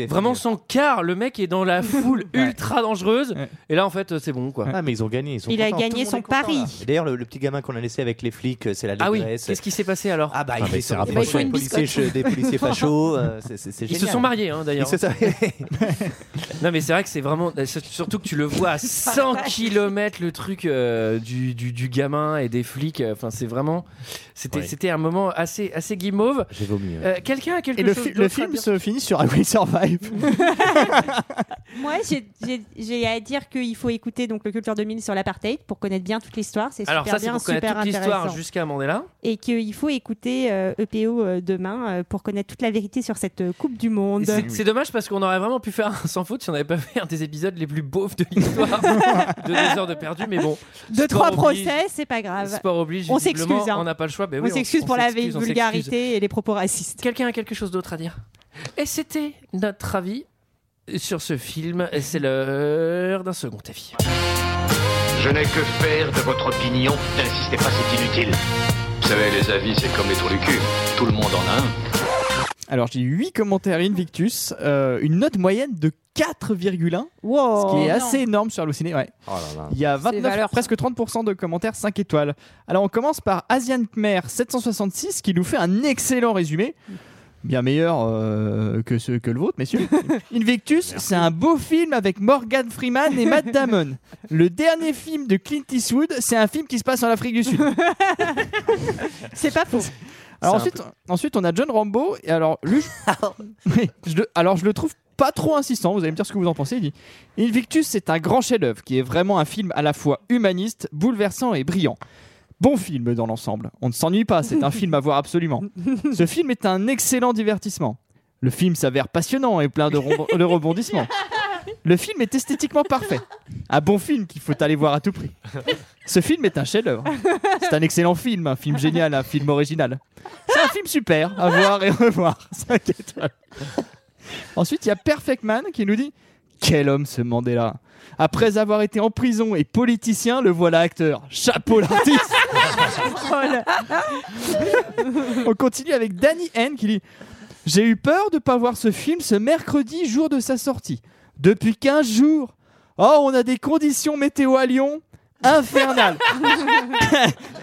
A: vraiment sans quart, le mec est dans
I: [laughs]
A: la foule ultra dangereuse. Et là, en fait, euh, c'est bon, quoi.
I: Ah, mais ils ont gagné. Ils sont
F: Il a
I: contents, tout le
F: gagné
I: monde
F: son
I: est content,
F: pari.
I: là. Et D'ailleurs, le, le petit gamin qu'on a laissé avec les flics, euh, c'est la
A: Ah oui,
I: détresse.
A: qu'est-ce qui s'est passé alors
I: Ah bah,
A: Ah, mais
I: ils
A: c'est
I: sont
A: rapide.
I: des
A: Il faut une
I: policiers,
A: biscotte.
I: ch-
F: [laughs]
I: des policiers fachos. euh, c'est- c'est- c'est
A: Ils se
I: génial.
A: sont mariés, hein, d'ailleurs.
I: Ils se sont- [laughs]
A: non, mais c'est vrai que c'est vraiment. c'est Surtout que tu le vois à 100 km le truc euh, du, du, du gamin et des flics. euh, Enfin, c'est vraiment. C'était
G: Oui.
A: c'était un moment assez, assez guimauve.
I: J'ai vomi.
A: Euh, Quelqu'un a quelque
G: Et le,
A: chose
G: fi- le
A: d'autre à
G: film
A: dire
G: se finit sur I Will Survive.
F: Moi, j'ai- j'ai- j'ai à dire qu'il faut écouter donc le Culture 2000 sur l'apartheid pour connaître bien toute l'histoire. C'est super
A: Alors, ça, c'est
F: bien,
A: pour connaître
F: super
A: toute l'histoire
F: intéressant.
A: jusqu'à Mandela.
F: Et qu'il faut écouter euh, EPO euh, demain euh, pour connaître toute la vérité sur cette euh, Coupe du Monde.
A: C'est c'est dommage parce qu'on aurait vraiment pu faire un sans faute si on n'avait pas fait un des épisodes les plus beaufs de
F: [laughs]
A: l'histoire de deux heures de perdu, mais bon.
F: Deux,
A: sport
F: trois
A: oblige.
F: procès, c'est pas grave.
A: Sport oblige.
F: Ah bah, On
A: visiblement,
F: s'excuse. hein.
A: On n'a pas le choix. Ben
F: on
A: oui,
F: s'excuse pour la
A: s'excuse, on s'excuse.
F: vulgarité et les
A: [laughs]
F: propos racistes.
A: Quelqu'un a quelque chose d'autre à dire Et c'était notre avis sur ce film. Et C'est l'heure d'un second avis.
N: Je n'ai que faire de votre opinion. N'insistez pas, c'est inutile.
Q: Vous savez, les avis, c'est comme les trous du cul. Tout le monde en a un.
G: [laughs] Alors, j'ai 8 commentaires Invictus, euh, une note moyenne de 4,1, ce
A: Oh,
G: qui est
F: Non.
G: assez énorme sur le ciné. Ouais.
I: Oh
G: Il y a 29, presque 30% de commentaires 5 étoiles. Alors, on commence par Asian Khmer 766 qui nous fait un excellent résumé.
A: Mm.
G: Bien meilleur euh, que, ce, que le vôtre,
A: [laughs]
G: messieurs. Invictus, c'est un beau film avec Morgan Freeman
A: [laughs]
G: et Matt Damon. Le dernier film de Clint Eastwood, c'est un film qui se passe en Afrique du Sud.
F: c'est pas faux. [laughs]
G: Alors
F: C'est un
G: ensuite, ensuite, on a John Rambo. Et alors, lui,
F: [laughs]
G: je... Oui, je le- alors je le trouve pas trop insistant. Vous allez me dire ce que vous en pensez. Il dit Invictus, c'est un grand chef-d'œuvre qui est vraiment un film à la fois humaniste, bouleversant et brillant. Bon film dans l'ensemble. On ne s'ennuie pas.
F: [laughs]
G: C'est un film à voir absolument. Ce film est un excellent divertissement. Le film s'avère passionnant et plein de, rebond- de rebondissements. Le film est esthétiquement parfait. Un bon film qu'il faut aller voir à tout prix. Ce film est un chef-d'œuvre. C'est un excellent film, un film génial, un film original. C'est un film super à voir et revoir. [laughs] Cinq étoiles. Ensuite, il y a Perfect Man qui nous dit Quel homme ce Mandela Après avoir été en prison et politicien, le voilà acteur. Chapeau l'artiste On continue avec Danny N qui dit J'ai eu peur de pas voir ce film ce mercredi, jour de sa sortie. Depuis 15 jours. Oh, on a des conditions météo à Lyon infernales.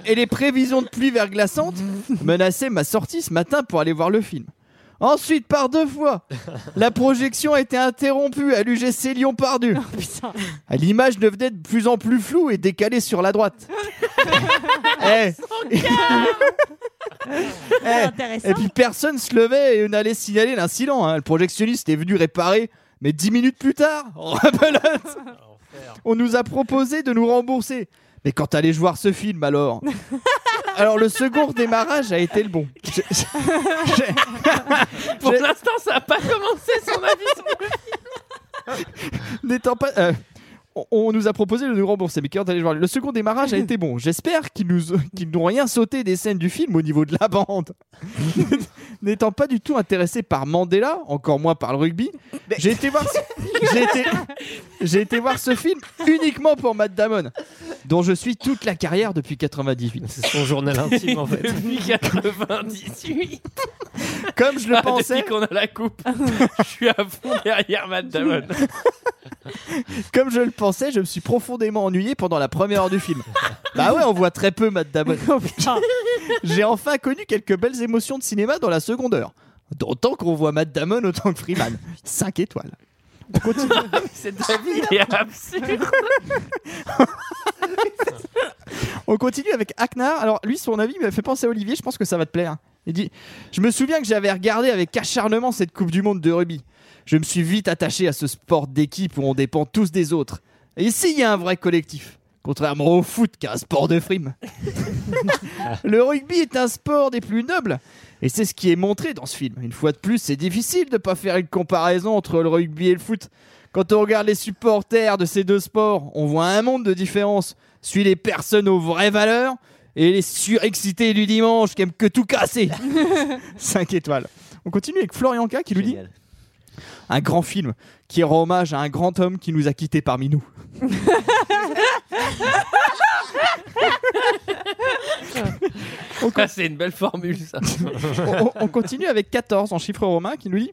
G: Et les prévisions de pluie verglaçante menaçaient ma sortie ce matin pour aller voir le film. Ensuite, par deux fois, la projection a été interrompue à l'UGC Lyon-Pardieu. L'image devenait de plus en plus floue et décalée sur la droite. Eh. [laughs] Eh, Et puis personne se levait et n'allait signaler l'incident. hein. Le projectionniste est venu réparer, mais dix minutes plus tard, [laughs] rebelote. On nous a proposé de nous rembourser. Mais quand allais-je voir ce film alors Alors le second démarrage a été le bon. J'ai- j'ai-
A: Pour
G: j'ai-
A: l'instant, ça n'a pas commencé son avis sur le film.
G: N'étant pas. euh, on- on nous a proposé de nous rembourser, mais quand allez voir le second démarrage a été bon. J'espère qu'ils nous qu'ils n'ont rien sauté des scènes du film au niveau de la bande. N'étant pas du tout intéressé par Mandela, encore moins par le rugby, j'ai été voir ce- j'ai été- j'ai été voir ce film uniquement pour Matt Damon, dont je suis toute la carrière depuis 98.
A: [laughs]
G: C'est son journal
A: intime, en fait. [laughs] Depuis 98.
G: Comme je le pensais.
A: Ah, Depuis qu'on a la coupe, je suis à fond derrière Matt Damon.
G: Comme je le pensais, je me suis profondément ennuyé pendant la première heure du film. bah ouais, on voit très peu Matt Damon. J'ai enfin connu quelques belles émotions de cinéma dans la seconde heure. D'autant qu'on voit Matt Damon autant que Freeman. 5 étoiles. On continue.
A: Cet avis est absurde.
G: On continue avec Aknar. Alors lui, son avis m'a fait penser à Olivier. Je pense que ça va te plaire. Il dit Je me souviens que j'avais regardé avec acharnement cette Coupe du Monde de rugby. Je me suis vite attaché à ce sport d'équipe où on dépend tous des autres. Et ici, il y a un vrai collectif. Contrairement au foot, qui est un sport de frime. Le rugby est un sport des plus nobles. Et c'est ce qui est montré dans ce film. Une fois de plus, c'est difficile de ne pas faire une comparaison entre le rugby et le foot. Quand on regarde les supporters de ces deux sports, on voit un monde de différence. Suis les personnes aux vraies valeurs et les surexcités du dimanche qui aiment que tout casser. 5 étoiles. On continue avec Florian K qui nous dit un grand film qui rend hommage à un grand homme qui nous a quittés parmi nous.
A: Ah, c'est une belle formule, ça.
G: on, on continue avec 14 en chiffres romains qui nous dit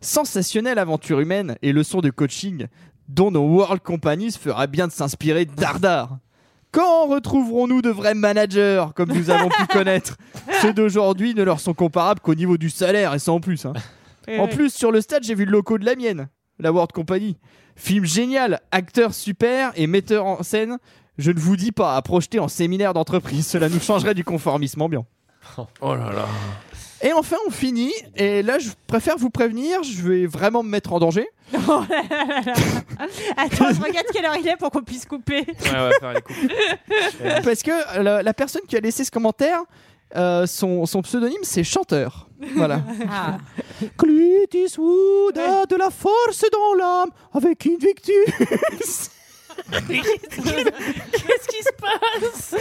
G: Sensationnelle aventure humaine et leçon de coaching dont nos World Companies fera bien de s'inspirer dardard. Quand retrouverons-nous de vrais managers comme nous avons pu connaître Ceux d'aujourd'hui ne leur sont comparables qu'au niveau du salaire et sans plus. hein.
R: Eh
F: [laughs]
G: En
R: oui.
G: plus, sur le stade, j'ai vu le loco de la mienne, la World Company. Film génial, acteur super et metteur en scène. Je ne vous dis pas à projeter en séminaire d'entreprise, cela nous changerait du conformisme ambiant.
A: Oh là là.
G: Et enfin, on finit. Et là, je préfère vous prévenir, je vais vraiment me mettre en danger.
F: Oh Attends, je regarde quelle heure il est pour qu'on puisse couper.
G: Parce que euh, la, la personne qui a laissé ce commentaire, euh, son, son pseudonyme, c'est chanteur. Voilà.
A: Ah.
F: [laughs]
G: Clint Eastwood a de la force dans l'âme avec Invictus.
R: Qu'est-ce qui se passe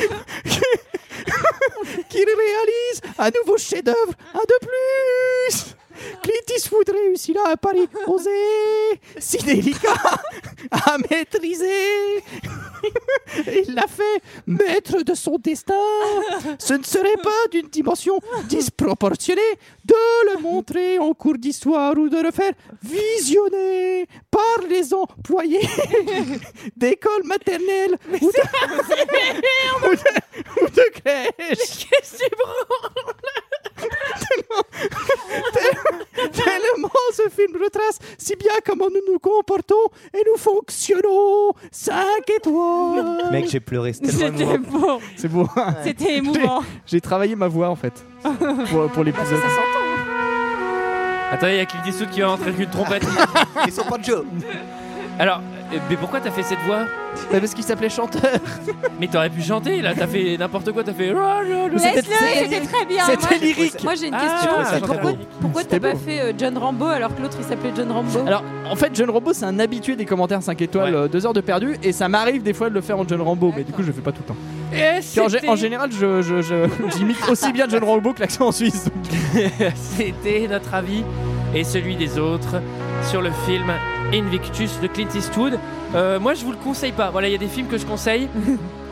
G: [laughs] qui réalise un nouveau chef-d'œuvre, un de plus. Clint Eastwood réussira à Paris osé, si délicat, à maîtriser. [laughs] Il l'a fait maître de son destin. Ce ne serait pas d'une dimension disproportionnée de le montrer en cours d'histoire ou de le faire visionner par les employés d'école maternelle [laughs] ou de, ou de- ou de crèche. Tellement ce film retrace si bien comment nous nous comportons et nous fonctionnons 5 étoiles.
I: Mec, j'ai pleuré, c'était tellement C'était émouvant.
G: beau. C'est beau. hein.
I: C'était
G: J'ai-
I: émouvant.
G: [laughs] J'ai travaillé ma voix en fait pour, pour l'épisode.
A: Attends, il y a Clint Eastwood qui va rentrer avec une trompette.
I: [laughs] Ils sont pas de jeu.
A: Alors, euh, mais pourquoi t'as fait cette voix
G: Parce qu'il s'appelait chanteur.
A: Mais t'aurais pu chanter, là, t'as fait n'importe quoi, t'as fait.
K: Laisse-le, c'était très bien. Moi, j'ai- Moi, j'ai une
A: Ah,
K: question. pourquoi pourquoi t'as pas fait euh, John Rambo alors que l'autre il s'appelait John Rambo
G: Alors, en fait, John Rambo, c'est un habitué des commentaires 5 étoiles, 2 heures de perdu, et ça m'arrive des fois de le faire en John Rambo, mais du coup, je le fais pas tout le temps.
A: Et
G: Puis en, gé-
A: c'était-
G: en [laughs] général, je- je- je- j'imite aussi bien John Rambo que l'accent en suisse. donc.
A: C'était notre avis et celui des autres sur le film Invictus de Clint Eastwood. Euh, moi, je vous le conseille pas. Voilà, il y a des films que je conseille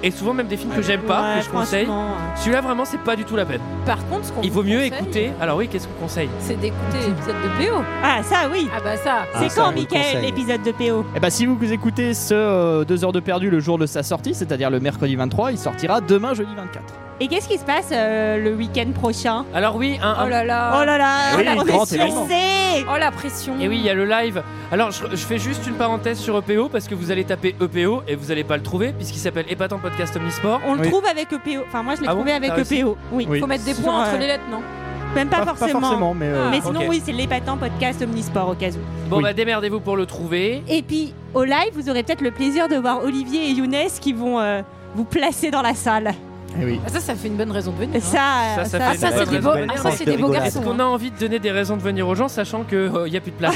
A: et souvent même des films que j'aime pas
K: Ouais,
A: que je conseille.
K: franchement,
A: Celui-là, vraiment, c'est pas du tout la peine.
K: Par contre, ce qu'on
A: Il vaut
K: vous
A: mieux
K: conseille,
A: écouter. Alors oui, qu'est-ce qu'on conseille
K: C'est d'écouter l'épisode de PO.
F: Ah, ça, oui.
K: Ah, bah ça.
G: Ah, ça, on vous le conseille.
F: l'épisode de PO
G: Eh ben, si vous écoutez ce 2 heures de perdu le jour de sa sortie, c'est-à-dire le mercredi 23, il sortira demain jeudi 24.
F: Et qu'est-ce qui se passe euh, le week-end prochain
A: Alors oui, un,
F: Oh là là. Oh là là.
A: Ah. Oui,
F: on est
A: grand
F: stressés.
A: événement.
K: Oh la pression.
A: Et Eh oui, il y a le live. Alors, je, je fais juste une parenthèse sur EPO parce que vous allez taper EPO et vous allez pas le trouver puisqu'il s'appelle Épatant Podcast Omnisport.
F: On le trouve avec EPO. Enfin, moi, je l'ai
A: Ah bon
F: trouvé avec
A: T'as réussi
F: EPO. Oui.
A: Oui. Faut mettre des points
F: Sur,
A: entre
F: euh,
A: les
K: lettres, non
F: Même pas,
A: Pas- pas
F: forcément.
A: forcément, mais, euh,
F: mais sinon,
A: ok.
F: oui, c'est l'épatant podcast Omnisport au cas où.
A: Bon, bah démerdez-vous pour le trouver.
F: Et puis, au live, vous aurez peut-être le plaisir de voir Olivier et Younes qui vont euh, vous placer dans la salle.
G: eh oui.
K: Ah, ça, ça fait une bonne raison de venir.
F: Ça,
A: Ça, ça
K: ah,
A: fait [laughs]
K: ça,
A: une
K: c'est
A: bonne
K: des beaux,
A: raison.
K: ah, ça, c'est des beaux garçons.
A: Est-ce qu'on a envie de donner des raisons de venir aux gens, sachant qu'il n'y a plus de place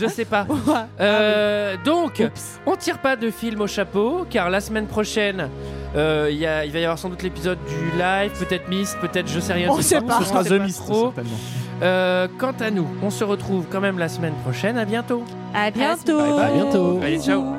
A: Je sais
F: Ah
A: pas. Euh, donc, on tire pas de film au chapeau, car la semaine prochaine, euh, il y a- il va y avoir sans doute l'épisode du live, peut-être Mist, peut-être je sais rien.
G: On
A: du
G: sait
A: tout,
G: pas.
A: on
G: Ce sera
A: sait
G: The
A: pas
G: Mist,
A: trop.
G: certainement.
A: Euh, quant à nous, on se retrouve quand même la semaine prochaine. À bientôt.
F: À bientôt.
A: Allez, ciao.